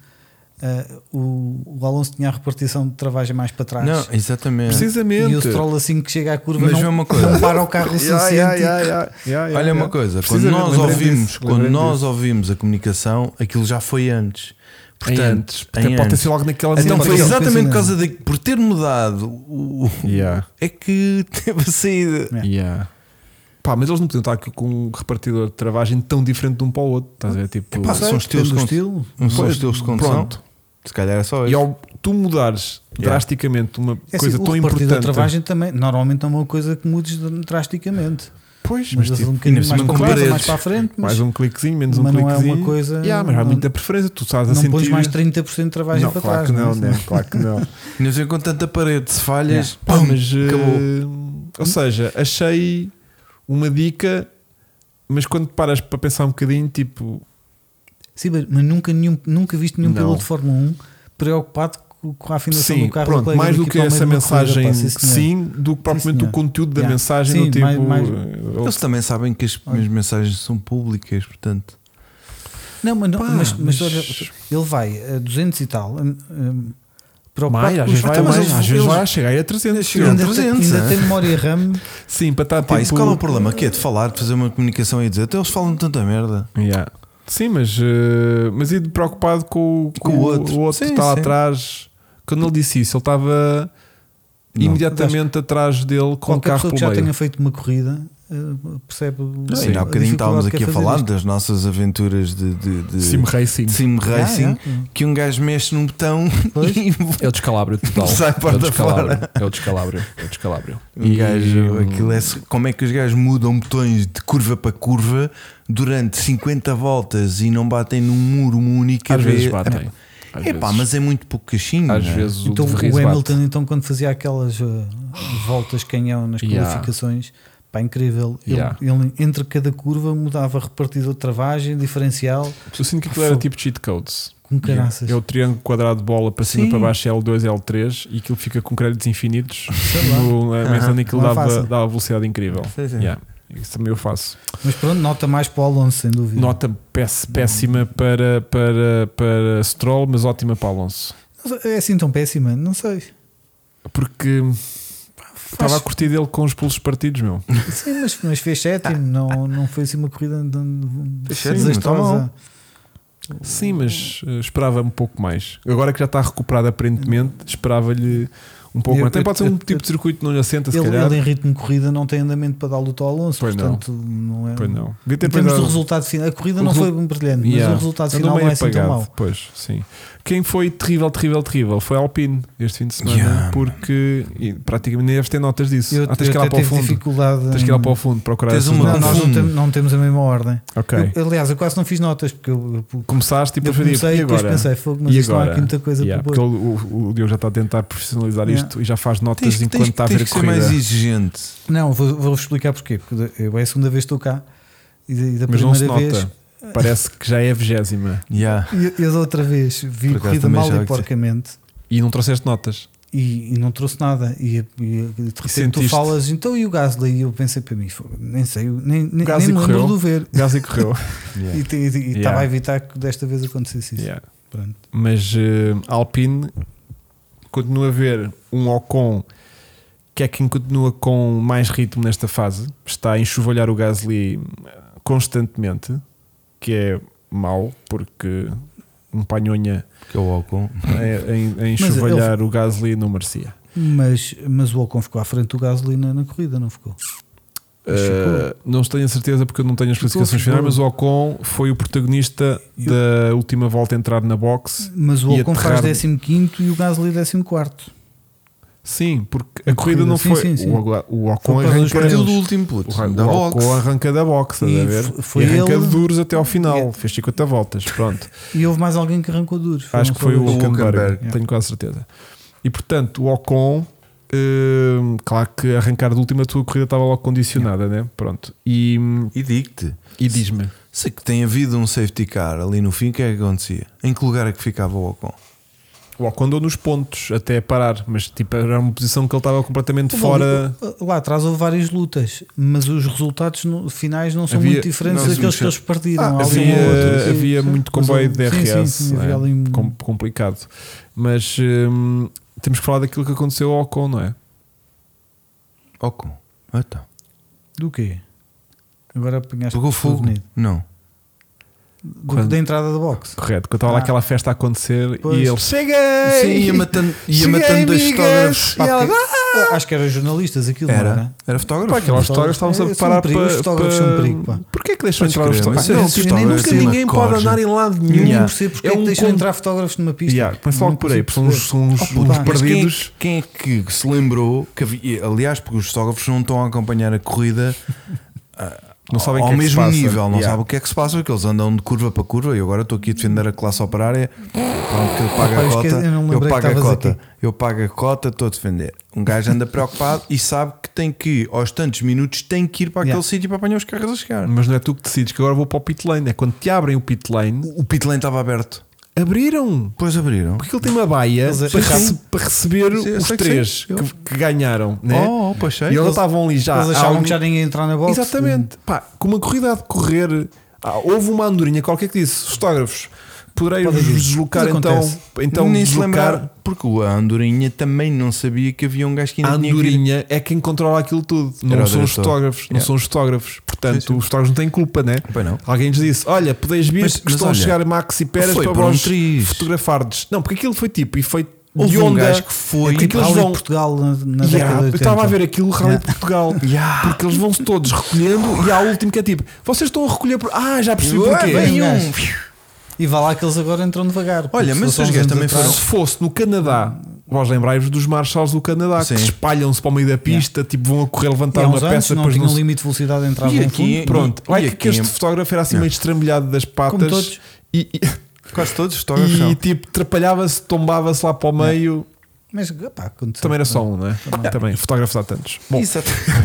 Speaker 3: uh, o, o Alonso tinha a repartição de travagem mais para trás.
Speaker 1: Não, exatamente.
Speaker 2: Precisamente.
Speaker 3: E o Stroll assim que chega à curva
Speaker 1: Mas vê
Speaker 3: não,
Speaker 1: uma coisa.
Speaker 3: não para o carro o suficiente.
Speaker 2: É,
Speaker 1: Olha uma coisa, quando nós ouvimos, quando nós ouvimos a comunicação, aquilo já foi antes. Portanto,
Speaker 2: antes,
Speaker 1: em
Speaker 2: portanto, pode ter
Speaker 1: antes.
Speaker 2: sido logo naquela
Speaker 1: Então
Speaker 2: mesma
Speaker 1: foi
Speaker 3: Sim,
Speaker 2: altura.
Speaker 1: exatamente
Speaker 3: sim.
Speaker 1: por causa de por ter mudado o,
Speaker 2: Yeah.
Speaker 1: é que [laughs] teve a saída.
Speaker 3: É.
Speaker 2: Yeah. Pá, mas eles não podiam estar aqui com um repartidor de travagem tão diferente de um para o outro. Estás a ver? Tipo,
Speaker 1: Epá, são
Speaker 3: Sei,
Speaker 1: estilos
Speaker 3: depende do
Speaker 1: de
Speaker 3: estilo.
Speaker 1: Não são os teus de condução.
Speaker 2: Pronto.
Speaker 1: Se calhar é só
Speaker 2: E
Speaker 1: isso.
Speaker 2: ao tu mudares
Speaker 1: Yeah.
Speaker 2: drasticamente uma
Speaker 3: É assim,
Speaker 2: coisa
Speaker 3: o
Speaker 2: tão
Speaker 3: repartidor
Speaker 2: importante.
Speaker 3: de travagem também, normalmente é uma coisa que mudes drasticamente.
Speaker 2: Pois, mas
Speaker 3: Mas um
Speaker 2: tipo,
Speaker 1: ainda
Speaker 3: bocadinho
Speaker 1: por
Speaker 3: mais
Speaker 1: cima
Speaker 3: para
Speaker 1: com
Speaker 3: trás, mais
Speaker 1: paredes.
Speaker 3: para a frente, mas
Speaker 2: mais um cliquezinho, menos
Speaker 3: mas
Speaker 2: um
Speaker 3: não é uma
Speaker 2: cliquezinho.
Speaker 3: coisa-
Speaker 2: Yeah, mas há muita preferência. Tu estás a
Speaker 3: não
Speaker 2: sentir.
Speaker 3: pões mais 30% de travagem
Speaker 2: não,
Speaker 3: para
Speaker 2: claro
Speaker 3: trás.
Speaker 2: que não,
Speaker 3: é?
Speaker 2: né? claro que [laughs] não.
Speaker 1: Ainda assim, com tanta parede, se falhas,
Speaker 2: Pá,
Speaker 1: pum,
Speaker 2: mas, eh,
Speaker 1: acabou.
Speaker 2: ou seja, achei uma dica, mas quando paras para pensar um bocadinho, tipo,
Speaker 3: Sim, mas mas nunca, nenhum, nunca viste nenhum
Speaker 2: Não.
Speaker 3: piloto de Fórmula 1 preocupado co- com a afinação
Speaker 2: sim,
Speaker 3: do carro. do
Speaker 2: pronto,
Speaker 3: colega
Speaker 2: mais
Speaker 3: de
Speaker 2: do que
Speaker 3: equipa ao
Speaker 2: essa
Speaker 3: meio de uma
Speaker 2: mensagem,
Speaker 3: corrida, pá, é sim, senhor.
Speaker 2: sim, do que propriamente
Speaker 3: senhor.
Speaker 2: o conteúdo da
Speaker 3: Yeah.
Speaker 2: mensagem,
Speaker 3: Sim,
Speaker 2: do tipo,
Speaker 3: mais- mais-
Speaker 2: eh,
Speaker 1: Eles também sabem que as minhas mensagens são públicas, portanto.
Speaker 3: Não, mas, não,
Speaker 2: Pá,
Speaker 3: mas, mas
Speaker 2: mas-
Speaker 3: olha, ele vai a 200 e tal, hum, hum, preocupado
Speaker 2: mais, às vezes
Speaker 3: com os
Speaker 2: vai
Speaker 1: mas
Speaker 3: fatores.
Speaker 2: mais,
Speaker 1: eles-
Speaker 2: às vezes
Speaker 1: eles-
Speaker 2: vai chegar aí a 300.
Speaker 1: Chega a
Speaker 2: Ainda-
Speaker 3: Ainda, tem,
Speaker 1: 300,
Speaker 3: ainda
Speaker 1: é?
Speaker 3: tem memória RAM.
Speaker 2: Sim, para estar
Speaker 1: Pá,
Speaker 2: tipo,
Speaker 1: isso qual é o problema? Que é de falar, de fazer uma comunicação e dizer, até eles falam tanta merda.
Speaker 2: Yeah. Sim, mas, eh, mas e de preocupado com, o-
Speaker 1: Com o outro.
Speaker 2: o outro que
Speaker 1: Sim,
Speaker 2: está lá
Speaker 1: sim.
Speaker 2: atrás. Quando ele disse isso, ele estava
Speaker 1: Não.
Speaker 2: imediatamente atrás dele com o
Speaker 3: Qualquer
Speaker 2: carro
Speaker 3: pessoa que
Speaker 2: pelo
Speaker 3: já
Speaker 2: meio.
Speaker 3: tenha feito uma corrida eh, percebe.
Speaker 1: Não,
Speaker 3: a-
Speaker 1: ainda há
Speaker 3: a
Speaker 1: bocadinho estávamos
Speaker 3: dificuldade que é
Speaker 1: aqui a
Speaker 3: fazer
Speaker 1: falar
Speaker 3: isto.
Speaker 1: das nossas aventuras de, de, de
Speaker 2: Sim, racing.
Speaker 1: de sim racing que um gajo mexe num botão [laughs] e um
Speaker 4: É o descalabro
Speaker 2: [laughs]
Speaker 4: total. é
Speaker 1: Sai
Speaker 4: o
Speaker 1: porta
Speaker 4: descalabro.
Speaker 1: fora.
Speaker 4: É o descalabro. É o descalabro.
Speaker 1: um gajo, aquilo é, como é que os gajos mudam botões de curva para curva durante 50 voltas e não batem num muro uma única
Speaker 2: Às
Speaker 1: vez?
Speaker 2: vezes batem.
Speaker 1: É,
Speaker 4: Às
Speaker 1: é pá,
Speaker 4: vezes-
Speaker 1: mas é muito pouco cachinho.
Speaker 4: Às
Speaker 1: não é?
Speaker 4: vezes o
Speaker 3: Então,
Speaker 4: de
Speaker 3: o
Speaker 4: Verriz
Speaker 3: Hamilton,
Speaker 4: bate.
Speaker 3: então, quando fazia aquelas eh, voltas canhão nas
Speaker 4: Yeah.
Speaker 3: qualificações, pá, incrível. Ele,
Speaker 4: Yeah.
Speaker 3: ele, entre cada curva, mudava repartidor de travagem, diferencial,
Speaker 2: Eu sinto que aquilo era tipo cheat codes.
Speaker 3: com caraças.
Speaker 2: É o triângulo quadrado de bola para cima,
Speaker 1: Sim.
Speaker 2: para baixo, é L2, L3 e aquilo fica com créditos infinitos.
Speaker 3: Sei lá.
Speaker 2: No Amazon aquilo
Speaker 3: Lá
Speaker 2: dava,
Speaker 3: faço.
Speaker 2: dava velocidade incrível.
Speaker 1: Sim, sim.
Speaker 2: Yeah. Isso também eu faço.
Speaker 3: Mas pronto, nota mais para o Alonso, sem dúvida.
Speaker 2: Nota péss- péssima para, para, para Stroll, mas ótima para Alonso.
Speaker 3: Não sei, É assim tão péssima? Não sei.
Speaker 2: Porque
Speaker 3: Faz-
Speaker 2: estava a curtir dele com os pulsos partidos, meu.
Speaker 3: Sim, mas, mas fez sétimo, não, não foi assim uma corrida de- de-
Speaker 1: Fez
Speaker 2: tá
Speaker 1: sétimo,
Speaker 3: desastrosa.
Speaker 2: Sim, mas eh, esperava um pouco mais. Agora que já está recuperado, aparentemente, esperava-lhe um pouco
Speaker 3: Eu-
Speaker 2: mais. Também pode ser
Speaker 3: eu-
Speaker 2: um
Speaker 3: eu-
Speaker 2: tipo de circuito que não lhe assenta, se
Speaker 3: Ele,
Speaker 2: calhar.
Speaker 3: ele em ritmo de corrida não tem andamento para dar luta ao Alonso,
Speaker 2: Pois não.
Speaker 3: portanto não, é.
Speaker 2: Pois não. Devia ter
Speaker 3: Em termos do
Speaker 2: pensado-
Speaker 3: resultado final, a corrida
Speaker 2: O
Speaker 3: não foi
Speaker 2: resul-
Speaker 3: brilhante, mas
Speaker 2: Yeah.
Speaker 3: o resultado
Speaker 2: Andou
Speaker 3: final não
Speaker 2: meio
Speaker 3: é assim tão
Speaker 2: apagado,
Speaker 3: mau.
Speaker 2: Pois, sim. Quem foi terrível, terrível, terrível foi a Alpine este fim de semana,
Speaker 1: Yeah.
Speaker 2: porque e praticamente nem deves ter notas disso.
Speaker 3: Eu,
Speaker 2: ah, tens
Speaker 3: eu
Speaker 2: que ir lá
Speaker 3: até
Speaker 2: para o
Speaker 3: tive
Speaker 2: fundo.
Speaker 3: dificuldade.
Speaker 2: Tens que ir lá
Speaker 3: em-
Speaker 2: para o fundo procurar
Speaker 1: Tens
Speaker 2: essas
Speaker 1: uma-
Speaker 3: Não,
Speaker 2: notas.
Speaker 3: nós não
Speaker 1: Hum.
Speaker 3: temos, não temos a mesma ordem.
Speaker 2: Ok.
Speaker 3: Eu- aliás, eu quase não fiz notas porque eu, eu-
Speaker 2: Começaste e
Speaker 3: eu
Speaker 2: depois foi tipo,
Speaker 3: comecei e
Speaker 2: e
Speaker 3: depois
Speaker 2: agora?
Speaker 3: pensei, fogo, mas
Speaker 2: E
Speaker 3: isto não há
Speaker 2: agora?
Speaker 3: aqui muita coisa
Speaker 2: Yeah,
Speaker 3: para
Speaker 2: porque
Speaker 3: pôr.
Speaker 2: o, o- o Diogo já está a tentar profissionalizar
Speaker 3: Yeah.
Speaker 2: isto e já faz notas
Speaker 1: Tens,
Speaker 2: enquanto
Speaker 1: tens,
Speaker 2: está a
Speaker 1: tens
Speaker 2: ver a
Speaker 1: que ser mais
Speaker 2: corrida.
Speaker 1: exigente.
Speaker 3: Não, vou- vou-vos explicar porquê. Porque eu é a segunda vez que estou cá e da, e da
Speaker 2: Mas não se
Speaker 3: primeira vez.
Speaker 2: nota. Parece que já é a vigésima.
Speaker 1: Yeah.
Speaker 3: E, e da outra vez vi
Speaker 1: Por acaso
Speaker 3: corrida
Speaker 1: também
Speaker 3: mal
Speaker 1: já
Speaker 3: e
Speaker 1: vi que sim.
Speaker 3: porcamente
Speaker 2: E não trouxeste notas.
Speaker 3: e, e não trouxe nada. E, e- e de repente
Speaker 2: sentiste?
Speaker 3: tu falas, então e o Gasly? E eu pensei para mim, "Fogo, nem sei, eu nem, nem,
Speaker 2: Gasly
Speaker 3: nem me lembro
Speaker 2: correu?
Speaker 3: de o ver.
Speaker 2: Gasly
Speaker 3: [laughs]
Speaker 2: correu.
Speaker 1: Yeah.
Speaker 3: E te- e te- e
Speaker 2: Yeah.
Speaker 3: estava a evitar que desta vez acontecesse isso.
Speaker 2: Yeah.
Speaker 3: Pronto.
Speaker 2: mas eh, Alpine continua a ver um Ocon que é quem continua com mais ritmo nesta fase, está a enxovalhar o Gasly eh, constantemente, que é mau, porque um panhonha
Speaker 1: Que é o Ocon.
Speaker 2: a, a- a enxovalhar o Gasly não merecia.
Speaker 3: Mas, mas o Ocon ficou à frente do Gasly na, na corrida, não ficou?
Speaker 2: Eh, não tenho a certeza porque eu não tenho as
Speaker 3: Ficou,
Speaker 2: classificações
Speaker 3: ficou.
Speaker 2: finais, mas o Ocon foi o protagonista da última volta a entrar na box.
Speaker 3: Mas o
Speaker 2: E
Speaker 3: Ocon
Speaker 2: aterrar-
Speaker 3: faz 15 e o Gasly 14.
Speaker 2: Sim, porque a
Speaker 3: Na
Speaker 2: corrida,
Speaker 3: corrida,
Speaker 2: não
Speaker 3: sim,
Speaker 2: foi.
Speaker 3: sim, sim.
Speaker 2: O, o
Speaker 3: Foi
Speaker 2: Ocon
Speaker 3: por causa dos
Speaker 2: arrancou-
Speaker 1: Partiu
Speaker 3: eles.
Speaker 1: do último puto.
Speaker 2: é O, é
Speaker 1: da
Speaker 2: da
Speaker 1: box.
Speaker 2: arranca da box, estás
Speaker 3: E
Speaker 2: a ver?
Speaker 3: f- foi
Speaker 2: E arranca
Speaker 3: ele-
Speaker 2: de duros até ao final,
Speaker 3: E-
Speaker 2: fez 50 voltas,
Speaker 3: [laughs]
Speaker 2: pronto.
Speaker 3: E houve mais alguém que arrancou duros.
Speaker 2: Acho
Speaker 3: Foram
Speaker 2: que
Speaker 3: só
Speaker 2: foi o
Speaker 3: dois.
Speaker 1: O Hülkenberg,
Speaker 2: Hülkenberg,
Speaker 3: yeah.
Speaker 2: tenho quase certeza. E portanto, o Ocon, hum, claro que arrancar de última a tua corrida estava logo condicionada, né? Pronto. E,
Speaker 1: E digo-te,
Speaker 2: e diz-me,
Speaker 1: sei que tem havido um safety car ali no fim, o que é que acontecia? Em que lugar é que ficava o Ocon?
Speaker 2: o Ocon deu nos pontos até parar, mas tipo, era uma posição que ele estava completamente fora.
Speaker 3: Lá atrás houve várias lutas, mas os resultados no- finais não são
Speaker 2: Havia-
Speaker 3: muito diferentes
Speaker 1: não,
Speaker 3: daqueles
Speaker 1: sim,
Speaker 3: que eles partiram. Há ali um
Speaker 2: Ah, havia,
Speaker 3: ou outro que-
Speaker 2: havia
Speaker 3: sim,
Speaker 2: muito
Speaker 3: mas
Speaker 2: comboio de
Speaker 3: houve- sim,
Speaker 2: DRS,
Speaker 3: sim, sim, havia
Speaker 2: né?
Speaker 3: ali um-
Speaker 2: Com- complicado. Mas hum, temos que falar daquilo que aconteceu ao Ocon, não é?
Speaker 1: Ocon. Então.
Speaker 3: Do quê? Agora apanhaste
Speaker 1: Pegou fogo?
Speaker 3: prevenido.
Speaker 1: Não.
Speaker 3: Do-
Speaker 2: Quando-
Speaker 3: Da entrada da box.
Speaker 2: Correto, quando estava lá
Speaker 3: Ah.
Speaker 2: aquela festa a acontecer
Speaker 3: Pois.
Speaker 2: e ele cheguei!
Speaker 1: Sim, ia matando, ia
Speaker 2: Cheguei,
Speaker 1: matando as
Speaker 2: amigas!
Speaker 1: fotógrafos.
Speaker 2: E ela, "Ah!"
Speaker 3: Acho que eram jornalistas aquilo, não
Speaker 1: Era,
Speaker 3: era?
Speaker 1: era
Speaker 2: Pá,
Speaker 1: fotógrafo.
Speaker 2: aquelas histórias
Speaker 3: Fotógrafos-
Speaker 2: estavam-se
Speaker 3: é,
Speaker 2: a
Speaker 3: são
Speaker 2: preparar
Speaker 3: um perigo, os
Speaker 2: para.
Speaker 3: fotógrafos
Speaker 2: para-
Speaker 3: são um perigo, pá.
Speaker 2: Porquê é que deixam
Speaker 1: Podes
Speaker 2: entrar
Speaker 1: crer,
Speaker 2: os
Speaker 1: mas
Speaker 2: fotógrafos?
Speaker 1: é
Speaker 2: Não,
Speaker 1: esses
Speaker 2: tipo, nem
Speaker 1: fotógrafos
Speaker 2: nunca
Speaker 1: têm uma
Speaker 2: ninguém pode
Speaker 1: corja.
Speaker 2: andar em lado
Speaker 3: Eu
Speaker 2: nenhum.
Speaker 3: não
Speaker 1: Yeah.
Speaker 3: percebo porque
Speaker 2: É
Speaker 3: é que
Speaker 2: um
Speaker 3: deixam
Speaker 2: con-
Speaker 3: entrar fotógrafos numa pista.
Speaker 2: Yeah, Começa logo
Speaker 3: Não
Speaker 2: por aí, porque são
Speaker 3: consigo
Speaker 2: uns, são uns,
Speaker 3: perceber.
Speaker 2: uns
Speaker 1: Mas
Speaker 3: Opa,
Speaker 1: quem é que-
Speaker 2: perdidos.
Speaker 1: Quem é, que se lembrou que havia, aliás, porque os fotógrafos não estão a acompanhar a corrida
Speaker 2: Não sabem o
Speaker 1: ao
Speaker 2: que é que se
Speaker 1: mesmo
Speaker 2: passa.
Speaker 1: nível, não
Speaker 2: Yeah.
Speaker 1: sabem o que é que se passa, porque eles andam de curva para curva. E agora estou aqui a defender a classe operária. Pronto, que ele paga
Speaker 3: Opa, eu
Speaker 1: a cota.
Speaker 3: esqueci- eu não me
Speaker 1: Eu
Speaker 3: lembrei que
Speaker 1: pago a
Speaker 3: estavas
Speaker 1: cota.
Speaker 3: aqui.
Speaker 1: Eu pago a cota, estou a defender. Um gajo anda preocupado e sabe que tem que, aos tantos minutos, tem que ir para aquele
Speaker 3: Yeah.
Speaker 1: sítio para apanhar os carros a chegar.
Speaker 2: Mas não é tu que decides que agora vou para o pit lane. É quando te abrem o pit lane,
Speaker 1: O pit lane estava aberto.
Speaker 2: abriram.
Speaker 1: Depois abriram.
Speaker 2: Porque ele tem uma baia
Speaker 3: Eles
Speaker 2: para,
Speaker 3: arrancaram.
Speaker 2: rece- para receber
Speaker 1: Sim, eu
Speaker 2: os
Speaker 1: sei que
Speaker 2: três
Speaker 1: sim.
Speaker 2: que, que ganharam. Né?
Speaker 1: Oh, pois sei.
Speaker 2: e eles
Speaker 1: Eles-
Speaker 2: estavam ali já. Ah, há
Speaker 3: Eles
Speaker 2: um
Speaker 3: achavam
Speaker 2: algum-
Speaker 3: que já ninguém ia entrar na box.
Speaker 2: Exatamente. Pá, com uma corrida a decorrer, ah, houve uma andorinha qualquer que disse: fotógrafos, poderei
Speaker 3: Podem
Speaker 2: vos
Speaker 3: vir.
Speaker 2: deslocar
Speaker 3: Mas
Speaker 2: então.
Speaker 3: acontece.
Speaker 2: então
Speaker 1: nem se
Speaker 2: deslocar
Speaker 1: lembrar, porque a Andorinha também não sabia que havia um gajo que
Speaker 2: a
Speaker 1: ainda tinha que ir.
Speaker 2: andorinha é quem controla aquilo tudo. Não
Speaker 1: Era o
Speaker 2: são os
Speaker 1: diretor.
Speaker 2: fotógrafos. Não
Speaker 1: Yeah.
Speaker 2: são os fotógrafos. Portanto,
Speaker 1: Sim, sim.
Speaker 2: os fotógrafos não têm culpa, né?
Speaker 1: Pois não.
Speaker 2: Alguém lhes disse: Olha, podeis vir
Speaker 1: Mas-
Speaker 2: que
Speaker 1: mas
Speaker 2: estão
Speaker 1: olha,
Speaker 2: a chegar Max e Peras
Speaker 1: foi
Speaker 2: para
Speaker 1: por um
Speaker 2: vos
Speaker 1: triz.
Speaker 2: fotografar-des. Não, porque aquilo foi tipo efeito
Speaker 1: Houve
Speaker 2: de
Speaker 1: um
Speaker 2: onda.
Speaker 1: gajo que foi.
Speaker 2: É tipo-
Speaker 3: Rally
Speaker 2: eles
Speaker 3: de
Speaker 2: vão-
Speaker 3: Portugal na, na
Speaker 2: Yeah,
Speaker 3: década de
Speaker 2: eu
Speaker 3: 80.
Speaker 2: estava a ver aquilo, o Rally
Speaker 3: Yeah.
Speaker 2: de Portugal.
Speaker 1: Yeah.
Speaker 2: Porque eles vão-se todos recolhendo e há o último que é tipo: vocês estão a recolher. Por... Ah, já percebi
Speaker 1: Ué,
Speaker 2: porquê.
Speaker 1: vem
Speaker 3: Um
Speaker 1: um.
Speaker 3: E vá lá que eles agora entram devagar. porque
Speaker 1: Olha,
Speaker 3: se
Speaker 1: mas
Speaker 3: fosse há
Speaker 1: os
Speaker 3: uns
Speaker 1: gajos
Speaker 3: anos
Speaker 1: também
Speaker 3: atrás-
Speaker 2: Se fosse no Canadá, vós lembrai-vos dos marshals do Canadá
Speaker 1: Sim.
Speaker 2: que espalham-se para o meio da pista, tipo vão a correr
Speaker 3: E é
Speaker 2: levantar
Speaker 3: há
Speaker 2: uma
Speaker 3: uns anos
Speaker 2: peça
Speaker 3: não
Speaker 2: depois
Speaker 3: tinham
Speaker 2: não se- um
Speaker 3: limite de velocidade de entrada
Speaker 1: E
Speaker 3: no
Speaker 1: aqui-
Speaker 3: fundo.
Speaker 2: Pronto,
Speaker 1: E
Speaker 2: lá é
Speaker 1: aqui
Speaker 2: que este
Speaker 1: em-
Speaker 2: fotógrafo era assim
Speaker 1: Não.
Speaker 2: meio estrambulhado das
Speaker 3: Como todos.
Speaker 2: patas e, e-
Speaker 1: Quase todos, [laughs]
Speaker 2: e,
Speaker 1: história
Speaker 2: tipo atrapalhava-se, tombava-se lá para o meio.
Speaker 3: Mas pá, aconteceu.
Speaker 2: Também era só um, né? Também, fotógrafos há tantos.
Speaker 1: é
Speaker 2: Bom,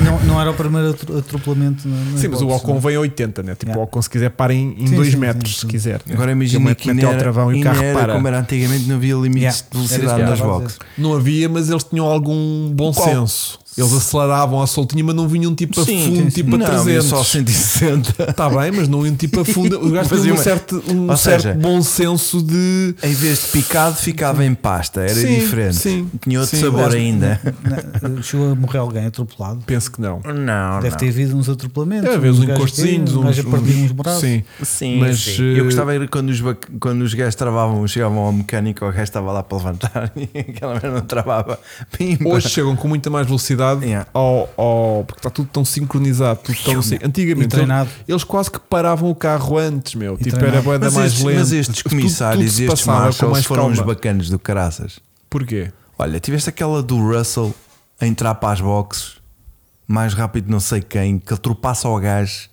Speaker 3: Não, não era o primeiro atro- atropelamento na, na
Speaker 2: sim, mas o
Speaker 3: boxe,
Speaker 2: Alcon
Speaker 3: não é?
Speaker 2: vem a 80, né? Tipo,
Speaker 3: Yeah.
Speaker 2: o Alcon se quiser para em, em
Speaker 3: Sim,
Speaker 2: 2
Speaker 3: sim,
Speaker 2: metros,
Speaker 3: sim,
Speaker 2: se
Speaker 3: sim.
Speaker 2: quiser. né?
Speaker 1: Agora
Speaker 2: Ele
Speaker 1: imagina
Speaker 2: mete-
Speaker 1: que
Speaker 2: mete
Speaker 1: ainda
Speaker 2: ao
Speaker 1: era-
Speaker 2: travão e o
Speaker 1: ainda
Speaker 2: carro
Speaker 1: era
Speaker 2: para.
Speaker 1: Como era antigamente, não havia
Speaker 3: Yeah,
Speaker 1: limites de
Speaker 3: era isso que
Speaker 1: velocidade
Speaker 3: eu
Speaker 1: nas
Speaker 3: estava a
Speaker 1: boxes.
Speaker 3: dizer.
Speaker 2: Não havia, mas eles tinham algum bom
Speaker 1: Qual?
Speaker 2: senso. Eles aceleravam à soltinha, mas não vinham tipo a
Speaker 1: Sim,
Speaker 2: fundo,
Speaker 1: sim, sim.
Speaker 2: tipo
Speaker 1: Não,
Speaker 2: a
Speaker 1: ia
Speaker 2: 300.
Speaker 1: só 160.
Speaker 2: Está Tá bem, mas não iam tipo a fundo. Os gajos
Speaker 1: Fazia
Speaker 2: tinham um
Speaker 1: uma-
Speaker 2: certo, um
Speaker 1: Ou
Speaker 2: certo
Speaker 1: seja-
Speaker 2: bom senso de.
Speaker 1: [laughs] Em vez de picado, ficava em pasta, era
Speaker 2: Sim,
Speaker 1: diferente.
Speaker 2: sim.
Speaker 1: Tinha outro
Speaker 2: Sim,
Speaker 1: sabor
Speaker 2: mas-
Speaker 1: ainda.
Speaker 3: Na- eh, Chegou a morrer
Speaker 2: [laughs]
Speaker 3: alguém atropelado.
Speaker 2: Penso que Ah, não. É,
Speaker 1: Não,
Speaker 3: Deve ter havido uns atropelamentos.
Speaker 2: Deve haver uns
Speaker 3: um gajo
Speaker 2: encostezinhos,
Speaker 3: caiu, um
Speaker 2: uns.
Speaker 3: gajo a partir uns É braços.
Speaker 2: Sim.
Speaker 1: Sim,
Speaker 2: Mas,
Speaker 1: sim.
Speaker 2: eh,
Speaker 1: eu gostava de ir quando os, bac- quando os gajos travavam, chegavam ao mecânico, o gajo estava lá para levantar [laughs] e aquela merda não travava. Pimba.
Speaker 2: Hoje chegam com muita mais velocidade
Speaker 1: Yeah.
Speaker 2: ao, ao- porque está tudo tão sincronizado, tudo tão sin-
Speaker 3: E
Speaker 2: antigamente eles,
Speaker 3: treinado.
Speaker 2: eles quase que paravam o carro antes, meu, tipo
Speaker 3: treinado.
Speaker 2: era boeda
Speaker 1: mas,
Speaker 2: mais
Speaker 1: estes,
Speaker 2: lento.
Speaker 1: mas estes
Speaker 2: Tudo-
Speaker 1: comissários
Speaker 2: tudo se
Speaker 1: e estes
Speaker 2: passava com
Speaker 1: marshals
Speaker 2: mais
Speaker 1: foram
Speaker 2: calma.
Speaker 1: uns bacanos do caraças.
Speaker 2: Porquê?
Speaker 1: Olha, tiveste aquela do Russell a entrar para as boxes mais rápido, não sei quem, que atropassa ao gajo.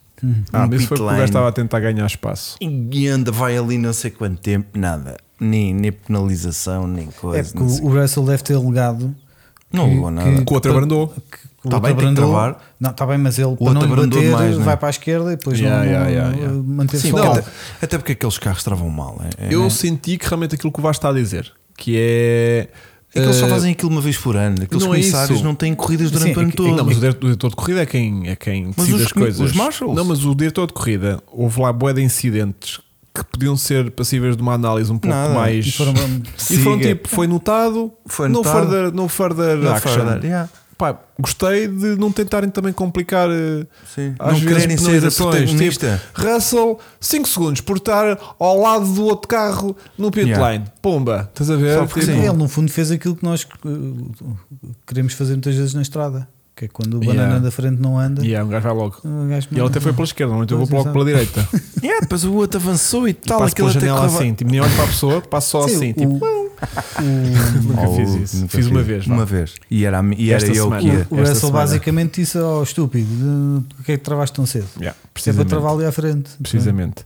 Speaker 2: Ah,
Speaker 1: no
Speaker 2: mas isso foi
Speaker 1: Um pit
Speaker 2: porque o gajo
Speaker 1: lane.
Speaker 2: estava a tentar ganhar espaço.
Speaker 1: E anda, vai ali não sei quanto tempo, nada. Nem, nem penalização, nem
Speaker 3: É
Speaker 1: coisa.
Speaker 3: porque
Speaker 1: não sei.
Speaker 3: o o Russell deve ter alegado.
Speaker 1: Não
Speaker 3: que-
Speaker 1: levou nada.
Speaker 2: Com o Um outro abrandou.
Speaker 3: que o
Speaker 1: Tá bem, tem
Speaker 3: outro
Speaker 1: que
Speaker 3: abrandou.
Speaker 1: travar.
Speaker 3: Não, está bem, mas ele para
Speaker 1: outro
Speaker 3: não lhe
Speaker 1: abrandou
Speaker 3: bater
Speaker 1: demais, não é?
Speaker 3: vai para a esquerda e depois
Speaker 2: Yeah,
Speaker 3: não,
Speaker 2: yeah,
Speaker 3: não- eh,
Speaker 2: yeah, yeah.
Speaker 3: manter-se
Speaker 1: Sim, é
Speaker 3: ao
Speaker 1: porque
Speaker 3: lado.
Speaker 1: até, até porque aqueles carros travam mal. É,
Speaker 2: Eu
Speaker 1: é,
Speaker 2: senti que realmente aquilo que o Vasco está a dizer, que é.
Speaker 1: É que eles só
Speaker 2: eh,
Speaker 1: fazem aquilo uma vez por ano. Aqueles
Speaker 2: não é
Speaker 1: comissários
Speaker 2: isso.
Speaker 1: não têm corridas durante
Speaker 3: Sim,
Speaker 1: o ano
Speaker 3: é que- é
Speaker 1: todo.
Speaker 3: que
Speaker 2: eh, Não, mas o diretor, o diretor de corrida é quem, é quem decide
Speaker 1: os
Speaker 2: as
Speaker 1: comi-
Speaker 2: coisas.
Speaker 1: os marshals?
Speaker 2: Não, mas o diretor de corrida, houve lá boé de incidentes que podiam ser passíveis de uma análise um pouco
Speaker 1: Nada.
Speaker 2: mais.
Speaker 3: E
Speaker 2: [laughs]
Speaker 3: foram-
Speaker 2: E foram
Speaker 1: Siga.
Speaker 2: tipo, foi notado,
Speaker 1: Foi
Speaker 2: no
Speaker 1: notado.
Speaker 2: further, no further
Speaker 1: Não
Speaker 2: action.
Speaker 1: further, yeah.
Speaker 2: Pá, gostei de não tentarem também complicar eh,
Speaker 1: Sim.
Speaker 2: às
Speaker 1: Não
Speaker 2: vezes
Speaker 1: quererem ser a
Speaker 2: penalizações. Tipo, [laughs]
Speaker 1: protagonista.
Speaker 2: Russell, 5 segundos por estar ao lado do outro carro no pit
Speaker 1: Yeah.
Speaker 2: line. Pomba, estás a ver?
Speaker 1: Só porque
Speaker 2: Tipo,
Speaker 1: sim.
Speaker 3: Ele, no fundo, fez aquilo que nós uh, queremos fazer muitas vezes na estrada, que é quando o
Speaker 2: Yeah.
Speaker 3: banana da frente não anda.
Speaker 2: Yeah, um gajo vai logo.
Speaker 3: o gajo
Speaker 2: E ele até foi pela esquerda, não eu vou
Speaker 3: Pois,
Speaker 2: logo pela direita. [laughs]
Speaker 1: Yeah, depois o outro avançou e tal.
Speaker 2: Passo
Speaker 1: aquilo
Speaker 2: pela
Speaker 1: até
Speaker 2: janela
Speaker 1: correu-
Speaker 2: assim, tipo, nem olho para a pessoa, passo só
Speaker 3: Sim,
Speaker 2: assim.
Speaker 3: o-
Speaker 2: Tipo,
Speaker 3: o-
Speaker 2: nunca
Speaker 1: Oh,
Speaker 2: fiz isso.
Speaker 1: nunca
Speaker 2: fiz uma vez. vá.
Speaker 1: Uma vez. E era, a mi- e era
Speaker 2: Esta
Speaker 1: eu
Speaker 2: semana.
Speaker 1: que é ia.
Speaker 3: o
Speaker 2: esta
Speaker 3: Russell
Speaker 2: semana.
Speaker 3: basicamente disse ao estúpido: "De- Porquê é que travaste tão cedo?
Speaker 2: Yeah,
Speaker 3: É para
Speaker 2: precisamente.
Speaker 3: travar ali à frente.
Speaker 2: precisamente.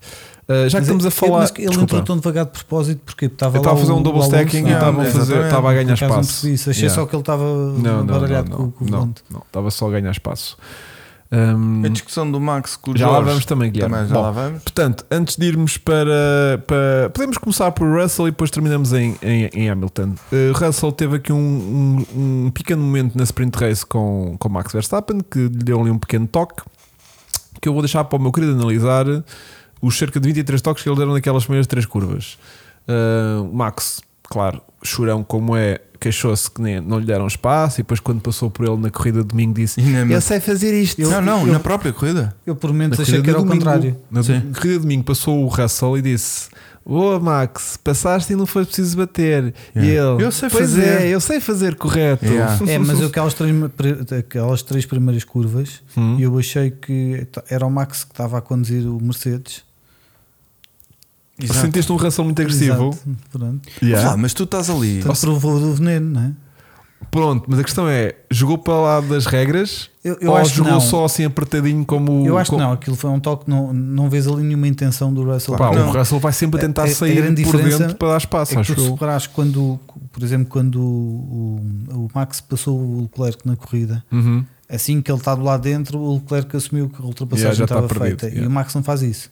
Speaker 2: Uh, já que
Speaker 3: Mas
Speaker 2: estamos
Speaker 3: é-
Speaker 2: a falar.
Speaker 3: mas Ele
Speaker 2: Desculpa.
Speaker 3: entrou tão devagar de propósito porque porque estava
Speaker 2: Eu estava
Speaker 3: lá
Speaker 2: a fazer
Speaker 3: o-
Speaker 2: um double
Speaker 3: o Alonso,
Speaker 2: stacking e
Speaker 3: não,
Speaker 2: estava a,
Speaker 3: não,
Speaker 2: fazer-
Speaker 1: exatamente.
Speaker 2: estava a
Speaker 3: por
Speaker 2: ganhar
Speaker 3: acaso não
Speaker 2: espaço.
Speaker 3: percebi isso. Achei
Speaker 2: Yeah.
Speaker 3: só que ele estava
Speaker 2: Não, não, não,
Speaker 3: baralhado com-
Speaker 2: não,
Speaker 3: com o
Speaker 2: não,
Speaker 3: volante.
Speaker 2: não, estava só a ganhar espaço. Um,
Speaker 1: A discussão do Max com o
Speaker 2: já lá
Speaker 1: Jorge.
Speaker 2: vamos também, Guilherme.
Speaker 1: Também já
Speaker 2: Bom,
Speaker 1: lá vamos.
Speaker 2: Portanto, antes de irmos para, para- Podemos começar por Russell e depois terminamos em, em, em Hamilton. Uh, Russell teve aqui um, um, um pequeno momento na sprint race com, com Max Verstappen que lhe deu ali um pequeno toque que eu vou deixar para o meu querido analisar os cerca de 23 toques que ele deram naquelas primeiras três curvas. Uh, Max, claro, chorão como é, queixou-se que nem, não lhe deram espaço e depois quando passou por ele na corrida de domingo disse
Speaker 1: E na-
Speaker 2: sei fazer isto.
Speaker 1: não, não, na própria corrida.
Speaker 3: Eu por momentos
Speaker 2: é Na
Speaker 3: achei
Speaker 2: corrida
Speaker 3: que era
Speaker 2: de
Speaker 3: o
Speaker 2: domingo.
Speaker 3: contrário.
Speaker 2: Na
Speaker 1: Sim.
Speaker 2: corrida de domingo passou o Russell e disse: Boa, Max, passaste e não foi preciso bater.
Speaker 1: Yeah.
Speaker 2: E ele:
Speaker 1: Eu sei
Speaker 2: "Pois
Speaker 1: fazer."
Speaker 2: é, eu sei fazer correto.
Speaker 1: Yeah.
Speaker 3: É, mas eu aquelas três, aquelas três primeiras curvas
Speaker 2: Hum.
Speaker 3: eu achei que t- era o Max que estava a conduzir o Mercedes.
Speaker 1: Exato.
Speaker 2: Sentiste um Russell muito agressivo.
Speaker 3: Exato, Pronto.
Speaker 2: Yeah. Então,
Speaker 1: Vá, mas tu estás ali.
Speaker 3: Portanto, provou do veneno, não é?
Speaker 2: Pronto, mas a questão é: jogou para lá das regras?
Speaker 3: Eu- eu
Speaker 2: ou
Speaker 3: acho que
Speaker 2: jogou
Speaker 3: não.
Speaker 2: só assim apertadinho como.
Speaker 3: Eu acho que
Speaker 2: como-
Speaker 3: não, aquilo foi um toque, não, não vês ali nenhuma intenção do Russell.
Speaker 2: Pá,
Speaker 1: Não.
Speaker 2: O Russell vai sempre
Speaker 3: A-
Speaker 2: tentar
Speaker 3: a- a
Speaker 2: sair
Speaker 3: grande
Speaker 2: por
Speaker 3: diferença
Speaker 2: dentro para dar espaço.
Speaker 3: É que
Speaker 2: acho
Speaker 3: tu
Speaker 2: eu.
Speaker 3: reparaste quando, por exemplo, quando o, o- o Max passou o Leclerc na corrida,
Speaker 2: Uhum.
Speaker 3: assim que ele está do lado dentro, o Leclerc assumiu que a ultrapassagem
Speaker 2: Yeah, já está
Speaker 3: estava
Speaker 2: perdido,
Speaker 3: feita
Speaker 2: yeah.
Speaker 3: e o Max não faz isso.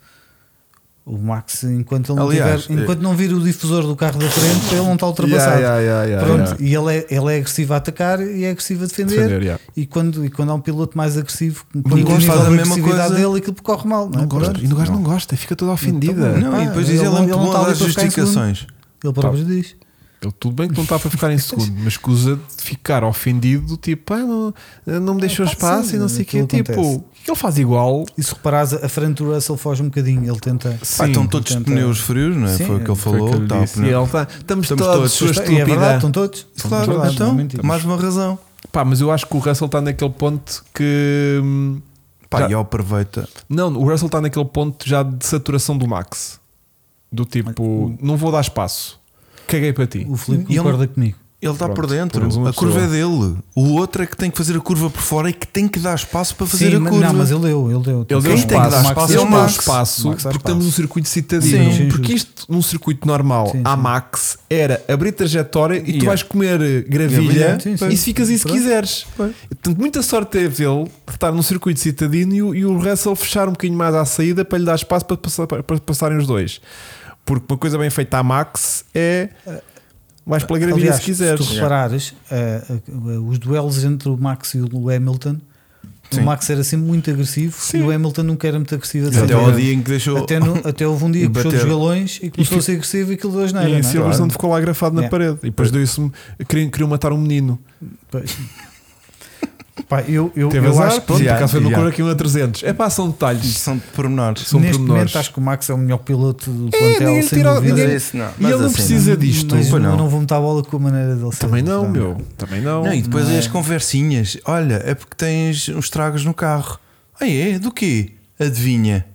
Speaker 3: O Max, enquanto ele não,
Speaker 1: Aliás,
Speaker 3: tiver-
Speaker 1: é-
Speaker 3: enquanto não vir o difusor do carro da frente, ele não está ultrapassado.
Speaker 2: Yeah, yeah, yeah, yeah,
Speaker 3: Pronto, e ele é, ele é agressivo a atacar e é agressivo a defender.
Speaker 2: Defender, yeah.
Speaker 3: E, quando, e quando há um piloto mais agressivo, que
Speaker 1: gosta,
Speaker 3: nível
Speaker 1: faz a
Speaker 3: de
Speaker 1: mesma
Speaker 3: agressividade
Speaker 1: coisa.
Speaker 3: dele, aquilo corre mal. Não, é?
Speaker 2: Não gosta.
Speaker 3: Pronto.
Speaker 2: E o gajo
Speaker 3: Então,
Speaker 2: não gosta, fica toda ofendida.
Speaker 1: Não, e
Speaker 3: Pá,
Speaker 1: depois diz
Speaker 3: ele-
Speaker 1: ele é muito
Speaker 3: ele
Speaker 2: tá
Speaker 1: bom
Speaker 3: não está
Speaker 1: a
Speaker 3: ali
Speaker 1: dar
Speaker 3: para ficar em segundo.
Speaker 1: justificações.
Speaker 3: Ele próprio diz.
Speaker 2: Ele, tudo bem que não está para ficar em
Speaker 3: [laughs]
Speaker 2: segundo, mas escusa de ficar ofendido, do tipo, "Ah, não, não me deixou
Speaker 3: pá,
Speaker 2: espaço
Speaker 3: sim,
Speaker 2: e não sei o quê.
Speaker 3: É, aquilo
Speaker 2: Tipo,
Speaker 3: acontece.
Speaker 2: o que ele faz igual?
Speaker 3: E se reparares, a frente do Russell foge um bocadinho. Ele tenta.
Speaker 1: Pá, estão todos de
Speaker 3: tenta-
Speaker 1: pneus frios, não é?
Speaker 3: Sim,
Speaker 1: foi o que ele
Speaker 2: Foi o
Speaker 1: falou.
Speaker 2: que ele
Speaker 1: tá, o
Speaker 2: disse. E
Speaker 1: pneu-
Speaker 2: ele tá, estamos,
Speaker 1: Estamos
Speaker 2: todos,
Speaker 1: todos,
Speaker 2: sua
Speaker 3: E é verdade,
Speaker 2: estupidez.
Speaker 3: estão todos.
Speaker 1: Claro,
Speaker 3: Estão todos, não é
Speaker 1: então,
Speaker 3: mentira.
Speaker 1: mais uma razão.
Speaker 2: Pá, mas eu acho que o Russell está naquele ponto que. hum,
Speaker 1: Pá,
Speaker 2: Já-
Speaker 1: e ele aproveita.
Speaker 2: Não, o Russell está naquele ponto já de saturação do Max. Do tipo, não vou dar espaço. Caguei para ti.
Speaker 3: O Filipe
Speaker 1: E ele-
Speaker 3: concorda comigo.
Speaker 1: Ele está
Speaker 2: Pronto,
Speaker 1: por dentro.
Speaker 2: pelo menos uma
Speaker 1: A curva
Speaker 2: pessoa.
Speaker 1: é dele. O outro é que tem que fazer a curva por fora e que tem que dar espaço para fazer
Speaker 3: Sim,
Speaker 1: a
Speaker 3: mas-
Speaker 1: curva.
Speaker 3: Não, mas ele deu. Ele deu.
Speaker 1: Quem
Speaker 2: Ele deu
Speaker 1: tem que
Speaker 2: espaço,
Speaker 1: dar espaço
Speaker 2: ele
Speaker 1: é o
Speaker 2: deu
Speaker 1: Max.
Speaker 2: espaço
Speaker 3: Max
Speaker 2: porque
Speaker 3: dá espaço.
Speaker 2: estamos num circuito
Speaker 1: Sim.
Speaker 2: citadino.
Speaker 1: Sim,
Speaker 2: porque isto, num circuito normal,
Speaker 3: Sim,
Speaker 2: a
Speaker 3: sim.
Speaker 2: Max, era abrir trajetória e tu
Speaker 1: Yeah.
Speaker 2: vais comer eh, gravilha
Speaker 1: Gravilha,
Speaker 3: sim,
Speaker 2: e
Speaker 3: sim.
Speaker 2: se ficas aí se
Speaker 3: Pronto.
Speaker 2: quiseres.
Speaker 1: Pois.
Speaker 2: Portanto, muita sorte teve ele de estar num circuito citadino e o, e o Russell fechar um bocadinho mais à saída para lhe dar espaço para, passar- para passarem os dois. Porque uma coisa bem feita à Max é vais pela gravilha
Speaker 3: Aliás,
Speaker 2: se quiseres.
Speaker 3: tu reparares, eh, eh, os duelos entre o Max e o Hamilton, o Max era sempre muito agressivo e o Hamilton nunca era muito agressivo. a
Speaker 1: Até
Speaker 3: defender.
Speaker 1: ao dia em que deixou.
Speaker 3: até, no- até houve um dia que puxou dos
Speaker 1: Bater.
Speaker 3: galões e começou a ser agressivo e aquilo dois não era.
Speaker 2: e a
Speaker 1: né?
Speaker 3: não é?
Speaker 2: Silverstone ficou lá grafado na
Speaker 3: É.
Speaker 2: parede. E depois deu-se. Queriam, queriam matar um menino.
Speaker 3: Pois. Pá, eu, eu,
Speaker 2: Teve
Speaker 3: eu
Speaker 2: azar,
Speaker 3: acho que
Speaker 2: pronto,
Speaker 1: Já,
Speaker 2: por acaso foi uma
Speaker 1: já.
Speaker 2: cor aqui uma 300. É pá, são detalhes.
Speaker 1: São de pormenores.
Speaker 2: São
Speaker 3: neste
Speaker 2: pormenores.
Speaker 3: momento acho que o Max é o melhor piloto do plantel,
Speaker 2: ninguém
Speaker 3: sem
Speaker 2: tira-
Speaker 3: dúvida.
Speaker 2: ninguém-
Speaker 1: é isso não.
Speaker 2: e ele não precisa disto.
Speaker 3: Mas eu
Speaker 1: Pois não.
Speaker 3: não. vou meter a bola com a maneira dele ser. então.
Speaker 2: Também não,
Speaker 3: Portanto,
Speaker 2: meu. Também não.
Speaker 1: Não, e depois é as conversinhas. Olha, é porque tens uns tragos no carro. Ah, é? Do quê? Adivinha?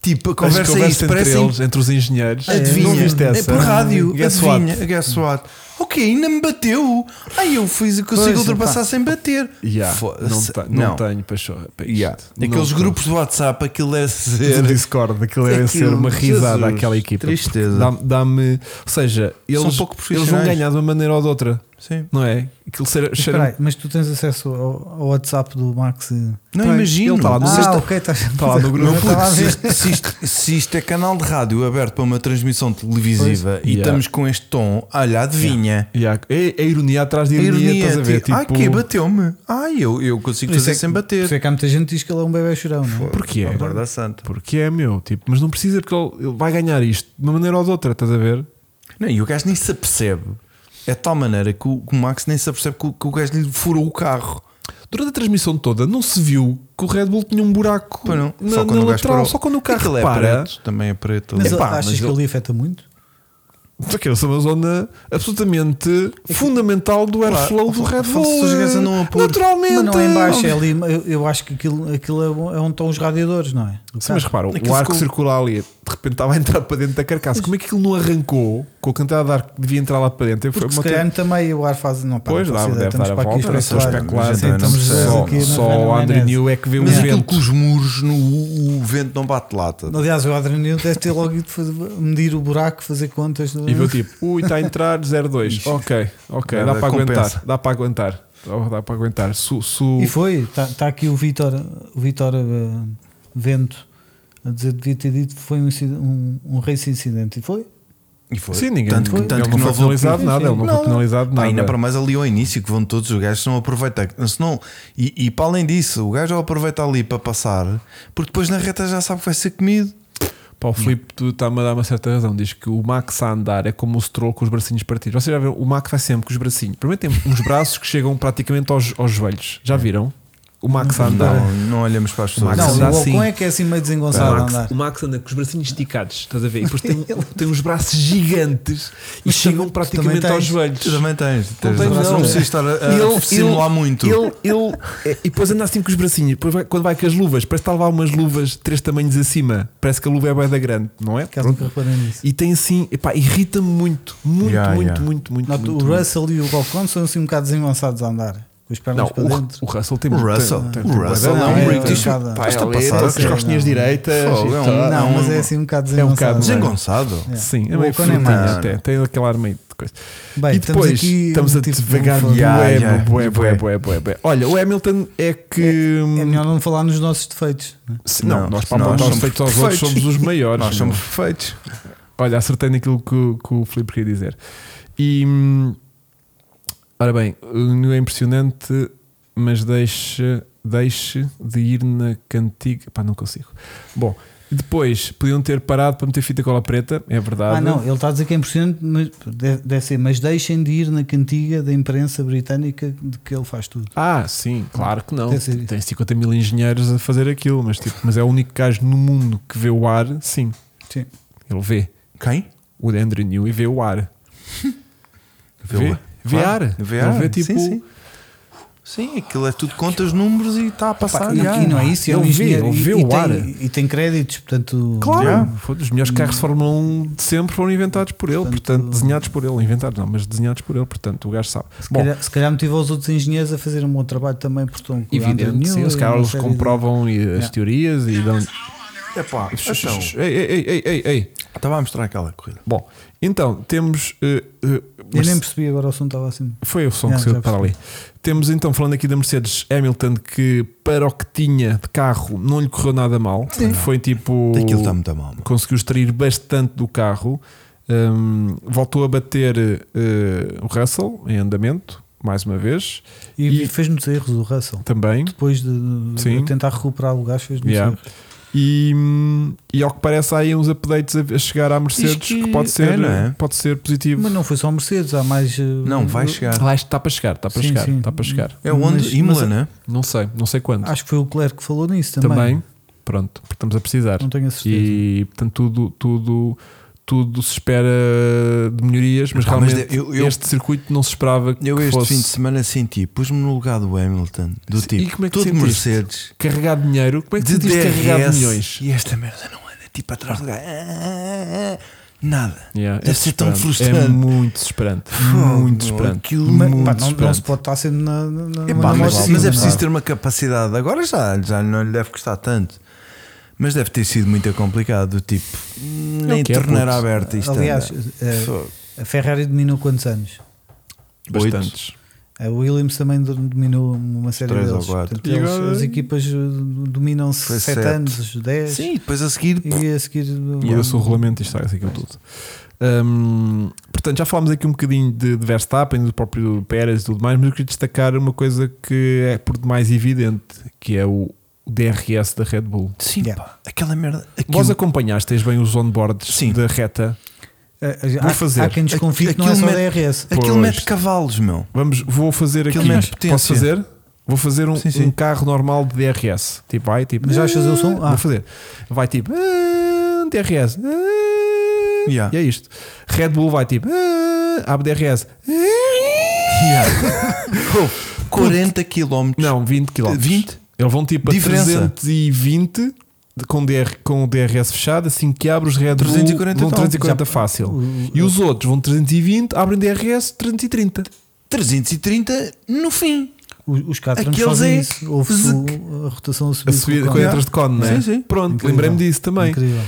Speaker 1: Tipo, a
Speaker 2: As
Speaker 1: conversa é isso.
Speaker 2: entre
Speaker 1: Parecem.
Speaker 2: eles, entre os engenheiros.
Speaker 3: é? Não
Speaker 1: Adivinha?
Speaker 3: viste
Speaker 1: É,
Speaker 2: essa?
Speaker 1: por rádio.
Speaker 2: Guess what?
Speaker 1: adivinha? Guess what? Ok, ainda me bateu. Ai, eu fiz eu consigo
Speaker 3: Pois,
Speaker 1: ultrapassar
Speaker 3: pá.
Speaker 1: sem bater.
Speaker 2: Yeah,
Speaker 1: Foda-se.
Speaker 2: não, te- não tenho paixão. para isto.
Speaker 1: Yeah.
Speaker 2: Não
Speaker 1: Aqueles
Speaker 2: tenho.
Speaker 1: grupos do WhatsApp, aquilo é [laughs]
Speaker 2: do
Speaker 1: ser.
Speaker 2: Discord, aquilo deve
Speaker 1: Aquilo,
Speaker 2: ser uma risada
Speaker 1: Jesus,
Speaker 2: àquela equipa.
Speaker 1: tristeza.
Speaker 2: Dá- Dá-me. Ou seja,
Speaker 1: São
Speaker 2: eles,
Speaker 1: pouco
Speaker 2: eles vão
Speaker 1: profissionais.
Speaker 2: ganhar de uma maneira ou de outra,
Speaker 1: Sim.
Speaker 2: não é? Aquilo será.
Speaker 3: Mas espera aí, mas tu tens acesso ao, ao WhatsApp do Max? e-
Speaker 1: Não
Speaker 2: Tem.
Speaker 1: imagino.
Speaker 2: Ele está lá no
Speaker 1: Vocês
Speaker 2: sexto-
Speaker 3: Ah,
Speaker 1: estão-
Speaker 3: ok, estás
Speaker 1: Tá
Speaker 2: Está
Speaker 3: [laughs]
Speaker 2: lá no grupo.
Speaker 1: Meu
Speaker 3: Não
Speaker 1: puto,
Speaker 3: estava a
Speaker 1: se,
Speaker 3: ver.
Speaker 1: isto, se isto- se isto é canal de rádio aberto para uma transmissão televisiva e
Speaker 2: Yeah.
Speaker 1: estamos com este tom, olha, adivinha.
Speaker 2: Yeah, É, é ironia atrás de
Speaker 1: A
Speaker 2: ironia,
Speaker 1: ironia
Speaker 2: estás a
Speaker 1: é
Speaker 2: ver?
Speaker 1: tipo, ai que bateu-me. Ai, eu, eu consigo
Speaker 3: Por isso
Speaker 1: fazer
Speaker 3: é que-
Speaker 1: sem
Speaker 3: Por isso
Speaker 1: bater.
Speaker 3: é que há muita gente que diz que ele é um bebê chorão, não é?
Speaker 2: Porquê?
Speaker 1: Oh, guarda santo.
Speaker 2: Porque é meu, tipo, mas não precisa, porque ele, ele vai ganhar isto de uma maneira ou de outra, estás a ver?
Speaker 1: Não, e o gajo nem se apercebe. É de tal maneira que o, que o Max nem se apercebe que o, que o gajo lhe furou o carro.
Speaker 2: Durante a transmissão toda, não se viu que o Red Bull tinha um buraco
Speaker 1: Pois não,
Speaker 2: na,
Speaker 1: só quando
Speaker 2: na
Speaker 1: o gajo
Speaker 2: lateral,
Speaker 1: parou.
Speaker 2: só quando o carro
Speaker 1: Aquilo é
Speaker 2: para.
Speaker 1: preto, também é preto.
Speaker 3: Mas
Speaker 2: Epá,
Speaker 3: achas
Speaker 2: mas ah,
Speaker 3: que
Speaker 2: ele-
Speaker 3: ele afeta muito?
Speaker 2: Aquilo é uma zona absolutamente fundamental do
Speaker 1: Claro,
Speaker 2: airflow do Red
Speaker 1: foda-se,
Speaker 2: Bull.
Speaker 1: os gajos andam a pôr-
Speaker 2: Naturalmente.
Speaker 3: Mas não é em baixo, é ali. Eu, eu acho que aquilo, aquilo é, um- é onde estão os radiadores, não é? Do
Speaker 2: Sim, mas
Speaker 3: carro.
Speaker 2: repara,
Speaker 1: Aquilo
Speaker 2: o ar que
Speaker 1: ficou-
Speaker 2: circula ali de repente estava a entrar para dentro da carcaça. Como é que aquilo não arrancou com a quantidade de ar que devia entrar lá para dentro? Foi
Speaker 3: Porque se
Speaker 2: uma
Speaker 3: calhar também o ar faz. Não, pá,
Speaker 2: Pois,
Speaker 3: não
Speaker 2: dá,
Speaker 3: faço
Speaker 2: deve
Speaker 3: ideia, estamos
Speaker 2: dar a
Speaker 3: para aqui
Speaker 2: volta, não é só
Speaker 3: especular.
Speaker 2: especular.
Speaker 3: Sim,
Speaker 1: não
Speaker 3: estamos
Speaker 1: sei.
Speaker 3: os dois
Speaker 2: só
Speaker 3: aqui na-
Speaker 2: só
Speaker 3: na
Speaker 2: o
Speaker 3: maionese.
Speaker 2: André New é que vê o
Speaker 1: Mas aquilo
Speaker 2: vento.
Speaker 1: com os muros, no, o, o vento não bate lata.
Speaker 3: Aliás, o Adrenalino deve ter logo ido fazer- medir o buraco, fazer contas. é?
Speaker 2: E viu tipo, [laughs] ui, está a entrar 0-2.
Speaker 1: Isto.
Speaker 2: ok, ok,
Speaker 1: Nada,
Speaker 2: dá para
Speaker 1: compensa.
Speaker 2: aguentar. Dá para aguentar. Dá- Dá para aguentar. Su, su...
Speaker 3: E foi, está aqui o Vitor, o Vitor eh, Vento a dizer devia ter dito que foi um, incidente- um, um race incidente. E foi?
Speaker 1: E foi.
Speaker 2: Sim, ninguém.
Speaker 1: Tanto, que-
Speaker 2: ele
Speaker 1: tanto
Speaker 2: não
Speaker 1: que
Speaker 2: foi
Speaker 1: não levou
Speaker 2: penalizado nada. Ele não foi
Speaker 1: Não.
Speaker 2: penalizado
Speaker 1: Pá, ainda
Speaker 2: nada.
Speaker 1: para mais ali ao início que vão todos os gajos não aproveita se não, e, e para além disso o gajo aproveita ali para passar porque depois na reta já sabe que vai ser comido
Speaker 2: Pá, o Filipe tu está-me a dar uma certa razão. Diz que o Max a andar é como o Stroll com os bracinhos partidos. Vocês já viram? O Max vai sempre com os bracinhos. Primeiro tem uns braços que chegam praticamente aos, aos joelhos. Já viram? O Max a andar.
Speaker 1: não, não olhamos para as pessoas
Speaker 2: Max
Speaker 3: não,
Speaker 2: anda
Speaker 3: o
Speaker 2: assim.
Speaker 3: Ocon é que é assim meio desengonçado a
Speaker 2: Max-
Speaker 3: andar.
Speaker 2: o Max anda com os bracinhos esticados, estás a ver? E depois
Speaker 3: [laughs]
Speaker 2: tem, um, tem uns braços gigantes e
Speaker 3: Mas
Speaker 2: chegam
Speaker 3: também-
Speaker 2: praticamente
Speaker 3: também
Speaker 2: aos
Speaker 3: tens-
Speaker 2: joelhos.
Speaker 1: tu também tens, tens
Speaker 2: tenho,
Speaker 1: razão,
Speaker 2: não.
Speaker 1: precisas estar a, a
Speaker 2: Ele-
Speaker 1: simular
Speaker 2: ele-
Speaker 1: muito
Speaker 2: Ele, ele, é, e depois anda assim com os bracinhos. Depois vai- quando vai com as luvas, parece que está a levar umas luvas de três tamanhos acima. Parece que a luva é bem da grande, não é?
Speaker 3: Caso nunca reparem nisso.
Speaker 2: E tem assim, epá, irrita-me muito, muito,
Speaker 1: Yeah,
Speaker 2: muito,
Speaker 1: yeah.
Speaker 2: muito, muito,
Speaker 3: Não,
Speaker 2: muito.
Speaker 3: o
Speaker 2: muito.
Speaker 3: Russell e o Ocon são assim um bocado desengonçados a andar, com as pernas
Speaker 2: Não,
Speaker 3: para dentro.
Speaker 2: o, o Russell tem
Speaker 1: o
Speaker 2: muito-
Speaker 1: Russell,
Speaker 2: tem-
Speaker 1: o
Speaker 2: tem- tem-
Speaker 1: Russell é
Speaker 3: não,
Speaker 1: um
Speaker 3: é,
Speaker 1: British
Speaker 3: é um bocado-
Speaker 1: pá,
Speaker 2: Está
Speaker 1: ele é
Speaker 2: passado com as
Speaker 1: assim,
Speaker 2: costinhas
Speaker 3: não.
Speaker 2: direitas.
Speaker 1: Fogo,
Speaker 2: e
Speaker 1: é um-
Speaker 2: tal.
Speaker 3: Não, mas
Speaker 1: um-
Speaker 3: é assim um bocado
Speaker 2: Ah, é um
Speaker 3: desengonçado.
Speaker 2: bocado
Speaker 1: desengonçado
Speaker 3: É.
Speaker 2: Sim, é
Speaker 3: O
Speaker 2: meio
Speaker 3: Ocon é
Speaker 2: frutinha
Speaker 3: mais.
Speaker 2: até. Tem aquele ar meio de coisa.
Speaker 3: Bem,
Speaker 2: e
Speaker 3: estamos
Speaker 2: depois
Speaker 3: aqui
Speaker 2: estamos a
Speaker 3: tipo,
Speaker 2: devagar
Speaker 3: vamos
Speaker 1: falar-
Speaker 2: bué,
Speaker 1: Yeah, yeah.
Speaker 2: bué, bué, bué, bué, bué. Olha, o Hamilton é que.
Speaker 3: É melhor não falar nos nossos defeitos. né?
Speaker 2: Se- não,
Speaker 1: Não,
Speaker 2: nós para
Speaker 1: nós
Speaker 2: apontar os
Speaker 1: somos
Speaker 2: feitos aos outros
Speaker 1: perfeitos.
Speaker 2: somos os maiores.
Speaker 1: nós
Speaker 2: meu.
Speaker 1: somos perfeitos
Speaker 2: Olha, acertei naquilo que, o- que o Filipe queria dizer. E. hum, Ora bem, o New é impressionante, mas deixe, deixe de ir na cantiga. Pá, não consigo. Bom, E depois podiam ter parado para meter fita cola preta, é verdade.
Speaker 3: Ah, não, ele está a dizer que é impressionante, mas deve, deve ser, mas deixem de ir na cantiga da imprensa britânica de que ele faz tudo.
Speaker 2: Ah, sim, claro que não.
Speaker 3: Tem sido.
Speaker 2: Tem 50 mil engenheiros a fazer aquilo, mas, tipo, mas é o único gajo no mundo que vê o ar, sim.
Speaker 3: Sim.
Speaker 2: Ele vê
Speaker 1: Quem?
Speaker 2: o Andrew New e vê o ar.
Speaker 1: Vê-la.
Speaker 2: vê
Speaker 1: Claro,
Speaker 2: ar.
Speaker 1: vê
Speaker 2: Ele
Speaker 1: ar.
Speaker 2: vê, tipo,
Speaker 1: Sim, sim. Sim, aquilo é tudo contas, números e está a passar.
Speaker 2: Ah,
Speaker 3: E,
Speaker 1: já.
Speaker 3: e não é isso, é
Speaker 2: Ele
Speaker 3: um
Speaker 2: vê,
Speaker 3: engenheiro
Speaker 2: ele
Speaker 3: e-
Speaker 2: vê
Speaker 3: e,
Speaker 2: o
Speaker 3: tem,
Speaker 2: ar.
Speaker 3: e tem créditos, portanto.
Speaker 2: Claro,
Speaker 1: Já.
Speaker 2: foi dos melhores carros de Fórmula 1 de sempre foram inventados por ele, portanto, desenhados por ele, inventados não, mas desenhados por ele, portanto, o gajo sabe.
Speaker 3: Se,
Speaker 2: Bom,
Speaker 3: calhar, se calhar motivou os outros engenheiros a fazerem um bom trabalho também, porque estão com o Andrew
Speaker 2: evidente, sim,
Speaker 3: Newey,
Speaker 2: os caras
Speaker 3: uma série
Speaker 2: comprovam e as
Speaker 3: Yeah.
Speaker 2: teorias e dão.
Speaker 1: Epá, então,
Speaker 2: Ei, ei, ei, ei, ei, ei.
Speaker 1: estava a mostrar aquela corrida.
Speaker 2: Bom, então temos. eh, eh,
Speaker 3: de- Eu nem percebi agora o assunto estava assim.
Speaker 2: Foi o som
Speaker 3: Yeah,
Speaker 2: que saiu
Speaker 3: já
Speaker 2: para ali. Temos então, falando aqui da Mercedes Hamilton, que para o que tinha de carro não lhe correu nada mal. Foi tipo.
Speaker 1: Aquilo está muito mal. mano.
Speaker 2: conseguiu extrair bastante do carro. Hum, voltou a bater eh, o Russell em andamento, mais uma vez.
Speaker 3: E,
Speaker 2: E-
Speaker 3: fez-nos erros o Russell.
Speaker 2: Também.
Speaker 3: Depois de, de
Speaker 2: Sim.
Speaker 3: tentar recuperar o gajo, fez-nos
Speaker 2: Yeah.
Speaker 3: erros.
Speaker 2: E, hum, e ao que parece, há aí uns updates a a chegar à Mercedes
Speaker 1: Isto que-
Speaker 2: que pode ser,
Speaker 1: é, não é?
Speaker 2: pode ser positivo.
Speaker 3: Mas não foi só o Mercedes, há mais. eh,
Speaker 1: Não, vai chegar.
Speaker 2: Ah, isto está para chegar, está para
Speaker 3: Sim,
Speaker 2: chegar,
Speaker 3: sim.
Speaker 2: está para chegar.
Speaker 1: É onde?
Speaker 3: Mas-
Speaker 1: Imola,
Speaker 3: mas-
Speaker 1: né?
Speaker 2: Não sei, não sei quando.
Speaker 3: Acho que foi o Clerc que falou nisso também.
Speaker 2: também. pronto, porque estamos a precisar.
Speaker 3: Não tenho a certeza.
Speaker 2: E portanto, tudo, tudo, tudo se espera de melhorias, mas
Speaker 1: Pá, Então, mas
Speaker 2: realmente
Speaker 1: eu- eu-
Speaker 2: este circuito não se esperava que
Speaker 1: Eu este
Speaker 2: fosse
Speaker 1: fim de semana senti, pus-me no lugar do Hamilton, do
Speaker 2: Sim,
Speaker 1: tipo,
Speaker 2: e como é que
Speaker 1: todo
Speaker 2: sentiste?
Speaker 1: Mercedes,
Speaker 2: carregar dinheiro. Como é que
Speaker 1: de
Speaker 2: te sentiste carregar
Speaker 1: DRS,
Speaker 2: milhões?
Speaker 1: e esta merda não anda tipo atrás do gajo. Ah, ah, ah, Nada.
Speaker 2: Yeah,
Speaker 1: Deve
Speaker 2: é
Speaker 1: ser tão
Speaker 2: desesperante. É
Speaker 1: frustrante. Oh,
Speaker 2: muito desesperante.
Speaker 1: meu,
Speaker 2: Muito desesperante.
Speaker 1: aquilo- é-
Speaker 2: muito
Speaker 3: Mas, pá, não, não
Speaker 2: desesperante.
Speaker 3: se pode estar sempre na. na,
Speaker 1: Epá,
Speaker 3: na na
Speaker 1: mas,
Speaker 3: moda
Speaker 1: mas é
Speaker 3: cima,
Speaker 1: preciso
Speaker 3: pá.
Speaker 1: ter uma capacidade. Agora já, já não lhe deve custar tanto. Mas deve ter sido muito complicado. do Tipo, nem
Speaker 2: quero,
Speaker 1: torneira
Speaker 2: puto.
Speaker 1: aberta isto.
Speaker 3: Aliás,
Speaker 1: anda.
Speaker 3: eh,
Speaker 1: Fogo.
Speaker 3: a Ferrari dominou quantos anos?
Speaker 2: Bastantes.
Speaker 3: A Williams também do- dominou uma série
Speaker 1: Três ou
Speaker 3: deles.
Speaker 1: quatro.
Speaker 3: Portanto,
Speaker 2: E
Speaker 3: eles-
Speaker 2: agora-
Speaker 3: As equipas eh, dominam
Speaker 1: Foi
Speaker 3: 7
Speaker 1: sete.
Speaker 3: anos, 10
Speaker 1: Sim, depois a seguir,
Speaker 3: e a seguir. eh,
Speaker 2: E eu sou o regulamento e está aquilo tudo. Hum, portanto, já falámos aqui um bocadinho de, de Verstappen, do próprio Pérez e tudo mais, mas eu queria destacar uma coisa que é por demais evidente, que é o DRS da Red Bull.
Speaker 1: sim,
Speaker 3: Yeah.
Speaker 1: pá, aquela merda. Aquilo,
Speaker 2: Vós acompanhasteis bem os onboards
Speaker 1: Sim.
Speaker 2: da reta.
Speaker 3: Eh,
Speaker 2: Vou
Speaker 3: há-
Speaker 2: fazer.
Speaker 3: Há quem desconfie que não é
Speaker 1: Aquilo
Speaker 3: só
Speaker 1: mete-
Speaker 3: DRS.
Speaker 1: aquilo
Speaker 2: Pois.
Speaker 1: mete cavalos, meu.
Speaker 2: Vamos, vou fazer aqui.
Speaker 1: Aquilo mete potência.
Speaker 2: Posso fazer? Vou fazer um,
Speaker 1: Sim, sim.
Speaker 2: um carro normal de DRS. Tipo, vai tipo.
Speaker 3: Mas vais fazer o
Speaker 1: um?
Speaker 3: som?
Speaker 2: "Ah", Vou
Speaker 3: Ah.
Speaker 2: fazer. Vai tipo. "Ah, DRS. ah",
Speaker 1: Yeah.
Speaker 2: E é isto. Red Bull vai tipo. "Ah", Abre DRS.
Speaker 1: Pô, 40 km.
Speaker 2: [laughs] Não, 20 km.
Speaker 1: 20?
Speaker 2: Eles vão tipo a
Speaker 1: Diferença.
Speaker 2: 320 de- com, DR, com o DRS fechado, assim que abre os Red Bull
Speaker 1: 340
Speaker 2: vão
Speaker 1: tal.
Speaker 2: 340 fácil. e os outros vão 320, abrem DRS 330.
Speaker 1: 330 no fim.
Speaker 3: Os, os Catrans
Speaker 1: Aqueles
Speaker 3: fazem
Speaker 1: é-
Speaker 3: isso. Houve-se o- a rotação a subir.
Speaker 2: A subir
Speaker 3: com o
Speaker 2: com
Speaker 3: cone.
Speaker 2: letras de cone, não é?
Speaker 1: Sim, sim.
Speaker 2: Pronto,
Speaker 3: Incrível.
Speaker 2: lembrei-me disso também.
Speaker 3: Incrível.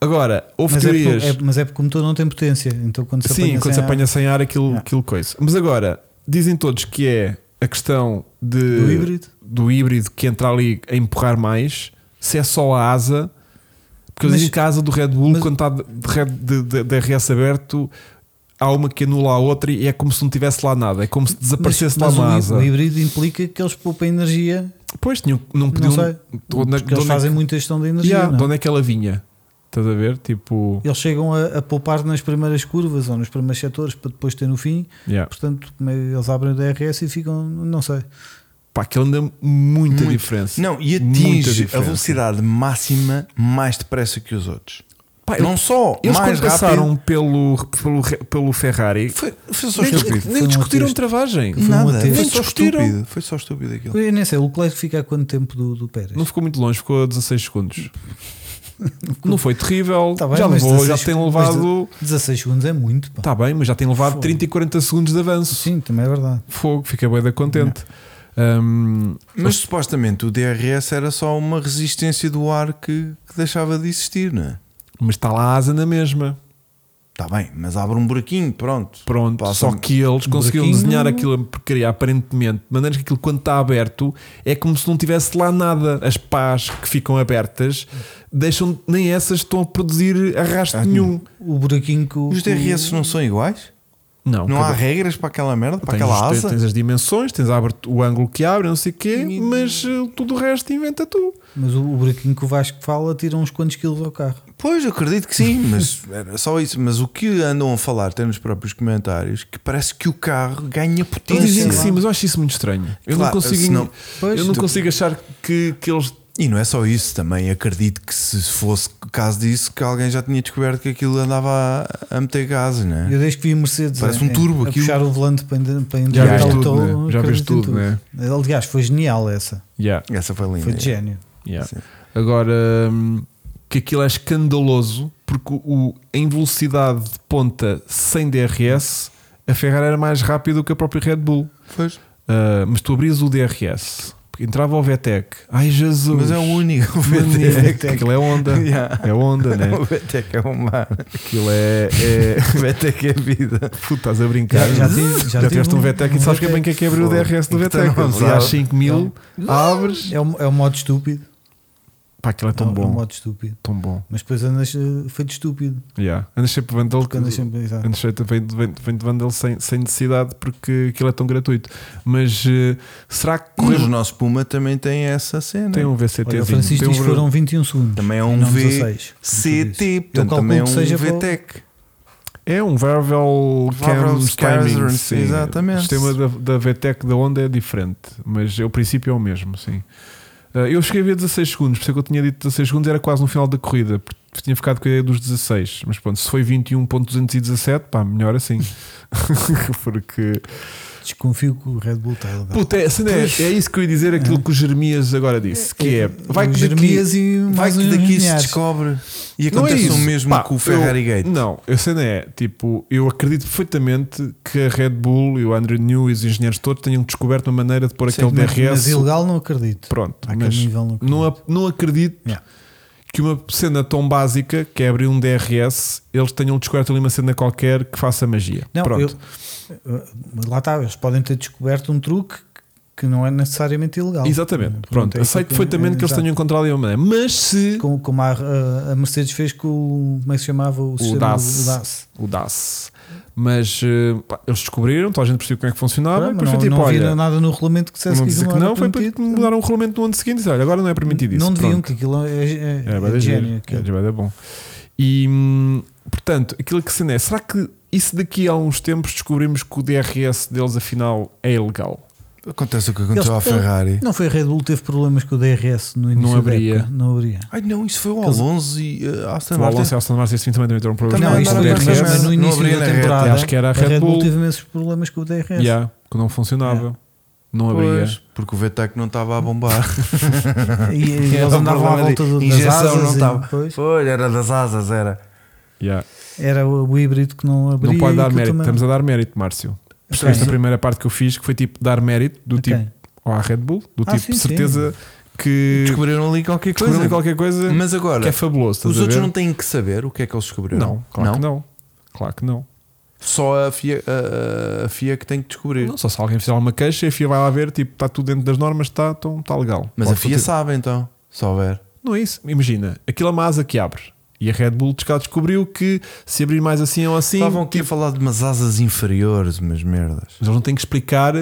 Speaker 2: Agora, houve
Speaker 3: Mas é,
Speaker 2: teorias.
Speaker 3: porque, é- mas é porque o motor não tem potência. Então quando se
Speaker 2: Sim,
Speaker 3: apanha
Speaker 2: quando se
Speaker 3: sem
Speaker 2: apanha sem ar, aquilo,
Speaker 3: Yeah.
Speaker 2: aquilo coisa. Mas agora, dizem todos que é a questão de,
Speaker 3: Do híbrido?
Speaker 2: do híbrido que entra ali a empurrar mais, se é só a asa. Porque eles
Speaker 3: Mas-
Speaker 2: dizem que a asa do Red Bull,
Speaker 3: mas-
Speaker 2: quando está de, de red- de, de- de RS aberto, há uma que anula a outra e é como se não tivesse lá nada, é como se desaparecesse
Speaker 3: mas
Speaker 2: lá uma
Speaker 3: o hí-
Speaker 2: asa.
Speaker 3: O híbrido implica que eles poupem energia,
Speaker 2: Pois, tinham, não
Speaker 3: não
Speaker 2: podiam.
Speaker 3: sei,
Speaker 2: de onde é- de
Speaker 3: porque eles
Speaker 2: onde é
Speaker 3: fazem muita gestão de
Speaker 2: que-
Speaker 3: energia.
Speaker 2: Yeah,
Speaker 3: não é?
Speaker 2: de onde é que ela vinha? Estás a ver? Tipo.
Speaker 3: Eles chegam a, a poupar nas primeiras curvas ou nos primeiros setores para depois ter no fim,
Speaker 2: Yeah.
Speaker 3: portanto, como é- eles abrem o DRS e ficam, não sei.
Speaker 2: Pá, aquilo anda muita diferença.
Speaker 1: Não, e
Speaker 2: Muita
Speaker 1: atinge a
Speaker 2: diferença.
Speaker 1: velocidade máxima mais depressa que os outros.
Speaker 2: Pá, eu-
Speaker 1: não só
Speaker 2: Eles
Speaker 1: mais
Speaker 2: quando passaram
Speaker 1: rápido.
Speaker 2: pelo, pelo, pelo Ferrari,
Speaker 1: Foi, foi só
Speaker 2: nem,
Speaker 1: estúpido.
Speaker 2: nem
Speaker 3: Foi um
Speaker 2: discutiram
Speaker 3: atesto.
Speaker 2: travagem.
Speaker 3: Foi um
Speaker 1: Nada,
Speaker 3: atesto.
Speaker 1: foi
Speaker 2: Nem
Speaker 1: só
Speaker 2: discutiram.
Speaker 1: estúpido. Foi só estúpido aquilo.
Speaker 3: Eu nem sei, o Leclerc fica a quanto tempo do, do Pérez?
Speaker 2: Não ficou muito longe, ficou a 16 segundos. Não foi terrível,
Speaker 3: Tá bem,
Speaker 2: já
Speaker 3: mas
Speaker 2: levou,
Speaker 3: 16
Speaker 2: já tem
Speaker 3: mas
Speaker 2: levado.
Speaker 3: 16 segundos é muito, pá.
Speaker 2: Está bem, mas já tem levado
Speaker 3: Fogo.
Speaker 2: 30 e 40 segundos de avanço.
Speaker 3: Sim, também é verdade.
Speaker 2: Fogo, fica bem da contente. Hum,
Speaker 1: Mas supostamente o DRS era só uma resistência do ar que, que deixava de existir, não é?
Speaker 2: mas está lá a asa na mesma.
Speaker 1: Está bem, mas abre um buraquinho, pronto.
Speaker 2: Pronto,
Speaker 1: Passa- um-
Speaker 2: só que eles conseguiram
Speaker 3: buraquinho.
Speaker 2: desenhar aquilo a porcaria, aparentemente, de maneira que aquilo quando está aberto é como se não tivesse lá nada. As pás que ficam abertas deixam, nem
Speaker 1: Ah,
Speaker 2: essas estão a produzir arrasto nenhum.
Speaker 3: O buraquinho que o.
Speaker 1: Os
Speaker 3: que o-
Speaker 1: DRS não são iguais?
Speaker 2: Não,
Speaker 1: Não há
Speaker 2: cada-
Speaker 1: regras para aquela merda, para
Speaker 2: tens
Speaker 1: aquela
Speaker 2: os-
Speaker 1: asa.
Speaker 2: Tens as dimensões, tens a abert- o ângulo que abre, não sei o quê,
Speaker 1: E-
Speaker 2: mas eh, tudo o resto inventa tu.
Speaker 3: Mas o, o buraquinho que o Vasco fala tira uns quantos quilos ao carro.
Speaker 1: Pois, eu acredito que sim, mas [laughs] era só isso. Mas o que andam a falar, até nos próprios comentários, que parece que o carro ganha
Speaker 2: Eles dizem
Speaker 1: potência.
Speaker 2: que é, sim,
Speaker 3: lá.
Speaker 2: mas eu acho isso muito estranho. Eu
Speaker 1: Claro,
Speaker 2: não consigo,
Speaker 1: senão-
Speaker 3: Pois,
Speaker 2: eu não
Speaker 1: tu-
Speaker 2: consigo achar que, que eles.
Speaker 1: E não é só isso, também acredito que se fosse caso disso, que alguém já tinha descoberto que aquilo andava a, a meter gás, né?
Speaker 3: Eu desde que vi a Mercedes
Speaker 1: Parece
Speaker 3: a-
Speaker 1: um turbo
Speaker 3: a
Speaker 1: aquilo.
Speaker 3: puxar o volante para ende- para
Speaker 2: É. Já
Speaker 1: viste
Speaker 3: endireitar o
Speaker 2: tudo,
Speaker 3: tolo,
Speaker 2: né? Já
Speaker 3: acredito
Speaker 2: viste tudo,
Speaker 3: em
Speaker 2: né? É.
Speaker 3: Aliás, foi genial essa.
Speaker 2: Yeah,
Speaker 1: Essa foi linda.
Speaker 3: Foi de gênio.
Speaker 2: yeah.
Speaker 1: Sim.
Speaker 2: Agora hum, que aquilo é escandaloso porque o, em velocidade de ponta sem DRS a Ferrari era mais rápida do que a própria Red Bull.
Speaker 1: Pois.
Speaker 2: Ah, mas tu abrias o DRS, porque entrava o VTEC. Ai Jesus!
Speaker 1: Mas é o
Speaker 2: [laughs]
Speaker 1: único. O
Speaker 2: Manífico.
Speaker 1: VTEC.
Speaker 2: Aquilo é onda.
Speaker 1: [laughs] Yeah.
Speaker 2: É onda,
Speaker 1: [laughs]
Speaker 2: né?
Speaker 1: O VTEC é o mar.
Speaker 2: Aquilo é. é... [laughs]
Speaker 1: O VTEC é vida.
Speaker 2: Puta, estás a brincar.
Speaker 3: Já- já tive- já tive
Speaker 2: tiveste um
Speaker 3: um-
Speaker 2: VTEC e
Speaker 3: um
Speaker 2: sabes que é bem
Speaker 3: VTEC.
Speaker 2: que é que abriu o DRS do
Speaker 1: Então
Speaker 2: VTEC.
Speaker 1: não
Speaker 2: Se
Speaker 1: sabe.
Speaker 2: dá 5 mil, abres.
Speaker 3: É um, é um modo estúpido.
Speaker 2: Pá, aquilo é tão
Speaker 3: é um, É um
Speaker 2: bom.
Speaker 3: modo estúpido.
Speaker 2: Tão bom.
Speaker 3: Mas depois andas eh, feito estúpido.
Speaker 2: Yeah. Andas sempre vandal.
Speaker 3: Porque andas sempre. exato.
Speaker 2: Antes feito vem, vem, vem de Vandal sem, sem necessidade porque aquilo é tão gratuito. Mas eh, será que
Speaker 1: Mas o
Speaker 2: corremos?
Speaker 1: nosso Puma também tem essa cena.
Speaker 2: Tem um VCT.
Speaker 3: Olha, o Francisco
Speaker 2: tem um
Speaker 3: diz que foram 21 segundos.
Speaker 1: Também é um
Speaker 3: e não
Speaker 1: V-
Speaker 3: 16, como tu dizes.
Speaker 1: CT,
Speaker 3: Eu
Speaker 1: portanto,
Speaker 3: calculo
Speaker 1: também é
Speaker 3: que
Speaker 1: um
Speaker 3: seja para o-
Speaker 1: VTEC.
Speaker 2: É um variable cam
Speaker 1: Variable
Speaker 2: timing,
Speaker 1: scanners,
Speaker 2: sim.
Speaker 1: exatamente.
Speaker 2: O sistema da, da VTEC da onda é diferente, mas o princípio é o mesmo, sim. Ah, Eu cheguei a ver 16 segundos, por isso é que eu tinha dito 16 segundos, era quase no final da corrida, porque tinha ficado com a ideia dos 16, mas pronto, se foi 21.217, pá, melhor assim. [laughs] porque.
Speaker 3: Desconfio que o Red Bull está a levar.
Speaker 2: Puta, é, assim, é, é isso que eu ia dizer, aquilo que o Jeremias agora disse, que é. Vai
Speaker 3: Eh, O
Speaker 2: que
Speaker 3: Jeremias
Speaker 2: daqui,
Speaker 3: e
Speaker 1: Vai
Speaker 3: mais
Speaker 1: que
Speaker 3: uns
Speaker 1: daqui se
Speaker 3: milhares.
Speaker 1: descobre e
Speaker 2: Não é
Speaker 1: acontece o
Speaker 2: isso.
Speaker 1: mesmo
Speaker 2: Pá,
Speaker 1: com o Ferrari
Speaker 2: eu-
Speaker 1: Gate.
Speaker 2: Não, a cena é tipo, eu acredito perfeitamente que a Red Bull e o Andrew New e os engenheiros todos tenham descoberto uma maneira de pôr
Speaker 1: Sim,
Speaker 2: aquele
Speaker 3: Mas,
Speaker 2: DRS.
Speaker 3: mas ilegal não acredito.
Speaker 2: Pronto,
Speaker 3: Àquele
Speaker 2: mas
Speaker 3: nível não acredito.
Speaker 2: não, ap- não acredito
Speaker 3: Yeah.
Speaker 2: que uma cena tão básica que é abrir um DRS, eles tenham descoberto ali uma cena qualquer que faça magia.
Speaker 3: Não,
Speaker 2: Pronto.
Speaker 3: eu- eh, lá está, eles podem ter descoberto um truque que não é necessariamente ilegal.
Speaker 2: Exatamente, pronto.
Speaker 3: é isso
Speaker 2: Aceito
Speaker 3: que-
Speaker 2: perfeitamente que eles
Speaker 3: exato.
Speaker 2: tenham encontrado ali uma maneira. Mas se
Speaker 3: Como, como a, a- a Mercedes fez com o. Como é que se chamava? O, sistema do-
Speaker 2: DAS.
Speaker 3: o DAS.
Speaker 2: o DAS, mas eh, pá, eles descobriram, toda a gente percebeu como é que funcionava, e
Speaker 3: Pronto,
Speaker 2: depois
Speaker 3: não
Speaker 2: foi tipo,
Speaker 3: não
Speaker 2: olha,
Speaker 3: havia nada no regulamento que dissesse
Speaker 2: não
Speaker 3: que
Speaker 2: dizer
Speaker 3: isso
Speaker 2: que
Speaker 3: não,
Speaker 2: não,
Speaker 3: era
Speaker 2: foi para
Speaker 3: permitido.
Speaker 2: mudar um regulamento no ano seguinte e dizer, olha, agora não é permitido isso.
Speaker 3: Não deviam,
Speaker 2: Pronto.
Speaker 3: que aquilo é, é,
Speaker 2: Era bué
Speaker 3: é,
Speaker 2: da giro.
Speaker 3: gênio. aquilo.
Speaker 2: Era bué da bom. E hum, portanto, aquilo que se é, será que isso daqui a uns tempos descobrimos que o DRS deles afinal é ilegal?
Speaker 1: Acontece o que aconteceu à
Speaker 2: um-
Speaker 3: Eles-
Speaker 1: Ferrari.
Speaker 3: Não foi a Red Bull que teve problemas com o DRS no início
Speaker 2: Não
Speaker 3: da
Speaker 2: abria.
Speaker 3: época. Não abria.
Speaker 1: Ai não, isso foi o Alonso e a Aston
Speaker 2: O Alonso e
Speaker 1: Martin.
Speaker 2: Aston Martin esse fim também tiveram problemas
Speaker 1: Também
Speaker 3: não,
Speaker 2: com
Speaker 3: isto
Speaker 2: o
Speaker 1: andaram
Speaker 3: foi
Speaker 1: na
Speaker 2: DRS.
Speaker 1: mesma-
Speaker 3: mas no
Speaker 1: não
Speaker 3: início
Speaker 1: abria
Speaker 3: da
Speaker 1: na reta.
Speaker 3: temporada.
Speaker 2: Acho que era a
Speaker 3: a
Speaker 2: Red
Speaker 3: Red
Speaker 2: Bull.
Speaker 3: Bull teve imensos problemas com o DRS.
Speaker 2: Yeah, que não funcionava, não abria.
Speaker 1: Pois, porque o VTEC não estava a bombar.
Speaker 3: E, e
Speaker 1: Era
Speaker 3: eles
Speaker 1: um
Speaker 3: andavam à
Speaker 1: problema de
Speaker 3: volta do, das
Speaker 1: injeção,
Speaker 3: asas.
Speaker 1: não
Speaker 3: e
Speaker 1: estava. [laughs]
Speaker 3: depois
Speaker 1: Pois, era das asas, era.
Speaker 2: Yeah.
Speaker 3: era o, o híbrido que não abria.
Speaker 2: Não pode
Speaker 3: e
Speaker 2: dar
Speaker 3: aquilo
Speaker 2: mérito,
Speaker 3: também-
Speaker 2: estamos a dar mérito, Márcio.
Speaker 3: Ok.
Speaker 2: Esta primeira parte que eu fiz que foi tipo dar mérito do
Speaker 3: Ok.
Speaker 2: tipo ou à Red Bull, do
Speaker 3: Ah,
Speaker 2: tipo
Speaker 3: sim, sim.
Speaker 2: certeza que
Speaker 1: Descobriram ali qualquer coisa.
Speaker 2: descobriram qualquer coisa
Speaker 1: Mas
Speaker 2: que
Speaker 1: agora,
Speaker 2: é fabuloso. estás
Speaker 1: os
Speaker 2: a
Speaker 1: outros
Speaker 2: ver?
Speaker 1: não têm que saber o que é que eles descobriram.
Speaker 2: Não, claro que não. Claro que não.
Speaker 1: Só a FIA, a- a- a FIA que tem que descobrir.
Speaker 2: Não, só se alguém fizer alguma queixa, a FIA vai lá ver, tipo, está tudo dentro das normas, está então, tá legal.
Speaker 1: Mas
Speaker 2: Pode
Speaker 1: a FIA
Speaker 2: continuar.
Speaker 1: sabe então, se houver.
Speaker 2: Não é isso. Imagina, aquilo é uma asa que abre. E a Red Bull de cá descobriu que se abrir mais assim ou assim,
Speaker 1: Estavam aqui
Speaker 2: tipo,
Speaker 1: a falar de umas asas inferiores, umas merdas.
Speaker 2: mas eles não têm que explicar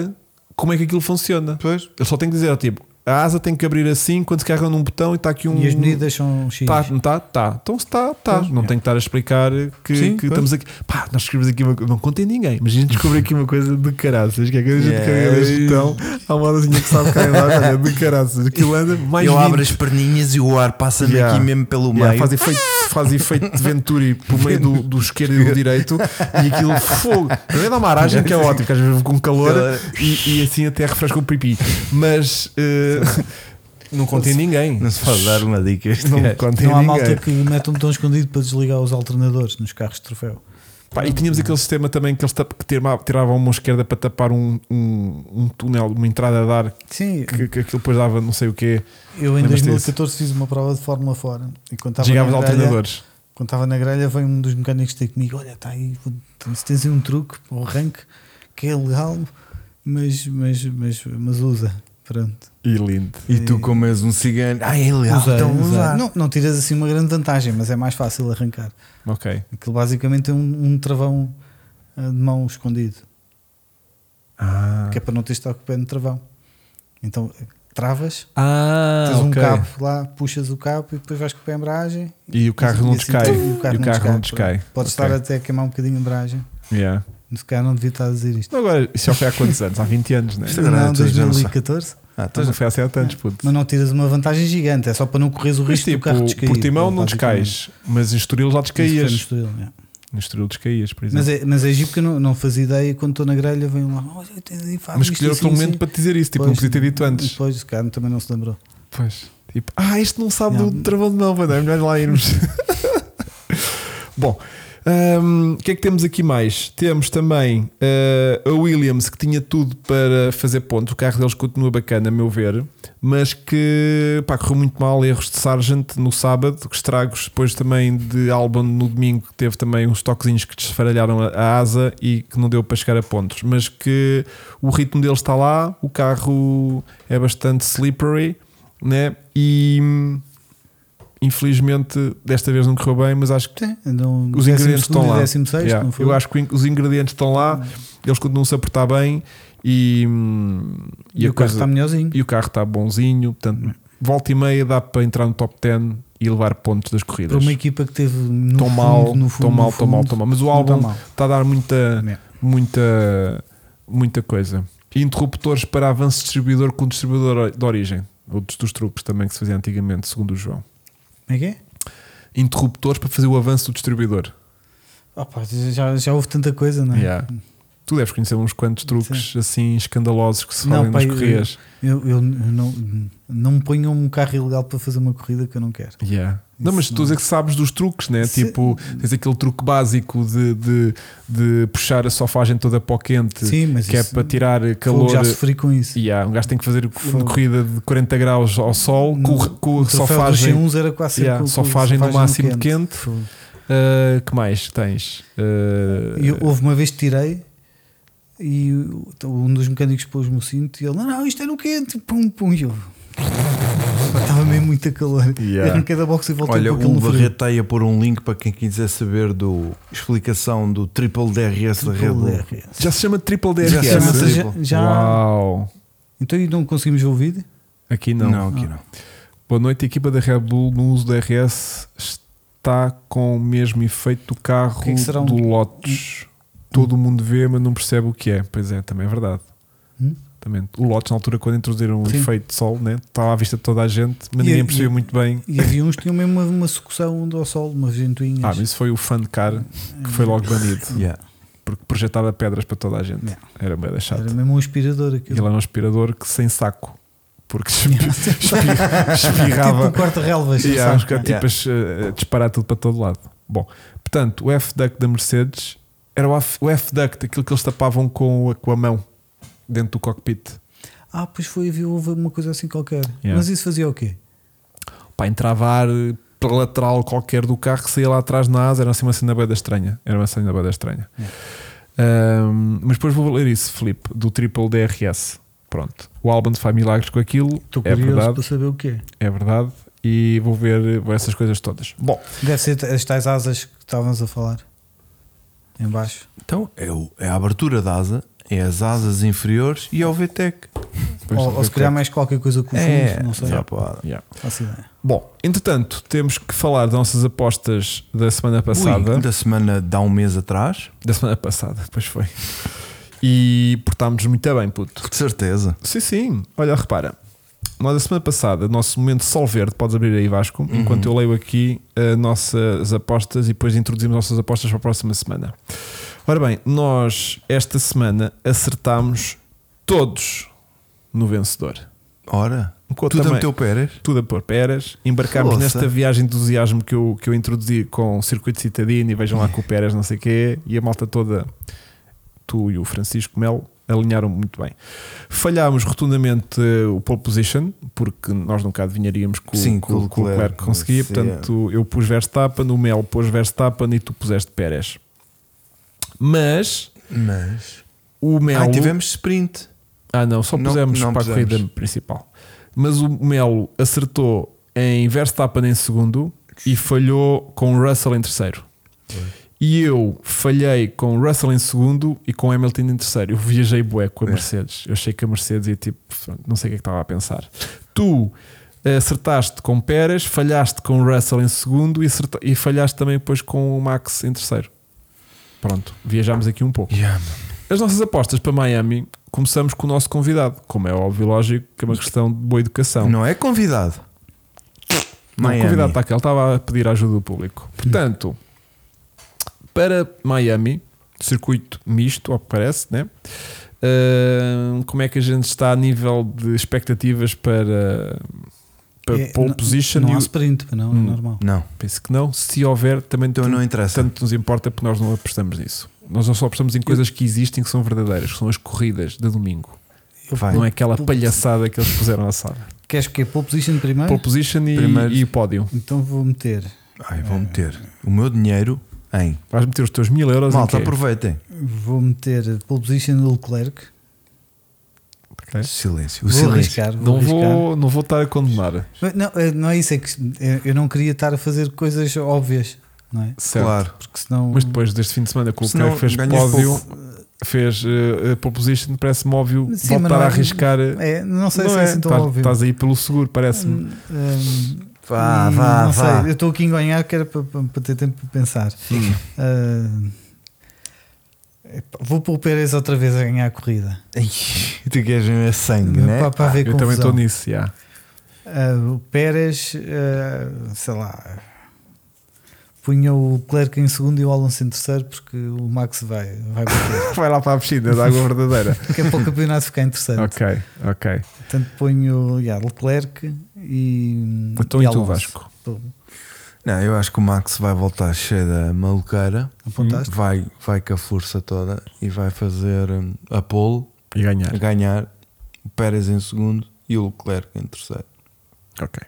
Speaker 2: como é que aquilo funciona.
Speaker 1: Pois.
Speaker 2: Eles só têm que dizer, tipo, a asa tem que abrir assim quando se carrega num botão e está aqui um.
Speaker 3: E as medidas são X.
Speaker 2: Tá, não tá? Tá. Então se tá, tá.
Speaker 3: Pois,
Speaker 2: não tem que estar a explicar que,
Speaker 1: é. Sim,
Speaker 2: que
Speaker 1: pois.
Speaker 2: estamos aqui. Pá, nós descobrimos aqui uma coisa. Não contei a ninguém, mas a gente descobriu aqui uma coisa de caraças. Que é que a gente
Speaker 1: Yeah.
Speaker 2: carrega neste botão. Há uma horazinha que sabe cair lá, olha, de caraças. Aquilo anda mais
Speaker 1: eu
Speaker 2: 20.
Speaker 1: abro as perninhas e o ar passa-me
Speaker 2: Yeah.
Speaker 1: aqui mesmo pelo meio.
Speaker 2: Yeah, faz, efeito, faz efeito de Venturi pelo meio do, do esquerdo e do direito e aquilo fogo. Primeiro dá uma aragem
Speaker 1: [laughs]
Speaker 2: que é ótimo, que às vezes com calor
Speaker 1: Calor.
Speaker 2: e, e assim até refresca o pipi. Mas eh, não contei a ninguém.
Speaker 1: Não É. se pode dar uma dica. Este
Speaker 2: Não
Speaker 1: gajo.
Speaker 2: contei a
Speaker 3: Não há
Speaker 2: ninguém.
Speaker 3: malta que mete um botão escondido para desligar os alternadores nos carros de troféu.
Speaker 2: Pá, e tínhamos aquele sistema também que eles tap- que tirava- tiravam uma esquerda para tapar um, um, um túnel, uma entrada de ar
Speaker 3: Sim,
Speaker 2: que, que aquilo depois dava não sei o quê.
Speaker 3: eu em
Speaker 2: Lembras-te
Speaker 3: 2014 fiz uma prova de Fórmula fora e quando estava
Speaker 2: Chegavas
Speaker 3: na
Speaker 2: aos
Speaker 3: grelha-
Speaker 2: alternadores.
Speaker 3: Quando estava na grelha, veio um dos mecânicos ter comigo: Olha, está aí, vou- se tens aí um truque para o arranque que é legal, mas, mas, mas, mas usa. Pronto.
Speaker 2: E lindo.
Speaker 1: E tu, como és um cigano, ah, é legal,
Speaker 3: Usei,
Speaker 1: então vou
Speaker 3: usei.
Speaker 1: usar.
Speaker 3: Não, não tiras assim uma grande vantagem, mas é mais fácil arrancar.
Speaker 2: Ok.
Speaker 3: Aquilo basicamente é um, um travão ah, de mão escondido,
Speaker 2: Ah,
Speaker 3: que é para não ter de estar com o pé no travão. Então travas,
Speaker 2: ah
Speaker 3: tens um
Speaker 2: ok.
Speaker 3: cabo lá, puxas o cabo e depois vais com o pé à embreagem.
Speaker 2: E o carro não
Speaker 3: E assim,
Speaker 2: descai.
Speaker 3: tum,
Speaker 2: E o carro não descai. Ok.
Speaker 3: Pode estar até a queimar um bocadinho a embreagem.
Speaker 2: Yeah.
Speaker 3: Se calhar não devia estar a dizer isto.
Speaker 2: Então Agora, isso já foi há quantos anos? Há 20 anos, né?
Speaker 1: Isto agora
Speaker 3: não,
Speaker 1: eu tô a dizer, não sei.
Speaker 3: 2014.
Speaker 1: tá
Speaker 2: Ah, então já foi há 7 anos, puto.
Speaker 3: Mas não tiras uma vantagem gigante, é só para não correres o
Speaker 2: Mas
Speaker 3: risco do
Speaker 2: tipo,
Speaker 3: carro descair.
Speaker 2: por timão não descais, mas em Estoril já
Speaker 3: Isso foi no
Speaker 2: descaías.
Speaker 3: Estoril, é.
Speaker 2: No Estoril descaías, por exemplo.
Speaker 3: Mas é, mas é giro porque eu não, não fazia ideia quando estou na grelha, vem lá, olha, eu tenho de fazer
Speaker 2: Mas
Speaker 3: isto,
Speaker 2: escolheu-te
Speaker 3: assim,
Speaker 2: um momento
Speaker 3: assim."
Speaker 2: para te dizer isso, tipo, não
Speaker 3: Pois,
Speaker 2: podia ter dito antes.
Speaker 3: Depois, cara, também não se lembrou.
Speaker 2: Pois, tipo, ah, este não sabe
Speaker 3: Não.
Speaker 2: do travão de mão, mano, é melhor lá
Speaker 3: [laughs]
Speaker 2: irmos. Bom, hum, o que é que temos aqui mais? Temos também eh, a Williams, que tinha tudo para fazer ponto, o carro deles continua bacana, a meu ver, mas que pá, correu muito mal, erros de Sargent no sábado, estragos depois também de Albon no domingo, que teve também uns toquezinhos que desfaralharam a, a asa e que não deu para chegar a pontos, mas que o ritmo deles está lá, o carro é bastante slippery, né? E hum, infelizmente desta vez não correu bem, mas acho que
Speaker 3: Sim, andam
Speaker 2: os ingredientes estão lá.
Speaker 3: 16,
Speaker 2: Yeah,
Speaker 3: não foi? Hum.
Speaker 2: Eu acho que in- os ingredientes estão lá, eles continuam-se a portar bem e, hum,
Speaker 3: e,
Speaker 2: a
Speaker 3: o carro
Speaker 2: coisa-
Speaker 3: está melhorzinho.
Speaker 2: e o carro está bonzinho. Portanto, volta e meia dá para entrar no top 10 e levar pontos das corridas.
Speaker 3: Para uma equipa que teve no
Speaker 2: Tão
Speaker 3: fundo,
Speaker 2: mal,
Speaker 3: no
Speaker 2: tão
Speaker 3: fundo,
Speaker 2: mal,
Speaker 3: no
Speaker 2: tão mal,
Speaker 3: fundo,
Speaker 2: tão mal. Mas o
Speaker 3: não
Speaker 2: álbum é
Speaker 3: está mal.
Speaker 2: está a dar muita,
Speaker 3: Yeah.
Speaker 2: muita, muita coisa. E interruptores para avanço de distribuidor com distribuidor de origem. Outros dos truques também que se fazia antigamente, segundo o João.
Speaker 3: Como é que é?
Speaker 2: Interruptores para fazer o avanço do distribuidor.
Speaker 3: Opa, já, já houve tanta coisa, não é?
Speaker 2: Yeah. Tu deves conhecer uns quantos truques assim escandalosos que se fazem
Speaker 3: Não,
Speaker 2: nas
Speaker 3: pá, eu-
Speaker 2: corridas.
Speaker 3: Eu, eu não, não me ponham um carro ilegal para fazer uma corrida que eu não quero.
Speaker 2: Yeah. Não, mas
Speaker 3: Isso
Speaker 2: tu a dizer que sabes dos truques, né?
Speaker 3: Se-
Speaker 2: Tipo, tens aquele truque básico de, de, de puxar a sofagem toda para o quente,
Speaker 3: Sim, mas
Speaker 2: que é
Speaker 3: isso-
Speaker 2: para tirar
Speaker 3: fogo,
Speaker 2: calor.
Speaker 3: já sofri com isso.
Speaker 2: Yeah, um gajo tem que fazer
Speaker 3: Fogo.
Speaker 2: uma corrida de 40 graus ao sol
Speaker 3: No-
Speaker 2: com, com
Speaker 3: o
Speaker 2: a
Speaker 3: troféu
Speaker 2: sofagem.
Speaker 3: dos G1s era é quase um, sempre
Speaker 2: Yeah,
Speaker 3: com- com
Speaker 2: sofagem no máximo de quente.
Speaker 3: Fogo.
Speaker 2: Ah, que mais tens? Ah,
Speaker 3: E houve uma vez que tirei e o- um dos mecânicos pôs-me o cinto e ele, não, não, isto é no quente, pum, pum, e eu. Pá, Estava mesmo muito calor.
Speaker 2: Yeah.
Speaker 3: Eu arranquei da box e voltei
Speaker 1: Olha,
Speaker 3: com aquilo
Speaker 1: o
Speaker 3: no frio.
Speaker 1: Barreto está aí a pôr um link para quem quiser saber do explicação do triple DRS
Speaker 2: um
Speaker 1: da Red Bull.
Speaker 3: Triple DRS.
Speaker 2: já se chama Triple DRS.
Speaker 1: Já se
Speaker 3: Mas
Speaker 1: chama-
Speaker 3: já, já,
Speaker 2: Uau!
Speaker 3: então e não conseguimos ouvir?
Speaker 2: Aqui
Speaker 1: Não, Ah.
Speaker 2: não.
Speaker 1: aqui não.
Speaker 2: Boa noite, a equipa da Red Bull no uso do RS está com o mesmo efeito do carro
Speaker 3: O que é que será um-
Speaker 2: do Lotus. Todo mundo vê, mas não percebe o que é. Pois é, também é verdade.
Speaker 3: Hum?
Speaker 2: Também. O Lotus, na altura, quando introduziram o
Speaker 3: Sim.
Speaker 2: efeito de sol, né? estava à vista de toda a gente, mas
Speaker 3: E-
Speaker 2: ninguém
Speaker 3: e-
Speaker 2: percebeu muito bem.
Speaker 3: E havia uns que tinham mesmo uma, uma sucção onde ao sol, umas ventoinhas.
Speaker 2: Ah, mas isso foi o fan car que foi logo banido
Speaker 1: Yeah.
Speaker 2: porque projetava pedras para toda a gente.
Speaker 3: Yeah.
Speaker 2: Era bem deixado.
Speaker 3: Era mesmo um aspirador
Speaker 2: E ele
Speaker 3: aquilo.
Speaker 2: era um aspirador que sem saco, porque [laughs] espi- espi- espirrava.
Speaker 3: [laughs] Tipo um quarto relvas.
Speaker 2: E há
Speaker 3: sabe?
Speaker 2: uns que é tipo a- a- a disparar tudo para todo lado. Bom, portanto, o F-Duct da Mercedes era o F- o F-Duct, aquilo que eles tapavam com a, com a mão dentro do cockpit.
Speaker 3: Ah, pois foi, havia houve uma coisa assim qualquer.
Speaker 2: Yeah.
Speaker 3: Mas isso fazia o quê?
Speaker 2: Para entravar eh, pela lateral qualquer do carro que saía lá atrás na asa, era assim uma cena bada estranha. Era uma cena bada estranha. Ahm, mas depois vou ler isso, Felipe, do triple DRS. Pronto, o Albon faz milagres com aquilo,
Speaker 3: Estou
Speaker 2: é
Speaker 3: curioso
Speaker 2: verdade,
Speaker 3: para saber o quê.
Speaker 2: é verdade, e vou ver eh, essas coisas todas. Bom,
Speaker 3: Deve ser as tais asas que estávamos a falar. Em baixo.
Speaker 1: Então é, o- é a abertura da asa, é as asas inferiores e é o VTEC.
Speaker 2: depois-
Speaker 3: Ou, ou se calhar mais qualquer coisa com o fundo,
Speaker 1: É,
Speaker 3: não sei.
Speaker 1: já pode.
Speaker 2: Yeah.
Speaker 3: Faço ideia.
Speaker 2: Bom, entretanto, temos que falar das nossas apostas da semana passada.
Speaker 1: Ui, da semana de há um mês atrás,
Speaker 2: Da semana passada, pois foi. E portámos muito bem, puto.
Speaker 1: de certeza.
Speaker 2: Sim, sim. Olha, repara. Nós, da semana passada, nosso momento sol verde, podes abrir aí, Vasco, enquanto eu leio aqui as nossas apostas e depois introduzimos nossas apostas para a próxima semana. Ora bem, nós esta semana acertámos todos no vencedor.
Speaker 1: Ora,
Speaker 2: Enquanto
Speaker 1: tu também
Speaker 2: também-
Speaker 1: teu Pérez.
Speaker 2: tudo a pôr peras. Embarcámos
Speaker 1: Força.
Speaker 2: nesta viagem de entusiasmo que eu, que eu introduzi com o circuito citadino e vejam lá com o peras, não sei o quê, e a malta toda, tu e o Francisco Melo, alinharam muito bem. Falhámos rotundamente eh, o pole position, porque nós nunca adivinharíamos que o,
Speaker 1: Sim,
Speaker 2: que o- que o Leclerc conseguia,
Speaker 1: sim,
Speaker 2: portanto eu pus Verstappen, o Melo pôs Verstappen e tu puseste Pérez. Mas
Speaker 1: Mas.
Speaker 2: o Melo.
Speaker 1: Ah, tivemos sprint.
Speaker 2: Ah, não, só
Speaker 1: Não-
Speaker 2: pusemos
Speaker 1: não
Speaker 2: para
Speaker 1: pusemos.
Speaker 2: a corrida principal. Mas o Melo acertou em Verstappen em segundo e falhou com o Russell em terceiro. E eu falhei com Russell em segundo e com Hamilton em terceiro. Eu viajei bué
Speaker 1: É.
Speaker 2: com a Mercedes. Eu achei que a Mercedes ia tipo, não sei o que é que estava a pensar. Tu eh, acertaste com Pérez, falhaste com Russell em segundo e, acerta- e falhaste também depois com o Max em terceiro. Pronto, viajámos aqui um pouco.
Speaker 1: Yeah, mano.
Speaker 2: As nossas apostas para Miami começamos com o nosso convidado, como é óbvio, e lógico, que é uma questão de boa educação.
Speaker 1: Não é convidado.
Speaker 2: então.
Speaker 1: é
Speaker 2: Não,
Speaker 1: Miami. Hum.
Speaker 2: o convidado está aqui, ele estava a pedir a ajuda do público. Portanto, para Miami, circuito misto, ao que parece, né? Ahn, como é que a gente está a nível de expectativas para, para
Speaker 3: É,
Speaker 2: pole
Speaker 3: não-
Speaker 2: position?
Speaker 3: Não
Speaker 2: E
Speaker 3: há
Speaker 2: o-
Speaker 3: sprint, não,
Speaker 2: Hum.
Speaker 3: é normal.
Speaker 1: Não,
Speaker 2: penso que não. Se houver, também
Speaker 1: então não interessa.
Speaker 2: tanto nos importa porque nós não apostamos nisso. Nós só apostamos em coisas que existem que são verdadeiras, que são as corridas de domingo.
Speaker 1: Vai.
Speaker 2: Não é aquela palhaçada que eles puseram à sala.
Speaker 3: Queres que é pole position primeiro?
Speaker 2: Pole position
Speaker 1: Primeiro.
Speaker 2: e, e pódio.
Speaker 3: Então vou meter.
Speaker 1: Ai, vou meter o meu dinheiro em.
Speaker 2: Vais meter os teus mil euros
Speaker 1: Malta,
Speaker 2: em quê?
Speaker 1: aproveitem.
Speaker 3: Vou meter pole position do Leclerc.
Speaker 2: Ok?
Speaker 1: Silêncio. O
Speaker 3: Vou
Speaker 1: silêncio.
Speaker 3: arriscar. Vou
Speaker 2: Não
Speaker 3: arriscar.
Speaker 2: vou, não vou estar a condenar.
Speaker 3: Mas Não, é- não é isso, é que eu- eu não queria estar a fazer coisas óbvias, não é?
Speaker 2: Certo.
Speaker 1: Claro.
Speaker 3: Porque senão.
Speaker 2: Mas depois deste fim de semana que o
Speaker 1: Senão
Speaker 2: Leclerc fez
Speaker 1: ganhas
Speaker 2: pódio, fez eh, eh, pole position, parece-me óbvio
Speaker 3: Sim, mas
Speaker 2: voltar
Speaker 3: não
Speaker 2: a
Speaker 3: é-
Speaker 2: arriscar. eh,
Speaker 3: É, não sei se
Speaker 2: não
Speaker 3: é
Speaker 2: é?
Speaker 3: assim tão
Speaker 2: Estás-
Speaker 3: óbvio.
Speaker 2: Estás aí pelo seguro, parece-me.
Speaker 3: Hum, hum,
Speaker 1: Vá,
Speaker 3: hum,
Speaker 1: vá,
Speaker 3: não
Speaker 1: vá.
Speaker 3: sei, eu estou aqui em ganhar, que era para, para- para ter tempo para pensar. Hum, epá, vou pôr o Pérez outra vez a ganhar a corrida.
Speaker 1: Ai, [laughs] tu queres ver sangue, né?
Speaker 3: para, para haver
Speaker 2: Eu também
Speaker 3: confusão.
Speaker 2: estou nisso, já.
Speaker 3: Ah, o Pérez, ah, sei lá, punha o Leclerc em segundo e o Alonso em terceiro, porque o Max vai, [laughs]
Speaker 1: [laughs]
Speaker 3: vai bater.
Speaker 2: Vai lá para a piscina da água verdadeira.
Speaker 3: Daqui a pouco o campeonato fica interessante.
Speaker 2: ok, ok.
Speaker 3: Portanto, ponho yeah, Leclerc e.
Speaker 2: Então
Speaker 3: e
Speaker 2: e tu,
Speaker 3: Alonso.
Speaker 2: Vasco?
Speaker 3: Pô,
Speaker 1: Não, eu acho que o Max vai voltar cheio da maluqueira.
Speaker 3: Apontaste?
Speaker 1: Vai, vai com a força toda e vai fazer hum, a pole,
Speaker 2: E ganhar.
Speaker 1: a ganhar. O Pérez em segundo e o Leclerc em terceiro.
Speaker 2: Ok.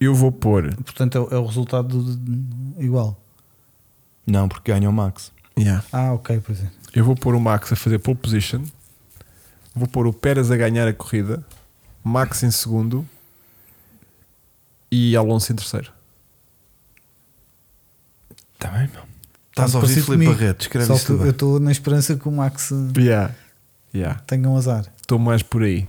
Speaker 2: Eu vou pôr.
Speaker 3: Portanto, é, o- é o resultado do- do- igual.
Speaker 1: Não, porque ganha o Max.
Speaker 2: Yeah.
Speaker 3: Ah, ok, por exemplo.
Speaker 2: Eu vou pôr o Max a fazer pole position. Vou pôr o Pérez a ganhar a corrida. Max em segundo. E Alonso em terceiro.
Speaker 3: Tá
Speaker 1: Está bem, meu. Estás a ouvir
Speaker 3: Parecido
Speaker 1: Filipe
Speaker 3: comigo.
Speaker 1: Barreto, escreve
Speaker 3: Só
Speaker 1: isso
Speaker 3: que
Speaker 1: tudo
Speaker 3: eu
Speaker 1: bem.
Speaker 3: estou na esperança que o Max
Speaker 2: Yeah. Yeah.
Speaker 3: tenha um azar.
Speaker 2: Estou mais por aí.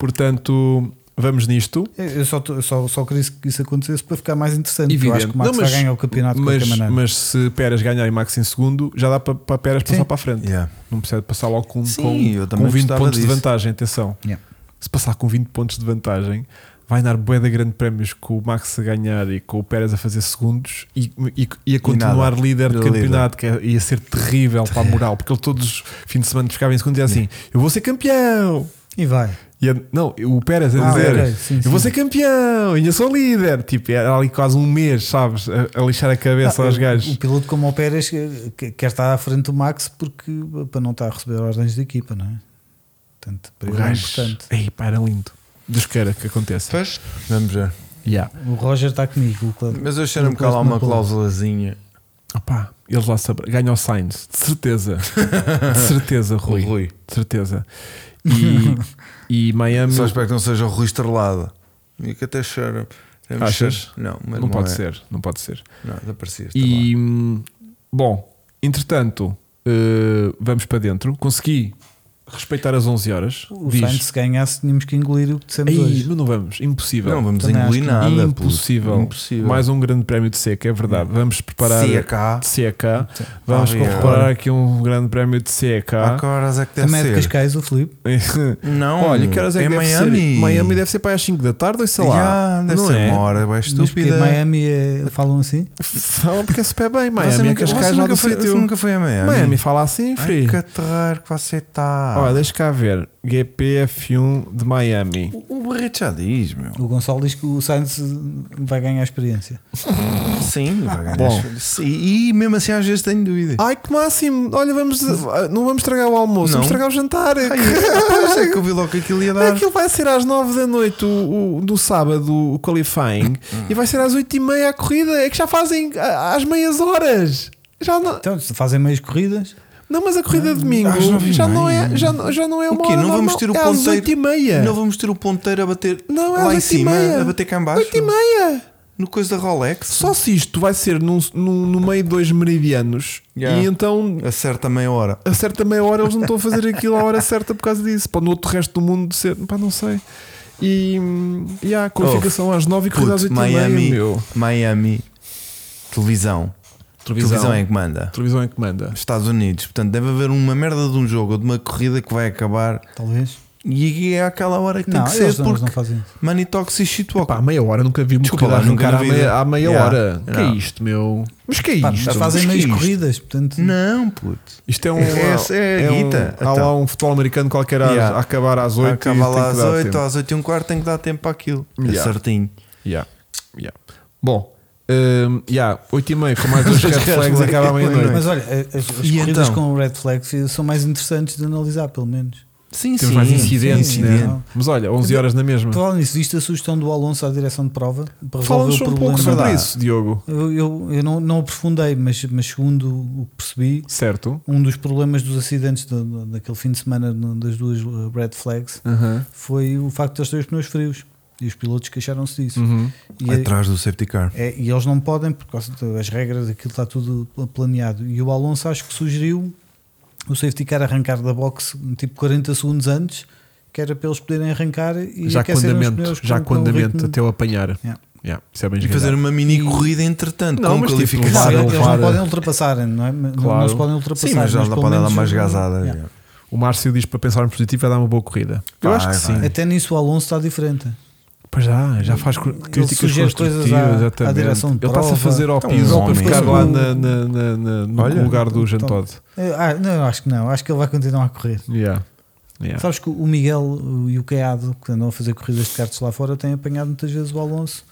Speaker 2: Portanto, vamos nisto.
Speaker 3: Eu eu só, tô- eu só, só queria que isso acontecesse para ficar mais interessante. Eu acho que o Max
Speaker 2: Não,
Speaker 3: vai ganhar o campeonato de
Speaker 2: mas,
Speaker 3: qualquer maneira.
Speaker 2: mas se Pérez ganhar e Max em segundo, já dá para, para Pérez
Speaker 3: Sim.
Speaker 2: passar para a frente.
Speaker 1: Yeah.
Speaker 2: Não precisa de passar logo com,
Speaker 1: Sim,
Speaker 2: com,
Speaker 1: eu também
Speaker 2: com 20
Speaker 1: gostava
Speaker 2: pontos de
Speaker 1: disso.
Speaker 2: vantagem. Atenção,
Speaker 3: Yeah.
Speaker 2: se passar com 20 pontos de vantagem, vai dar bué de grande prémios com o Max a ganhar e com o Pérez a fazer segundos e, e, e a continuar
Speaker 1: nada.
Speaker 2: líder do
Speaker 1: Líder.
Speaker 2: campeonato, que é- ia ser terrível para a moral, porque ele todos os fins de semana ficava em segundo e dizia assim: Eu vou ser campeão!
Speaker 3: E vai.
Speaker 2: E a- não, o Pérez a
Speaker 3: Ah,
Speaker 2: dizer
Speaker 3: ok, sim,
Speaker 2: eu vou
Speaker 3: sim.
Speaker 2: ser campeão, ainda sou líder. Tipo, era ali quase um mês, sabes? A, a lixar a cabeça
Speaker 3: Não,
Speaker 2: aos
Speaker 3: Ah, o-
Speaker 2: gajos.
Speaker 3: O piloto como o Pérez eh, que- quer estar à frente do Max porque para não estar a receber ordens da equipa, não é? Portanto, para
Speaker 2: O
Speaker 3: ele é
Speaker 2: gajo.
Speaker 3: importante.
Speaker 2: Ei, pá, era lindo. Deus queira que aconteça.
Speaker 1: Pois, Vamos ver.
Speaker 2: Yeah.
Speaker 3: O Roger está comigo, o Cláudio.
Speaker 1: Mas eu cheiro-me
Speaker 3: Não
Speaker 1: que há lá
Speaker 3: gosto
Speaker 1: uma
Speaker 3: na pole.
Speaker 1: cláusulazinha.
Speaker 2: Opa, eles lá sabrão. Ganha o Sainz, de certeza. De
Speaker 1: [laughs]
Speaker 2: certeza, Rui.
Speaker 1: Rui.
Speaker 2: De
Speaker 1: [laughs]
Speaker 2: certeza. E, e Miami.
Speaker 1: Só espero que não seja o Rui Estrelada. E que até cheira. Deve
Speaker 2: Achas?
Speaker 1: cheirar- Não, mas
Speaker 2: Não pode
Speaker 1: é.
Speaker 2: ser, não pode ser.
Speaker 1: Não, já parecia
Speaker 2: E hum, bom, entretanto, eh, vamos para dentro. Consegui respeitar as 11 horas.
Speaker 3: O
Speaker 2: Diz.
Speaker 3: Sainz, se ganhasse, tínhamos que engolir o que dissemos
Speaker 2: Ei,
Speaker 3: hoje.
Speaker 2: mas não vamos, impossível.
Speaker 1: Não vamos
Speaker 3: Também
Speaker 1: engolir
Speaker 3: acho que-
Speaker 1: nada. puto.
Speaker 2: impossível.
Speaker 1: Impossível.
Speaker 2: Mais um grande prémio de seca, é verdade. Vamos preparar
Speaker 1: CK.
Speaker 2: de seca. Vamos
Speaker 1: Obrigado.
Speaker 2: preparar aqui um grande prémio de
Speaker 1: Tá Há
Speaker 2: seca.
Speaker 1: que horas é que deve
Speaker 3: Também é de
Speaker 1: ser?
Speaker 3: Cascais, o Felipe.
Speaker 2: [laughs]
Speaker 1: Não,
Speaker 2: Olha, que horas é que
Speaker 1: em
Speaker 2: deve
Speaker 1: Miami.
Speaker 2: ser? Miami deve ser para as 5 da tarde ou sei lá.
Speaker 1: Já, deve
Speaker 2: não
Speaker 1: ser
Speaker 2: é?
Speaker 1: uma hora bem
Speaker 3: Mas porque
Speaker 1: estúpida.
Speaker 3: em Miami é- falam assim.
Speaker 2: Não, porque é super bem.
Speaker 1: Você
Speaker 2: Miami é
Speaker 1: nunca, você
Speaker 2: Cascais lá
Speaker 1: nunca,
Speaker 2: do
Speaker 1: foi, você
Speaker 2: sítio.
Speaker 1: nunca foi a Miami.
Speaker 2: Miami tá. fala assim,
Speaker 1: Ai,
Speaker 2: frio.
Speaker 1: que aterrar que você tá. está.
Speaker 2: Olha, deixa cá ver. GPF1 de Miami.
Speaker 1: o, o Barreto já diz, meu.
Speaker 3: O Gonçalo diz que o Sainz eh, vai ganhar a experiência.
Speaker 1: [laughs] Sim, vai ganhar.
Speaker 2: Bom.
Speaker 1: E, e mesmo assim, às vezes tenho dúvidas.
Speaker 2: Ai que máximo! Olha, vamos, não vamos estragar o almoço,
Speaker 1: Não.
Speaker 2: vamos estragar o jantar. [laughs]
Speaker 1: Ai, [laughs] pois é que eu vi logo que aquilo ia dar.
Speaker 2: Aquilo vai ser às 9 da noite o, o- do sábado o qualifying
Speaker 1: Hum.
Speaker 2: e vai ser às 8 e meia a corrida. É que já fazem a- às meias horas. Já não,
Speaker 3: Então, se fazem meias corridas,
Speaker 2: não, mas a corrida de domingo
Speaker 1: às nove e
Speaker 2: já não, é,
Speaker 1: meia.
Speaker 2: já, não- já não é uma
Speaker 1: O quê?
Speaker 2: hora
Speaker 1: Não vamos
Speaker 2: normal.
Speaker 1: ter o
Speaker 2: é às
Speaker 1: ponteiro-
Speaker 2: 8 e meia.
Speaker 1: Não vamos ter o ponteiro a bater
Speaker 2: Não, é
Speaker 1: lá em
Speaker 2: às 8 e
Speaker 1: cima,
Speaker 2: meia.
Speaker 1: a bater cá em baixo.
Speaker 2: 8 e meia.
Speaker 1: no coisa da Rolex.
Speaker 2: Só se isto vai ser num- num- no meio de dois meridianos
Speaker 1: Yeah.
Speaker 2: e então
Speaker 1: A certa meia hora.
Speaker 2: a certa meia hora eles não estão a fazer aquilo à hora certa por causa disso. Para no outro resto do mundo ser, pá, não sei. E, hum, e há a qualificação às nove e corrida às
Speaker 1: Puto,
Speaker 2: 8 e
Speaker 1: Miami,
Speaker 2: meia.
Speaker 1: Miami, televisão. televisão. é que manda.
Speaker 2: televisão é que manda.
Speaker 1: Estados Unidos. Portanto, deve haver uma merda de um jogo ou de uma corrida que vai acabar
Speaker 3: Talvez.
Speaker 1: e é àquela hora que
Speaker 3: Não,
Speaker 1: tem que
Speaker 3: eles
Speaker 1: ser
Speaker 3: não, eles não
Speaker 1: porque
Speaker 3: fazem isso.
Speaker 1: Money Talks e Shitwalk.
Speaker 2: Pá, à meia hora nunca vi uma
Speaker 1: Desculpa
Speaker 2: corrida
Speaker 1: lá, nunca
Speaker 2: arrancar
Speaker 1: na
Speaker 2: à
Speaker 1: vida.
Speaker 2: meia, à meia
Speaker 1: Yeah.
Speaker 2: hora. Que é
Speaker 1: Yeah.
Speaker 2: isto, meu? Mas que é
Speaker 3: Pá,
Speaker 2: isto?
Speaker 1: Mas
Speaker 3: fazem
Speaker 1: que
Speaker 3: meias
Speaker 1: é isto?
Speaker 3: corridas, portanto.
Speaker 1: Não, puto.
Speaker 2: Isto é um.
Speaker 1: Essa é a
Speaker 2: um-
Speaker 1: guita.
Speaker 2: há lá
Speaker 1: Então.
Speaker 2: um futebol americano qualquer às-
Speaker 1: Yeah.
Speaker 2: a acabar às 8
Speaker 1: Acaba lá às 8
Speaker 2: 8
Speaker 1: ou às 8 e um quarto, tem que dar tempo para aquilo.
Speaker 2: Yeah.
Speaker 1: É certinho.
Speaker 2: Yeah. Yeah. Bom, hum, yeah, 8 e meia com mais
Speaker 1: [laughs]
Speaker 2: dois red flags acaba à
Speaker 1: é
Speaker 2: meia-noite.
Speaker 3: Mas olha, as, as
Speaker 1: E
Speaker 3: corridas
Speaker 1: então?
Speaker 3: com red flag são mais interessantes de analisar, pelo menos.
Speaker 1: Sim,
Speaker 2: Temos
Speaker 1: sim.
Speaker 2: mais incidentes,
Speaker 1: sim,
Speaker 2: né?
Speaker 1: incidente.
Speaker 2: Mas olha, 11 horas na mesma.
Speaker 3: Falando nisso, viste a sugestão do Alonso à direção de prova para
Speaker 2: Falamos
Speaker 3: resolver
Speaker 2: um
Speaker 3: o
Speaker 2: pouco
Speaker 3: problema?
Speaker 2: sobre
Speaker 1: Verdade.
Speaker 2: isso, Diogo.
Speaker 3: Eu, eu, eu não, não aprofundei, mas, mas segundo o que percebi,
Speaker 2: Certo?
Speaker 3: um dos problemas dos acidentes da- da- daquele fim de semana no- das duas uh, red flags
Speaker 2: Aham.
Speaker 3: foi o facto de eles terem os pneus frios e os pilotos queixaram-se disso.
Speaker 2: Uhum.
Speaker 3: E,
Speaker 1: Atrás do safety car.
Speaker 3: é- e eles não podem, por causa das regras, aquilo está tudo planeado. E o Alonso acho que sugeriu o safety car arrancar da box tipo 40 segundos antes, que era para eles poderem arrancar e
Speaker 1: é
Speaker 2: Já com
Speaker 3: aquecerem os
Speaker 2: andamento,
Speaker 3: pneus
Speaker 2: já
Speaker 3: com-
Speaker 2: com
Speaker 3: com um
Speaker 2: andamento,
Speaker 3: ritmo-
Speaker 2: até o apanhar.
Speaker 3: Yeah.
Speaker 2: Yeah, isso é bem
Speaker 1: E fazer um-
Speaker 2: esgalhado.
Speaker 1: uma mini corrida entretanto,
Speaker 2: Não,
Speaker 1: com
Speaker 2: mas tipo,
Speaker 1: qualificação.
Speaker 2: levar
Speaker 3: Claro,
Speaker 2: a
Speaker 3: eles não
Speaker 2: levar-
Speaker 3: podem ultrapassarem, não é? Não- Não
Speaker 2: Claro.
Speaker 3: se podem ultrapassar.
Speaker 1: Sim, mas já dá
Speaker 3: pelo
Speaker 1: para dar
Speaker 3: menos-
Speaker 1: mais
Speaker 2: né?
Speaker 1: gasada.
Speaker 3: Yeah.
Speaker 2: O Márcio diz para pensar no positivo vai dar uma boa corrida. Eu
Speaker 1: Vai,
Speaker 2: acho que
Speaker 1: vai.
Speaker 2: sim.
Speaker 3: Até nisso o Alonso está diferente.
Speaker 2: Pois ah, já, já faz cr- críticas
Speaker 3: sugere
Speaker 2: construtivas.
Speaker 3: coisas à- à
Speaker 2: exatamente.
Speaker 3: direção de
Speaker 2: Ele está-se a
Speaker 3: prova.
Speaker 2: fazer ao
Speaker 1: Então,
Speaker 2: piso
Speaker 1: um
Speaker 2: para
Speaker 1: homem.
Speaker 2: ficar lá
Speaker 3: Pois,
Speaker 2: na- na- na- na- no
Speaker 1: Olha,
Speaker 2: lugar do Jean
Speaker 3: então.
Speaker 2: Todt.
Speaker 3: Eh, Ah, não, eu acho que não. Acho que ele vai continuar a correr.
Speaker 2: Yeah. Yeah.
Speaker 3: Sabes que o Miguel o- e o Caiado, que andam a fazer corridas de cartas lá fora, têm apanhado muitas vezes o Alonso.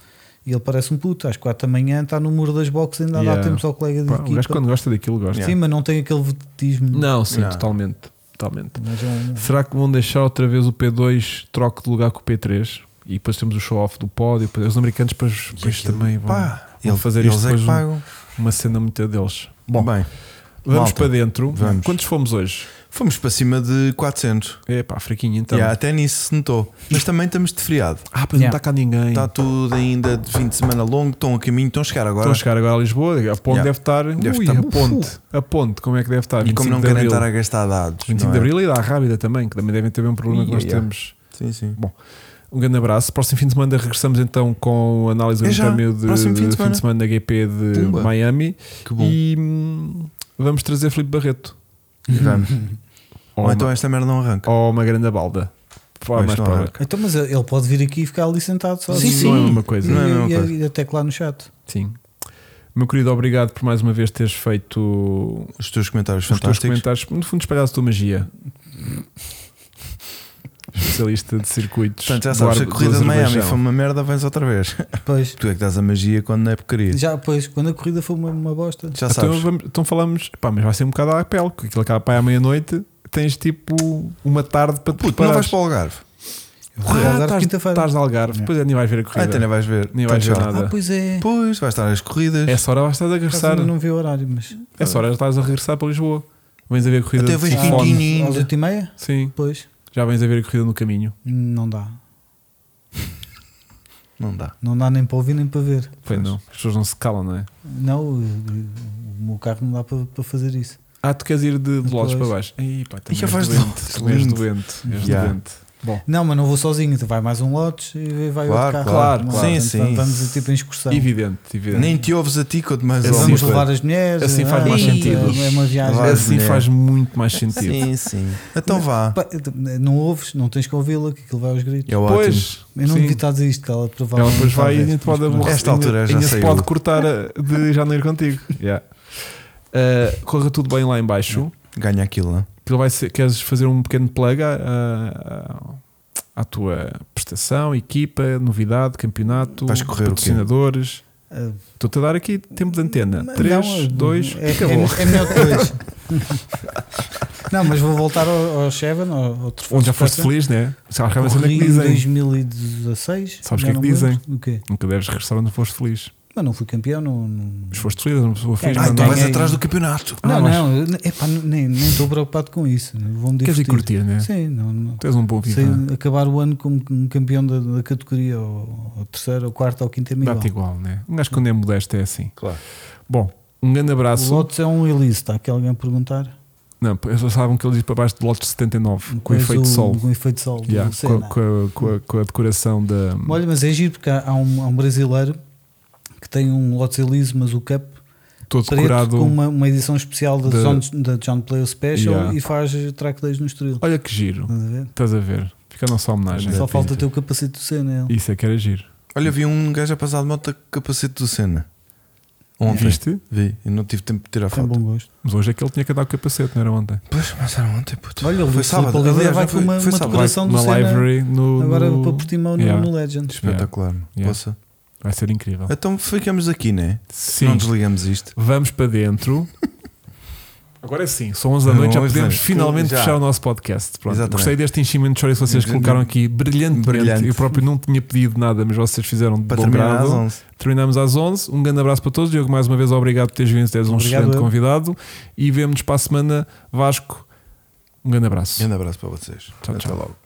Speaker 3: E ele parece um puto. Às quatro da manhã está no muro das boxes ainda há
Speaker 2: Yeah.
Speaker 3: dá tempo ao colega de
Speaker 2: Pá, o gajo
Speaker 3: equipa.
Speaker 2: quando gosta daquilo gosta.
Speaker 3: é então? Sim, mas não tem aquele vedetismo.
Speaker 2: Não, sim,
Speaker 1: Não.
Speaker 2: totalmente. totalmente.
Speaker 3: Mas é um-
Speaker 2: Será que vão deixar outra vez o P2 troque de lugar com o P3? E depois temos o show-off do pódio. depois Os americanos depois, depois também vão,
Speaker 1: Pá,
Speaker 2: vão
Speaker 1: ele-
Speaker 2: fazer
Speaker 1: eles
Speaker 2: isto
Speaker 1: é que
Speaker 2: depois um-
Speaker 1: pagam.
Speaker 2: uma cena muito deles.
Speaker 1: Bom, bem,
Speaker 2: Vamos
Speaker 1: Malta,
Speaker 2: para dentro.
Speaker 1: vamos.
Speaker 2: Quantos fomos hoje?
Speaker 1: fomos para cima de 400.
Speaker 2: É pá, fraquinho então.
Speaker 1: Yeah, até nisso se notou. Mas também estamos de feriado.
Speaker 2: Ah, pois não
Speaker 3: Yeah. Tá,
Speaker 2: está cá ninguém.
Speaker 1: Está tudo ainda de fim de semana longo, estão a caminho, estão a chegar agora.
Speaker 2: Estão a chegar agora a Lisboa, a ponte
Speaker 1: Yeah.
Speaker 2: deve estar.
Speaker 1: Deve
Speaker 2: ui,
Speaker 1: estar-
Speaker 2: a ponte. A ponte, como é que deve estar?
Speaker 1: E como
Speaker 2: 25
Speaker 1: não
Speaker 2: de
Speaker 1: querem
Speaker 2: Abril.
Speaker 1: estar a gastar dados.
Speaker 2: 25
Speaker 1: não
Speaker 2: de
Speaker 1: é?
Speaker 2: Abril e da Rábida também, que também devem ter um problema que
Speaker 1: Yeah,
Speaker 2: nós
Speaker 1: yeah. Sim,
Speaker 2: temos.
Speaker 1: sim.
Speaker 2: Um grande abraço. Próximo fim de semana regressamos então com a análise do
Speaker 1: É já.
Speaker 2: intermédio de,
Speaker 1: Próximo fim de
Speaker 2: de fim
Speaker 1: semana.
Speaker 2: de semana da GP de
Speaker 1: Pumba.
Speaker 2: Miami.
Speaker 1: Que bom.
Speaker 2: E hum, vamos trazer Filipe Barreto. [laughs]
Speaker 1: Vamos.
Speaker 2: Ou,
Speaker 1: Ou então
Speaker 2: uma,
Speaker 1: esta merda não arranca.
Speaker 2: ou uma grande balda. Para
Speaker 1: Mas
Speaker 2: mais
Speaker 1: não é.
Speaker 2: prova.
Speaker 1: arranca.
Speaker 3: Então, mas ele pode vir aqui e ficar ali sentado só.
Speaker 1: Sim,
Speaker 3: E-
Speaker 1: sim.
Speaker 2: Não é a mesma
Speaker 3: E,
Speaker 2: coisa.
Speaker 1: Não é a mesma
Speaker 3: e-
Speaker 1: coisa.
Speaker 3: e até que lá no chat.
Speaker 2: Sim. Meu querido, obrigado por mais uma vez teres feito
Speaker 1: Os teus comentários
Speaker 2: os teus
Speaker 1: fantásticos.
Speaker 2: comentários. No fundo, espalhaste a tua magia. Especialista de circuitos.
Speaker 1: Portanto, já
Speaker 2: do
Speaker 1: sabes,
Speaker 2: Ar-
Speaker 1: a
Speaker 2: do
Speaker 1: corrida de Miami
Speaker 2: Azerbaijão.
Speaker 1: foi uma merda, vens outra
Speaker 2: [laughs]
Speaker 1: vez.
Speaker 3: Pois.
Speaker 1: Tu é que dás a magia quando não é porcaria. Já,
Speaker 3: Já, pois, quando a corrida foi uma, uma bosta.
Speaker 2: Então,
Speaker 1: sabes.
Speaker 2: vamos- então falamos, pá, mas vai ser um bocado à pele, que aquilo acaba para à meia-noite, tens tipo uma tarde para te
Speaker 1: Puto, não
Speaker 2: preparar.
Speaker 1: vais para o Algarve.
Speaker 3: Vou ao Algarve
Speaker 2: ah, estás,
Speaker 3: quinta-feira.
Speaker 2: estás de Algarve,
Speaker 3: É.
Speaker 2: depois nem vais ver a
Speaker 1: Ah,
Speaker 2: corrida.
Speaker 1: então nem vais ver.
Speaker 2: Nem
Speaker 1: Então
Speaker 2: vais ver
Speaker 1: já.
Speaker 2: nada. É
Speaker 3: Ah, pois é.
Speaker 1: Pois, vais estar às corridas.
Speaker 2: Essa hora estás a regressar,
Speaker 3: Ainda não vi o horário, mas.
Speaker 2: essa hora estás a regressar para Lisboa. Vens a ver a corrida
Speaker 1: Até
Speaker 2: de
Speaker 1: vejo
Speaker 2: fone.
Speaker 1: quintinho
Speaker 3: Às
Speaker 1: ainda.
Speaker 3: 8 e meia?
Speaker 2: Sim,
Speaker 3: Pois.
Speaker 2: já vens a ver a corrida no caminho.
Speaker 3: Não dá.
Speaker 1: Não dá.
Speaker 3: Não dá nem para ouvir nem para ver.
Speaker 2: Pois não, as pessoas não se calam, não é?
Speaker 3: Não, o, o meu carro não dá para, para fazer isso.
Speaker 2: Ah, tu queres ir de, de lotes
Speaker 3: Pois.
Speaker 2: para baixo. Aí, pá, também
Speaker 1: Ih, já
Speaker 2: és
Speaker 1: vais de
Speaker 2: doente,
Speaker 1: lotes,
Speaker 2: também és
Speaker 1: lindo.
Speaker 2: doente, és
Speaker 1: Yeah.
Speaker 2: doente. Bom,
Speaker 3: Não, mas não vou sozinho. Vai mais um lotes e vai
Speaker 1: Claro,
Speaker 3: outro carro.
Speaker 1: claro,
Speaker 3: Não,
Speaker 1: claro.
Speaker 3: portanto,
Speaker 1: Sim, sim.
Speaker 3: Vamos tipo em excursão.
Speaker 2: evidente, evidente.
Speaker 1: Nem te ouves a ti quanto mais
Speaker 2: Vamos
Speaker 1: ouves.
Speaker 3: Vamos
Speaker 2: É sim,
Speaker 3: levar
Speaker 2: claro.
Speaker 3: as mulheres.
Speaker 2: Assim faz
Speaker 3: ah,
Speaker 2: mais
Speaker 3: é-
Speaker 2: sentido.
Speaker 3: É uma viagem.
Speaker 1: Claro.
Speaker 2: Assim
Speaker 1: Mulher.
Speaker 2: faz muito mais sentido.
Speaker 1: Sim, sim. Então vá.
Speaker 3: Pá, Não ouves, não tens que ouvi-la, que aquilo vai aos gritos.
Speaker 1: É ótimo.
Speaker 2: Pois,
Speaker 3: Eu não
Speaker 2: sim.
Speaker 3: devia estar a dizer isto, que ela
Speaker 2: Ela
Speaker 3: provavelmente.
Speaker 2: depois vai e
Speaker 3: talvez,
Speaker 2: ainda te pode
Speaker 3: mas pronto.
Speaker 2: aborrecer.
Speaker 1: Esta altura
Speaker 2: ainda-
Speaker 1: já
Speaker 2: ainda se
Speaker 1: saiu.
Speaker 2: pode cortar a- de já não
Speaker 1: [laughs]
Speaker 2: ir contigo. Yeah. Uh, corra tudo bem lá em baixo.
Speaker 1: Ganha aquilo, né? não?
Speaker 2: Aquilo vai ser- queres fazer um pequeno plug à, à- à tua prestação, equipa, novidade, campeonato,
Speaker 1: Vais correr o quê?
Speaker 2: patrocinadores.
Speaker 3: Ah,
Speaker 2: Estou-te a dar aqui tempo de antena.
Speaker 3: Mas
Speaker 2: 3,
Speaker 3: não,
Speaker 2: 2,
Speaker 3: é,
Speaker 2: acabou.
Speaker 3: É, é melhor que
Speaker 2: [laughs]
Speaker 3: dois. não, mas vou voltar ao, ao Cheven, ao, ao troféu
Speaker 2: Onde já
Speaker 3: de
Speaker 2: foste
Speaker 3: Superstar.
Speaker 2: feliz, né? Sabes que há uma cena
Speaker 3: Corri
Speaker 2: que
Speaker 3: em
Speaker 2: dizem.
Speaker 3: 2016.
Speaker 2: Sabes o que
Speaker 3: já
Speaker 2: é que
Speaker 3: não me
Speaker 2: dizem?
Speaker 3: lembro. O quê?
Speaker 2: Nunca deves regressar onde foste feliz.
Speaker 3: mas não fui campeão. Não, não-
Speaker 2: Mas foste líder, uma pessoa fez.
Speaker 3: Ah,
Speaker 1: Ah, então
Speaker 3: então
Speaker 1: vais
Speaker 3: é-
Speaker 1: atrás do campeonato.
Speaker 3: não,
Speaker 2: mas-
Speaker 3: não, eu- epá, nem nem estou preocupado com isso. Vou-me
Speaker 2: Queres ir
Speaker 3: divertir.
Speaker 2: curtir, né?
Speaker 3: Sim, não, não.
Speaker 2: Tens um bom vivo.
Speaker 3: Sei
Speaker 2: né?
Speaker 3: acabar o ano como um campeão da, da categoria, ou, ou terceiro, ou quarto, ou quinto é nível.
Speaker 2: Dá-te igual, né? Um gajo quando é modesto é assim.
Speaker 1: Claro.
Speaker 2: Bom, um grande
Speaker 3: O
Speaker 2: abraço.
Speaker 3: Lotus é um release, está aqui alguém a perguntar?
Speaker 2: Não, eu só sabem que ele diz para baixo de lotes 79, com
Speaker 3: És
Speaker 2: efeito
Speaker 3: o-
Speaker 2: de sol.
Speaker 3: Com efeito de sol. Um do
Speaker 2: Yeah, com,
Speaker 3: Senna.
Speaker 2: a, com a- com a- com a decoração da.
Speaker 3: Olha, mas é giro porque há há um, há um brasileiro que tem um Lotus Elise, mas o Cup
Speaker 2: todo
Speaker 3: preto
Speaker 2: decorado.
Speaker 3: com uma, uma edição especial da,
Speaker 2: de-
Speaker 3: John, da John Player Special
Speaker 2: Yeah.
Speaker 3: e faz track days no Estoril.
Speaker 2: Olha é que giro. Estás
Speaker 3: Estás a ver?
Speaker 2: a ver? Fica a nossa homenagem.
Speaker 3: Só
Speaker 1: pinta.
Speaker 3: falta ter o capacete do Senna. ele.
Speaker 2: Isso é que era giro.
Speaker 1: Olha, vi um gajo a passar de moto com capacete do Senna.
Speaker 3: um-
Speaker 1: Ontem.
Speaker 2: Viste?
Speaker 1: Vi. E não tive tempo de tirar
Speaker 3: Tem
Speaker 1: foto.
Speaker 3: bom gosto.
Speaker 2: Mas hoje é que ele tinha que dar o capacete, não era ontem?
Speaker 1: Pois, mas era ontem, puto.
Speaker 3: Olha, o
Speaker 1: foi
Speaker 3: Filipe
Speaker 1: sábado.
Speaker 3: Oliveira
Speaker 1: Aliás,
Speaker 3: vai
Speaker 1: não
Speaker 3: com
Speaker 1: foi,
Speaker 3: uma-
Speaker 1: foi
Speaker 3: uma
Speaker 1: sábado.
Speaker 3: decoração- Coração do
Speaker 2: Uma
Speaker 3: Senna.
Speaker 2: livery no.
Speaker 3: Agora
Speaker 2: no-
Speaker 3: para Portimão no-
Speaker 2: Yeah.
Speaker 3: no, Legend.
Speaker 1: Espetacular.
Speaker 2: Yeah.
Speaker 1: Poça.
Speaker 2: Vai ser incrível.
Speaker 1: Então ficamos aqui, né?
Speaker 2: Sim.
Speaker 1: Não desligamos isto.
Speaker 2: Vamos para dentro. Agora é sim, são 11 da noite, já
Speaker 1: 11 da
Speaker 2: podemos
Speaker 1: noite.
Speaker 2: finalmente
Speaker 1: Já.
Speaker 2: fechar o nosso podcast. Pronto,
Speaker 1: Exatamente.
Speaker 2: gostei deste enchimento de chouriço que vocês colocaram aqui brilhantemente.
Speaker 1: Brilhante.
Speaker 2: Eu próprio não tinha pedido nada, mas vocês fizeram de
Speaker 1: Para
Speaker 2: bom
Speaker 1: terminar às
Speaker 2: grado.
Speaker 1: 11.
Speaker 2: Terminamos às 11. Um grande abraço para todos. Diogo, mais uma vez, obrigado por teres vindo. Tens um
Speaker 3: Obrigado,
Speaker 2: excelente
Speaker 3: eu.
Speaker 2: convidado. E vemo-nos para a semana. Vasco, um grande abraço.
Speaker 1: Grande abraço para vocês.
Speaker 2: Tchau,
Speaker 1: Até
Speaker 2: tchau.
Speaker 1: logo.